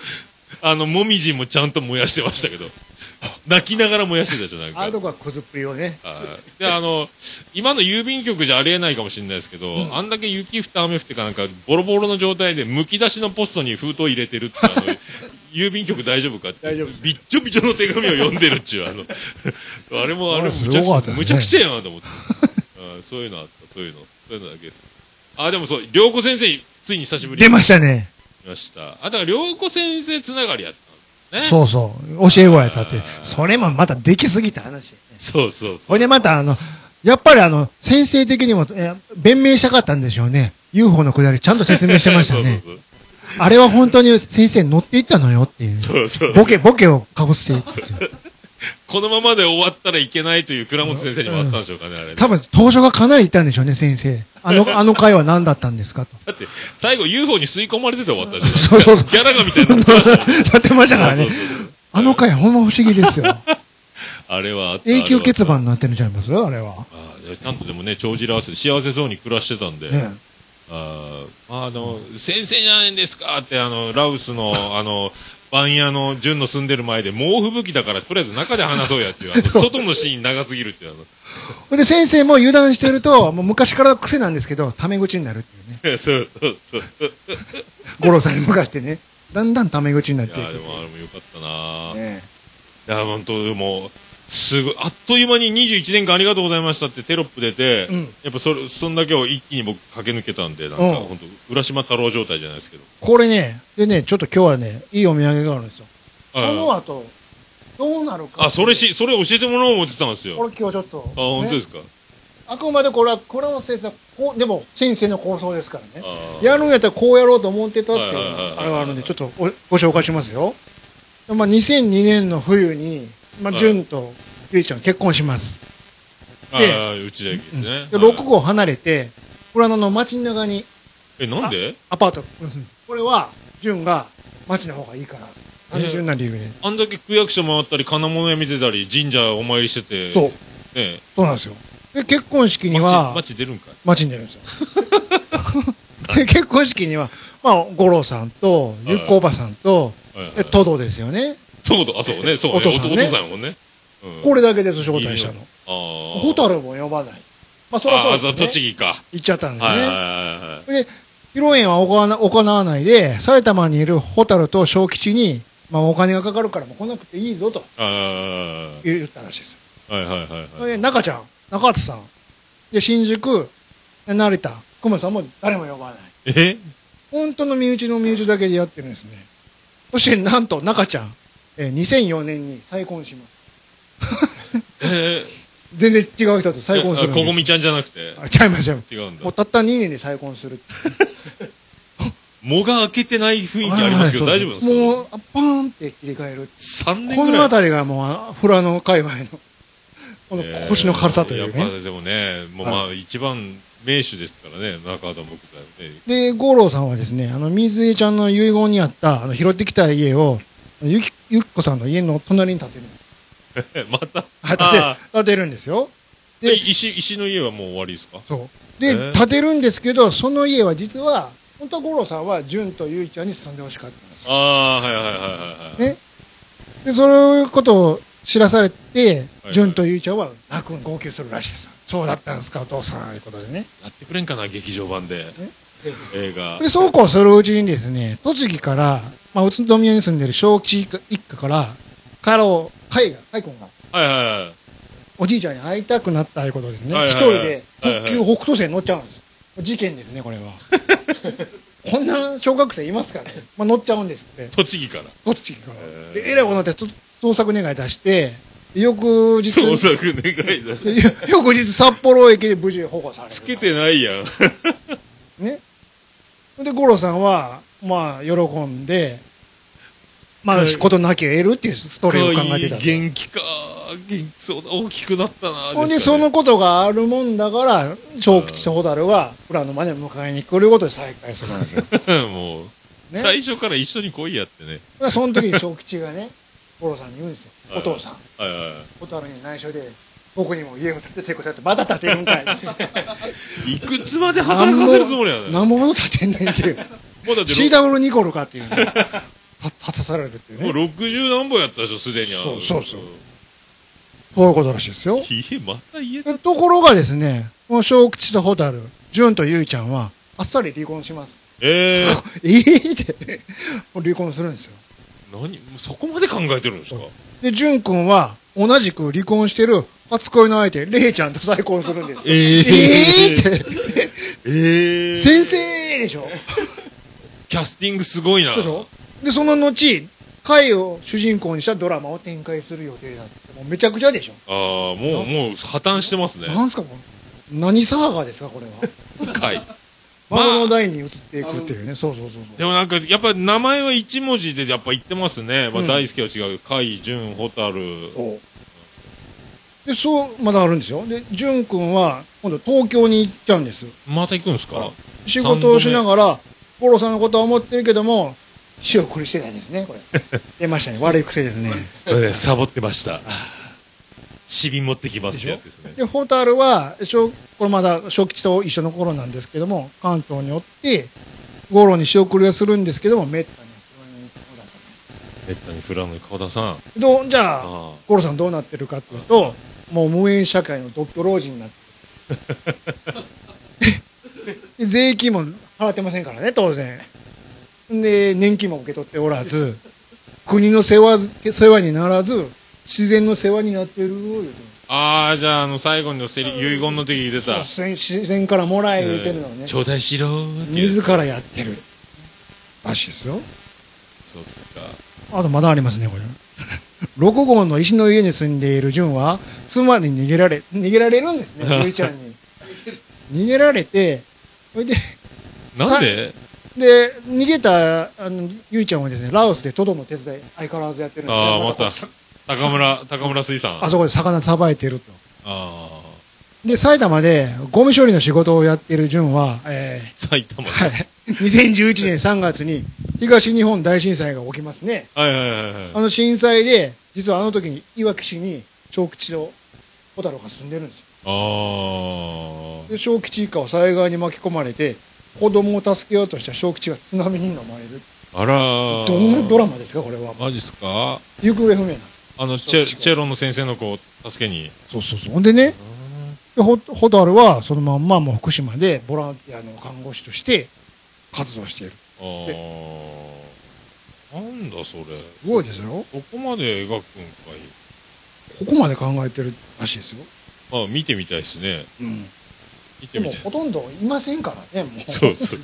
Speaker 1: あの、もみじもちゃんと燃やしてましたけど。泣きながら燃やしてたでしょ、なん
Speaker 4: ょ。ああいう
Speaker 1: か
Speaker 4: と。こは小ずっぷりをね。
Speaker 1: はいで、あの、今の郵便局じゃありえないかもしれないですけど、あんだけ雪降って雨降ってかなんか、ボロボロの状態で、むき出しのポストに封筒入れてるって、あ の、郵便局大丈夫かって。
Speaker 4: 大丈夫です
Speaker 1: びっちょびちょの手紙を読んでるっちゅう、あの、 あれも、あれもむちゃ
Speaker 4: すごかっ
Speaker 1: く
Speaker 4: た
Speaker 1: ちゃ、
Speaker 4: ですね
Speaker 1: むちゃくちゃやなと思って。うんそういうのあった、そういうの。そういうのだけです。あ、でもそう、良子先生、ついに久しぶり
Speaker 4: 出
Speaker 1: に
Speaker 4: ましたね。
Speaker 1: 見ました。あ、だから良子先生つながりやったんですね。
Speaker 4: そうそう。教え子やったって。それもまたできすぎた話。
Speaker 1: そうそうそう。
Speaker 4: ほいでまたあの、やっぱりあの、先生的にも、えー弁明したかったんでしょうね。UFO のくだり、ちゃんと説明してましたね。
Speaker 1: そう
Speaker 4: あれは本当に先生乗っていったのよっていう。
Speaker 1: そうそうそう
Speaker 4: ボケ、ボケをかぶせていくっていう。
Speaker 1: このままで終わったらいけないという倉本先生にもあったんでしょうかね、あれね。
Speaker 4: 多分、当初がかなりいったんでしょうね、先生。あの、あの回は何だったんですかと。
Speaker 1: だって、最後 UFO に吸い込まれてて終わったじゃん。
Speaker 4: そうそう
Speaker 1: ギャラがみたいな。
Speaker 4: なってましたからね
Speaker 1: そう。そうそう
Speaker 4: あの回ほんま不思議ですよ。
Speaker 1: あれはあった
Speaker 4: 永久欠。番になってるんちゃいますあれは。
Speaker 1: ああいやちゃんとでもね、帳尻合わせて幸せそうに暮らしてたんで。
Speaker 4: ね
Speaker 1: あああの、先生じゃないんですかって、あの、ラウスの、あの、番屋の純の住んでる前で猛吹雪だから、とりあえず中で話そうやっていう、あの外のシーン長すぎるっていう、あ
Speaker 4: ほんで先生も油断してると、もう昔から癖なんですけど、タメ口になるっていう
Speaker 1: の、
Speaker 4: ね。
Speaker 1: そうそうそう。
Speaker 4: 五郎さんに向かってね。だんだんタメ口になっ
Speaker 1: い
Speaker 4: てい
Speaker 1: や、で
Speaker 4: く。
Speaker 1: もあれもよかったな
Speaker 4: ね
Speaker 1: いや、本当でも、すごい、あっという間に21年間ありがとうございましたってテロップ出て、
Speaker 4: うん
Speaker 1: やっぱそれ、そんだけを一気に僕駆け抜けたんで、なんか、
Speaker 4: うん
Speaker 1: 本当浦島太郎状態じゃないですけど。
Speaker 4: これね、でね、ちょっと今日はね、いいお土産があるんですよ。
Speaker 1: は
Speaker 4: そ
Speaker 1: い
Speaker 4: の後、どうなるか。
Speaker 1: あ、それし、それ教えてもらおう思ってたんですよ。
Speaker 4: こ
Speaker 1: あ、
Speaker 4: れ今日ちょっと。
Speaker 1: 本当ですすか。
Speaker 4: あくまでこれは、これも先生のこう、でも先生の構想ですからね。
Speaker 1: あー
Speaker 4: やるんやったらこうやろうと思ってたっていう
Speaker 1: はいはいはいはい
Speaker 4: あれはあるんで、ちょっとおご紹介しますよ。まあ、2002年の冬に、まあ、
Speaker 1: はい
Speaker 4: 純とゆいちゃん結婚します。
Speaker 1: あー、うちだけですね。
Speaker 4: で、
Speaker 1: はい
Speaker 4: 6号離れて、これあの、街の中に
Speaker 1: え、なんで
Speaker 4: アパート、これは、純が街の方がいいから、単純な理由で。
Speaker 1: あんだけ区役所回ったり、金物屋見てたり、神社お参りしてて。
Speaker 4: そう、
Speaker 1: ね
Speaker 4: そうなんですよ。で、結婚式
Speaker 1: え。
Speaker 4: には、
Speaker 1: 街街出るんかい。
Speaker 4: 街に出るんですよ。 で、結婚式には、まあ、五郎さんと、ゆっこおばさんと、
Speaker 1: はいはい
Speaker 4: で、トドですよね。
Speaker 1: そうだ、あ、そうね、そうね。
Speaker 4: お父さんね
Speaker 1: お父さんもね。うん
Speaker 4: これだけです、招待したの。
Speaker 1: あー
Speaker 4: ホタルも呼ばない。まあ、そりゃ
Speaker 1: あ、あ
Speaker 4: そうです、
Speaker 1: 栃
Speaker 4: ね。
Speaker 1: 木か。
Speaker 4: 行っちゃったんで
Speaker 1: はいはい
Speaker 4: ね。
Speaker 1: はいはい。
Speaker 4: で、披露宴は行わな行わないで、埼玉にいるホタルと小吉に、まあ、お金がかかるからもう来なくていいぞと
Speaker 1: ああ。
Speaker 4: 言ったらしいですよ。
Speaker 1: はいはいはい
Speaker 4: そ
Speaker 1: はい。
Speaker 4: れで、中ちゃん、中畑さん、で、新宿、で成田、熊さんも誰も呼ばない。
Speaker 1: え
Speaker 4: 本当の身内の身内だけでやってるんですね。そして、なんと、中ちゃん、えー2004年に再婚します。
Speaker 1: え
Speaker 4: 全然違う人と再婚するんで
Speaker 1: こ
Speaker 4: す
Speaker 1: ごみちゃんじゃなくて。
Speaker 4: あちゃいます、ちゃいます。
Speaker 1: 違うんだ
Speaker 4: もう。たった2年で再婚するって
Speaker 1: 藻が開けてない雰囲気ありますけど、
Speaker 4: はい
Speaker 1: 大
Speaker 4: は
Speaker 1: 丈
Speaker 4: い
Speaker 1: 夫なんですか
Speaker 4: もう、あパーンって切り替える。
Speaker 1: 三年
Speaker 4: こ
Speaker 1: ぐ
Speaker 4: の
Speaker 1: らい。
Speaker 4: 辺りがもうあ、フラの界隈の、 この
Speaker 1: えー
Speaker 4: 腰の軽さという
Speaker 1: やっ
Speaker 4: ね。
Speaker 1: ぱでもね、もうまあ一番名手ですからね、中畑僕だよね。
Speaker 4: で、五郎さんはですね、あの、水江ちゃんの遺言にあった、あの、拾ってきた家を、ゆき、ゆきこさんの家の隣に建てる。
Speaker 1: また。
Speaker 4: はい
Speaker 1: あ
Speaker 4: 建て、建てるんですよ。
Speaker 1: ー
Speaker 4: で
Speaker 1: い石、石の家はもう終わりですか
Speaker 4: そう。
Speaker 1: え
Speaker 4: で、
Speaker 1: ー
Speaker 4: 建てるんですけど、その家は実は、本当は五郎さんは、純とゆいちゃんに住んでほしかったんですよ。
Speaker 1: ああ、はいはいはいはいはい。
Speaker 4: ねで、そういうことを知らされて
Speaker 1: は、い
Speaker 4: 純とゆいちゃんは泣く、号泣するらしいですよ。そうだったんですか、お父さん、ということでね。
Speaker 1: やってくれんかな、劇場版で。映画。
Speaker 4: で、そうこうするうちにですね、栃木から、まあ、宇都宮に住んでる小吉一家から、彼を、海が、海君が、
Speaker 1: はいはいはい。
Speaker 4: おじいちゃんに会いたくなったということでね、一、
Speaker 1: はいはいはい
Speaker 4: 人で
Speaker 1: はいはい
Speaker 4: 特急北斗線に乗っちゃうんですよ。事件ですね、 これは。こんな小学生いますかね。まあ、乗っちゃうんですって。
Speaker 1: 栃木から。
Speaker 4: 栃木から。
Speaker 1: へー
Speaker 4: で、えらいことになって、と捜索願い出して、翌日、
Speaker 1: 創作願いだし。
Speaker 4: で 翌日札幌駅で無事保護される。
Speaker 1: つけてないやん。
Speaker 4: ね。で、五郎さんは、まあ、喜んで、まあ
Speaker 1: は、い
Speaker 4: ことなきを得るっていうストーリーを考えてた
Speaker 1: かわいい
Speaker 4: と。
Speaker 1: 元気か元気そうだ大きくなったな
Speaker 4: ほんで、
Speaker 1: すか
Speaker 4: そ
Speaker 1: ね
Speaker 4: のことがあるもんだから、小吉と蛍は、フラの真似を迎えに来ることで再会する んですよ。
Speaker 1: もう、
Speaker 4: ね
Speaker 1: 最初から一緒に来いやってね
Speaker 4: でその時に小吉が ね、五郎さんに言うんですよ。お父さん、
Speaker 1: はいはいは
Speaker 4: 蛍に内緒で、僕にも家を建ててください。まだ建てるんか い。
Speaker 1: いいくつまで働かせるつもりやねんも
Speaker 4: なんぼほど建てんな いっていう。
Speaker 1: うだって
Speaker 4: CW ニコルかっ ていうね。た立たされるっていう
Speaker 1: もう
Speaker 4: ね。
Speaker 1: 60何本やったでしょすでに
Speaker 4: そうそう そうそういうことらしいですよ。
Speaker 1: 家また家だ
Speaker 4: えところがですね、この小吉と蛍、純とゆいちゃんは、あっさり離婚します。
Speaker 1: ええ
Speaker 4: ええって、もう離婚するんですよ。
Speaker 1: 何そこまで考えてるんですか
Speaker 4: で、純くんは、同じく離婚してる初恋の相手、レイちゃんと再婚するんです。え
Speaker 1: え
Speaker 4: ーって、
Speaker 1: ええ
Speaker 4: 先生でしょ
Speaker 1: キャスティングすごいな
Speaker 4: でしょで、その後、会を主人公にしたドラマを展開する予定だってもうめちゃくちゃでしょ
Speaker 1: ああ、もう、もう破綻してますね。
Speaker 4: なんすかこの何サーガーですかこれは
Speaker 1: はい。
Speaker 4: 孫の代に移っていくっていうねそうそうそうそう
Speaker 1: でもなんか、やっぱ名前は一文字でやっぱ言ってますね。まあ、
Speaker 4: うん
Speaker 1: 大輔は違う。海、潤、蛍。
Speaker 4: そうでそうまだあるんですよで淳君は今度東京に行っちゃうんです
Speaker 1: また行くんですか
Speaker 4: 仕事をしながら五郎さんのことは思ってるけども仕送りしてたんです ねこれ出ましたね悪い癖ですね
Speaker 1: これねサボってま した。シビ持ってきますってやつですね。
Speaker 4: で蛍は小これまだ小吉と一緒の頃なんですけども関東におって五郎に仕送りをするんですけどもめったに
Speaker 1: めったにフラの川田さん。あ
Speaker 4: どうじゃあ
Speaker 1: あ。
Speaker 4: 五郎さんどうなってるかっていうともう無縁社会の独居老人になってで 税金も払ってませんからね当然で年金も受け取っておらず国の世話世話にならず自然の世話になってる言うて
Speaker 1: ああ、じゃあ、あの、最後のセリ、遺言の時に出た。
Speaker 4: 自然自然からもらえ言うてるのをね
Speaker 1: 頂戴しろーっていう。
Speaker 4: 自らやってるらしいですよ
Speaker 1: そっか。
Speaker 4: あとまだありますねこれ 6号の石の家に住んでいる純は妻に逃げられ逃げられるんですね ゆいちゃんに逃げられてそれで
Speaker 1: なんで
Speaker 4: で逃げたあのゆいちゃんはですねラオスでトドの手伝い相変わらずやってるんで
Speaker 1: ああ、ま
Speaker 4: こ
Speaker 1: た
Speaker 4: うさ、
Speaker 1: 高村、高村水産。
Speaker 4: あ
Speaker 1: あ
Speaker 4: そこで魚さばいてると
Speaker 1: あ
Speaker 4: で埼玉でゴミ処理の仕事をやっている純は、え
Speaker 1: ー、埼玉。
Speaker 4: ーはい、2011年3月に東日本大震災が起きますね
Speaker 1: はいはいはいはい。
Speaker 4: あの震災で、実はあの時に、いわき市に小吉と小太郎が住んでるんですよ。
Speaker 1: ああ。
Speaker 4: で、小吉一家は災害に巻き込まれて、子供を助けようとした小吉が津波に飲まれる。
Speaker 1: あらー
Speaker 4: どんなドラマですか、これは。
Speaker 1: マジっすか
Speaker 4: 行方不明な。
Speaker 1: あのチェチェロの先生の子を助けに
Speaker 4: そうそうそう。ほんでね、でほ小太郎はそのまんまもう福島でボランティアの看護師として活動している。
Speaker 1: ああなんだそれ
Speaker 4: すごいですよ。
Speaker 1: そこまで描くん
Speaker 4: ここまで考えてるらしいですよ。
Speaker 1: かいあ見てみたいですね
Speaker 4: うん。
Speaker 1: 見て
Speaker 4: で
Speaker 1: み
Speaker 4: も
Speaker 1: たい
Speaker 4: ほとんどいませんからね、もう。
Speaker 1: そうそう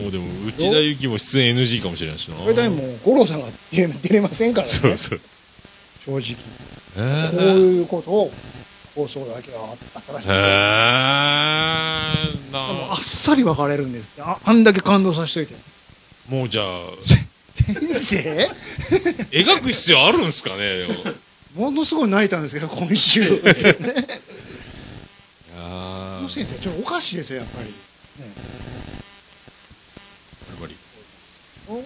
Speaker 1: もうでも内田有紀も出演 NG かもしれないしな
Speaker 4: それでもう五郎さんが出れ出れませんからね。
Speaker 1: そうそう
Speaker 4: 正直。
Speaker 1: へ
Speaker 4: こう
Speaker 1: ー
Speaker 4: いうことを放送だけはあったらしい
Speaker 1: へー
Speaker 4: でも
Speaker 1: な
Speaker 4: あっさり別れるんですってああんだけ感動させといて
Speaker 1: もうじゃあ
Speaker 4: 先生
Speaker 1: 描く必要あるんすかねでも
Speaker 4: ものすごい泣いたんですけど今週ねこ
Speaker 1: あ
Speaker 4: の
Speaker 1: ーや
Speaker 4: 先生ちょっとおかしいですよやっぱり
Speaker 1: っぱり
Speaker 4: お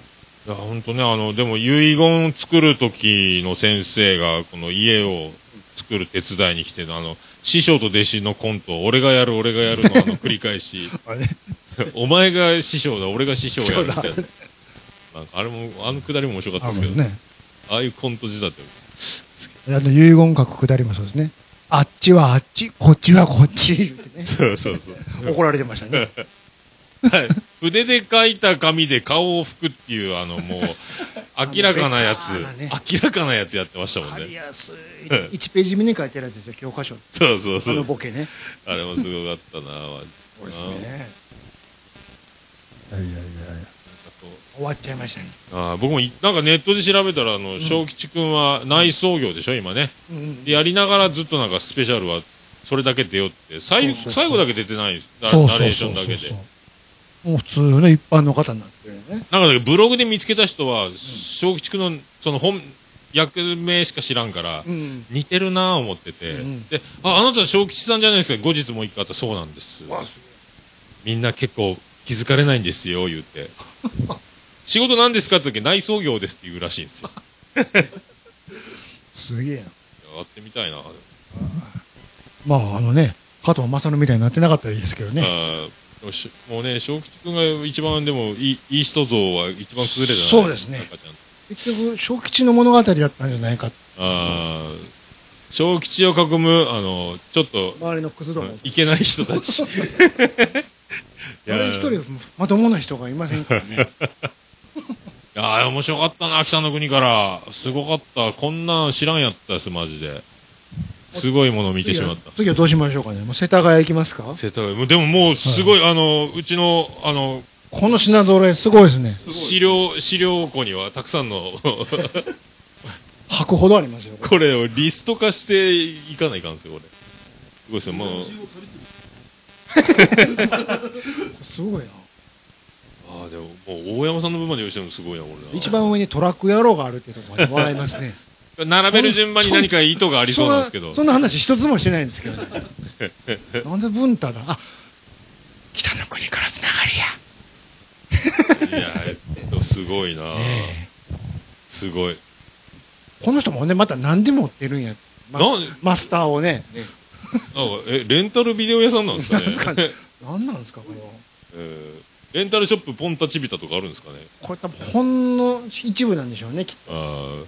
Speaker 1: いや本当ねあのでも遺言を作る時の先生がこの家を作る手伝いに来てのあの師匠と弟子のコント俺がやる俺がやるのあ の繰り返し
Speaker 4: あれ
Speaker 1: お前が師匠だ俺が師匠やるみたいな
Speaker 4: そう
Speaker 1: なんかあれもあのくだりも面白
Speaker 10: あ
Speaker 1: かったで
Speaker 10: の
Speaker 1: すけど、
Speaker 10: ね、
Speaker 1: ああいうコント時だって
Speaker 10: あの遺言書く下りもそうですね。あっちはあっち、こっちはこっち、言ってね、
Speaker 1: そうそうそう
Speaker 4: 怒られてましたね
Speaker 1: はい筆で書いた紙で顔を拭くっていうあのもう明らかなやつ、
Speaker 4: ベターなね
Speaker 1: 明らかなやつやってましたも
Speaker 4: 貼
Speaker 1: ん
Speaker 4: り
Speaker 1: ね
Speaker 4: やすい1ページ目に書いてあるやつですよ教科書あ
Speaker 1: そうそうそ
Speaker 4: の
Speaker 1: う
Speaker 4: ボケね
Speaker 1: あれもすごかったなマジ
Speaker 4: そうですね
Speaker 10: いやいやいや
Speaker 1: あと
Speaker 4: 終わっちゃいましたね
Speaker 1: ああ僕もいなんかネットで調べたらあの、小吉君は内装業でしょ今ね
Speaker 4: うんうん
Speaker 1: でやりながらずっとなんかスペシャルはそれだけ出ようって最
Speaker 4: そうそうそう
Speaker 1: 最後だけ出てないですナ
Speaker 10: そう
Speaker 1: ナ
Speaker 10: そ
Speaker 1: レ
Speaker 10: う
Speaker 1: ーシ
Speaker 10: そ
Speaker 1: ョン
Speaker 10: う
Speaker 1: だ
Speaker 10: そ
Speaker 1: け
Speaker 10: う
Speaker 1: で
Speaker 10: そう。
Speaker 4: もう普通の一般の方になってるよね
Speaker 1: なんかだけどブログで見つけた人は、小吉君のその本役名しか知らんから、
Speaker 4: うん
Speaker 1: 似てるなぁ思ってて、
Speaker 4: うん
Speaker 1: でああなた小吉さんじゃないですか後日もう一回あったそうなんですみんな結構気づかれないんですよ言う て仕事なんですかって時内装業ですって言うらしいんですよ
Speaker 4: すげえな
Speaker 1: やってみたいな
Speaker 10: まあ、あのね、加藤正信みたいになってなかったらいいですけどね。
Speaker 1: あーでもしもうね、小吉君が一番でもいいいい人像は一番崩れたじゃない
Speaker 10: そうですね
Speaker 1: なんかちゃんと
Speaker 10: 結局、小吉の物語だったんじゃないか。
Speaker 1: あー小吉を囲む、あの、ちょっと、
Speaker 4: 周りのクズども
Speaker 1: いけない人た ち。いや
Speaker 4: 誰一人まともな人がいませんからね
Speaker 1: あー面白かったな、北の国から。すごかった。こんなん知らんやったです、マジで。すごいものを見てしまった。
Speaker 10: 次はどうしましょうかね。もう世田谷行きますか
Speaker 1: 世田谷でももうすごい、あのうちのあの
Speaker 4: この品揃えすごいですね。
Speaker 1: 資料、資料庫にはたくさんの、
Speaker 4: 履くほどありますよ。
Speaker 1: これをリスト化していかないかんですよ、これ。すごいですよ、もう。
Speaker 4: すごいな。
Speaker 1: ああ、でも、もう大山さんの分まで用意してるのすごいな、これな。
Speaker 4: 一番上にトラック野郎があるっていうところまで笑いますね。
Speaker 1: 並べる順番に何か意図がありそうなんですけど。
Speaker 4: そんなそんな話一つもしてない んですけどね。なんで文太だあ、北の国からつながりや。
Speaker 1: いや、えっとすごいな、すごい。
Speaker 4: この人もね、また何でも持ってるんや。ま
Speaker 1: なん、
Speaker 4: マスターをね。
Speaker 1: なんか、え、レンタルビデオ屋さんなんですか
Speaker 4: なん
Speaker 1: ね。
Speaker 4: す かね。何なんですか、これは。
Speaker 1: えーレンタルショップポンタチビタとかあるんですかね。
Speaker 4: これ多分ほんの一部なんでしょうね。きっ
Speaker 1: あー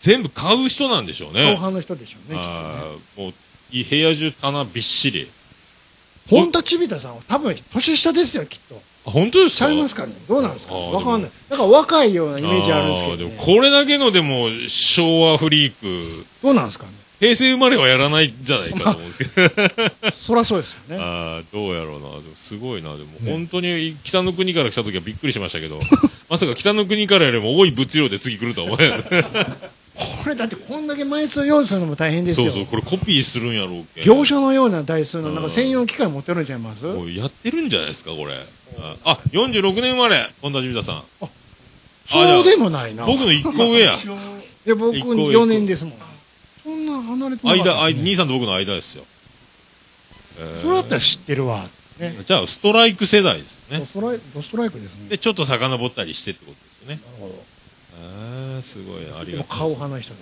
Speaker 1: 全部買う人なんでしょう
Speaker 4: と
Speaker 1: ね。
Speaker 4: 半の人でしょうね。きっとね
Speaker 1: あーもう、い部屋中棚びっしり。
Speaker 4: 本田ちびたさんは多分年下ですよ、きっと。
Speaker 1: あ、本当です
Speaker 4: ち
Speaker 1: か
Speaker 4: ゃいますかね。どうなんですか
Speaker 1: あ
Speaker 4: ね
Speaker 1: ー
Speaker 4: わかんない。なんか若いようなイ
Speaker 1: イ
Speaker 4: メージあるんですけど、
Speaker 1: も
Speaker 4: ね。
Speaker 1: これだけのでも、昭和フリーク、
Speaker 4: どうなんですかね。
Speaker 1: 平成生まれはやらないんじゃないかと思うんですけど。
Speaker 4: そらそうですよね。
Speaker 1: ああどうやろうなでもすごいなでも、本当に北の国から来た時はびっくりしましたけど まさか北の国からよりも多い物量で次来るとは思えない
Speaker 4: これだってこんだけ枚数用意するのも大変 です
Speaker 1: そ
Speaker 4: よ
Speaker 1: う。そうこれコピーするんやろうけん
Speaker 4: 業者のような台数のなんか専用機械持ってるんちゃいます
Speaker 1: もうやってるんじゃないですかこれああ46年生まれ本田ジミタさん
Speaker 4: そうでもないな。
Speaker 1: 僕の1個上や
Speaker 4: で僕
Speaker 1: 一個上
Speaker 4: 4年ですもん。そんな離れ てなか
Speaker 1: 間
Speaker 4: った
Speaker 1: あ
Speaker 4: ですね
Speaker 1: 兄さんと僕の間ですよ、えー
Speaker 4: それだったら知ってるわ。ね。
Speaker 1: じゃあストライク世代です
Speaker 4: ド
Speaker 1: ね
Speaker 4: ストライドストライクですね。
Speaker 1: でちょっと遡ったりしてってことですよね
Speaker 4: なるほど。
Speaker 1: ああすごいありが
Speaker 4: でも
Speaker 1: とう
Speaker 4: 顔派の人で。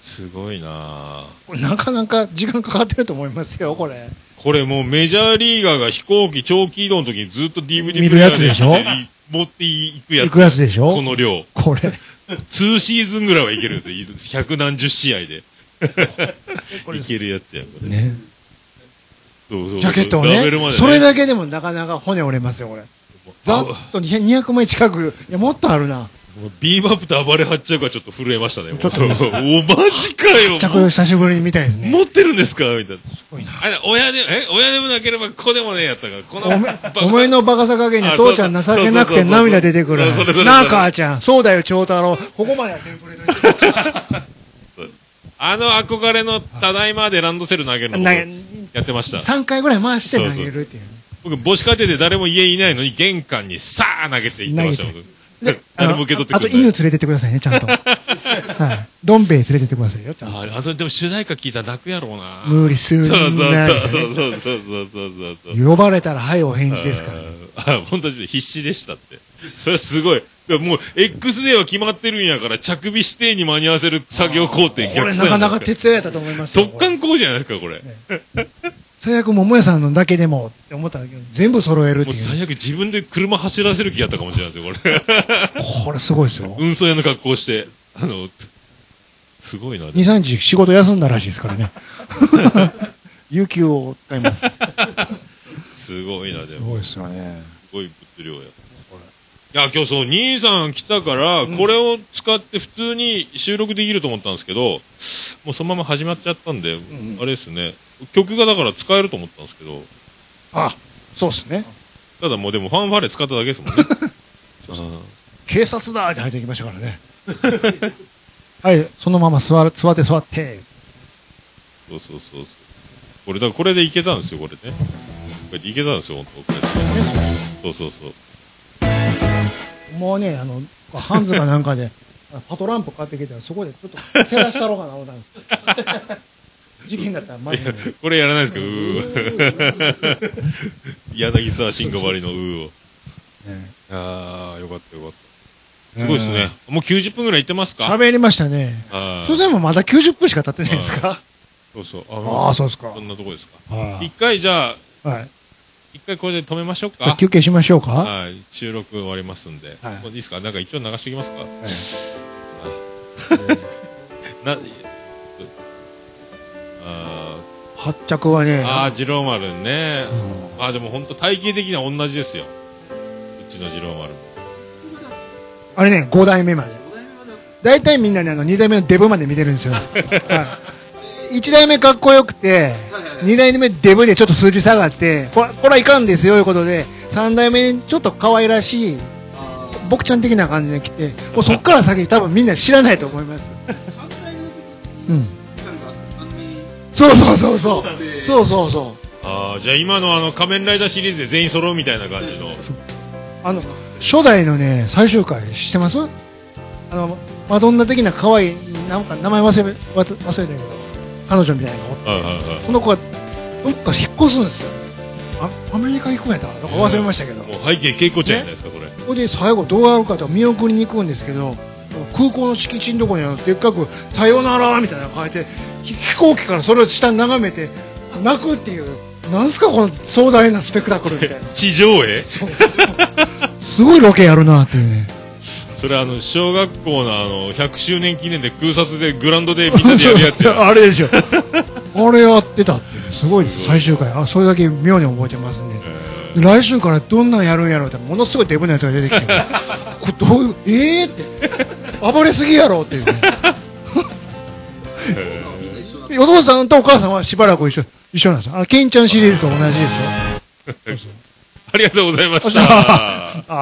Speaker 1: すごいなあ
Speaker 4: これなかなか時間かかってると思いますよ、これ。
Speaker 1: これもうメジャーリーガーが飛行機長期移動の時にずっと DVD
Speaker 4: 見るやつでしょ
Speaker 1: プレイヤーで持っていくやつ。
Speaker 4: いくやつでしょ
Speaker 1: この量。
Speaker 4: これ。
Speaker 1: 2シーズンぐらいはいけるんですよ。百何十試合で。 いけるやつや、これ。
Speaker 4: ね。
Speaker 1: そうそう
Speaker 4: ジャケットを
Speaker 1: ラベルま
Speaker 4: ね。
Speaker 1: で
Speaker 4: それだけでもなかなか骨折れますよ、これ。ざっと200枚近く。いや、もっとあるな。
Speaker 1: もうビーバップと暴れ発着がちょっと震えましたね。ちょっと。お、マジか
Speaker 4: 着
Speaker 1: よ。
Speaker 4: 用久しぶりに見たいですね。
Speaker 1: 持ってるんですかみたいな。
Speaker 4: ごいな
Speaker 1: あれ、親で、え親でもなければ子でもねえやったから。この、
Speaker 4: お前のバカさ加減には父ちゃん情けなくて涙出てくる
Speaker 1: そうそうそうそう。
Speaker 4: なあ、母ちゃん。そうだよ、長太郎。ここまでやってくれる。
Speaker 1: あの憧れのただいまでランドセル投げるの僕
Speaker 4: 投げ
Speaker 1: やってました。
Speaker 4: 3回ぐらい回して投げるっていうね。
Speaker 1: 僕、母子家庭で誰も家いないのに玄関にさあ投げていってました、
Speaker 4: 投げ
Speaker 1: 僕。
Speaker 4: で
Speaker 1: 誰も受け取って
Speaker 4: あ
Speaker 1: く
Speaker 4: と
Speaker 1: れ
Speaker 4: 犬
Speaker 1: な
Speaker 4: 連
Speaker 1: い。
Speaker 4: れてってくださいね、ちゃ んと。はい。どん兵衛連れてってくださいよ、ちゃんと。
Speaker 1: ああとでも主題歌聞いたら泣くやろうな。
Speaker 4: 無理するん
Speaker 1: そうそう
Speaker 4: な
Speaker 1: そ
Speaker 4: いうですよ
Speaker 1: そうそう
Speaker 4: ね
Speaker 1: そうそうそうそう。
Speaker 4: 呼ばれたら、はい、お返事ですから。
Speaker 1: ああ、本当に必死でしたって。それはすごい。でももう、X デーは決まってるんやから、着火指定に間に合わせる作業工程逆
Speaker 4: これなかなか徹夜やったと思いますよ。
Speaker 1: 特貫工じゃないですか、これ。
Speaker 4: 最悪桃屋さんのだけでもって思ったんだけど、全部揃えるって
Speaker 1: もう
Speaker 4: いう。
Speaker 1: 最悪自分で車走らせる気やったかもしれないですよ、こ れ。
Speaker 4: これすごいですよ。
Speaker 1: 運送屋の格好して。あの、すごいな。でも
Speaker 4: 2、3日仕事休んだらしいですか らね。有給を使います。す
Speaker 1: すごいな、でも。
Speaker 4: ごいですよね。
Speaker 1: すごい物量や。いや、今日そう、兄さん来たから、これを使って普通に収録できると思ったんですけど、もうそのまま始まっちゃったんで、あれですね、曲がだから使えると思ったんですけど、
Speaker 4: あ、そうですね。
Speaker 1: ただもうでもファンファレ使っただけですもん ね。
Speaker 4: 警察だって入ってきましたから ね。はい、そのまま座る、座って座って。
Speaker 1: そうそうそうそう。これ、だからこれでいけたんですよ、これね。これでいけたんですよ、本当これ。そうそうそう。
Speaker 4: もうね、あの、ハンズかなんかで、あパトランプ買ってきたら、そこでちょっと照らしたろうかな、思ったんですけど。事件だったらマジで。
Speaker 1: これやらないですか、うー。 柳沢慎吾ばりのうーを。
Speaker 4: ね
Speaker 1: ああ、よかったよかった。すごいですね。もう90分ぐらい行ってますか
Speaker 4: 喋りましたね。
Speaker 1: あ
Speaker 4: それ
Speaker 1: ー
Speaker 4: でもまだ90分しか経ってないですか
Speaker 1: そうそう。
Speaker 4: あ
Speaker 1: あ
Speaker 4: あ、そうです
Speaker 1: あ、
Speaker 4: か
Speaker 1: そ。んなとこですか。
Speaker 4: はい
Speaker 1: 一回じゃあ、
Speaker 4: はい。
Speaker 1: 一回これで止めましょう
Speaker 4: じゃあ
Speaker 1: か。
Speaker 4: 休憩しましょうか。
Speaker 1: はい、収録終わりますんで。
Speaker 4: はい
Speaker 1: もういいですかなんか一応流しておきますか。はい。な、あ
Speaker 4: 発着はね
Speaker 1: ー、あー、二郎丸ね。
Speaker 4: う
Speaker 1: あー、でも本当体型的には同じですよ。うちの二郎丸も。
Speaker 4: あれね、5代目まで。大体みんなね、あの、2代目のデブまで見てるん ですよ。はい、1代目かっこよくて、2代目デブでちょっと数字下がって、こら、こらいかんですよ、いうことで、三代目にちょっと可愛らしい、僕ちゃん的な感じで来て、もうそっから先多分みんな知らないと思います。
Speaker 9: 三代目の時
Speaker 4: う
Speaker 9: に
Speaker 4: ん。
Speaker 9: ピサルが三人
Speaker 4: そうそうそうそう。
Speaker 9: で
Speaker 4: そうそうそう。
Speaker 1: ああ、じゃあ今のあの仮面ライダーシリーズで全員揃うみたいな感じの。
Speaker 4: あの、初代のね、最終回知ってますあの、マドンナ的な可愛い、なんか名前忘れ、忘れたけど、彼女みたいなのがおって
Speaker 1: はいはいは
Speaker 4: この子がどっか引っ越すんですよ。あアメリカ行くんやったかななんか忘れましたけど
Speaker 1: い。。もう背景稽古ちゃんじゃないですか、それ。
Speaker 4: ほいで最後どうやるかと見送りに行くんですけど空港の敷地のとこにあのでっかく「さよなら」みたいなの書いてひ飛行機からそれを下に眺めて泣くっていうなんすかこの壮大なスペクタクルみたいな
Speaker 1: 地上絵
Speaker 4: すごいロケやるなっていうね
Speaker 1: それあの、小学校のあの、100周年記念で空撮でグランドでみんなでやるや つや。
Speaker 4: あれでしょあれやってたっていうねすごいです最終回あそれだけ妙に覚えてますね来週からどんなんやるんやろうってものすごいデブなやつが出てきて これどういうええって暴れすぎやろっ ていうね
Speaker 9: みんな一緒だ
Speaker 4: お父さんとお母さんはしばらく一緒一緒なんですよ。あの、ケンちゃんシリーズと同じですよ。
Speaker 1: ありがとうございました。
Speaker 4: あ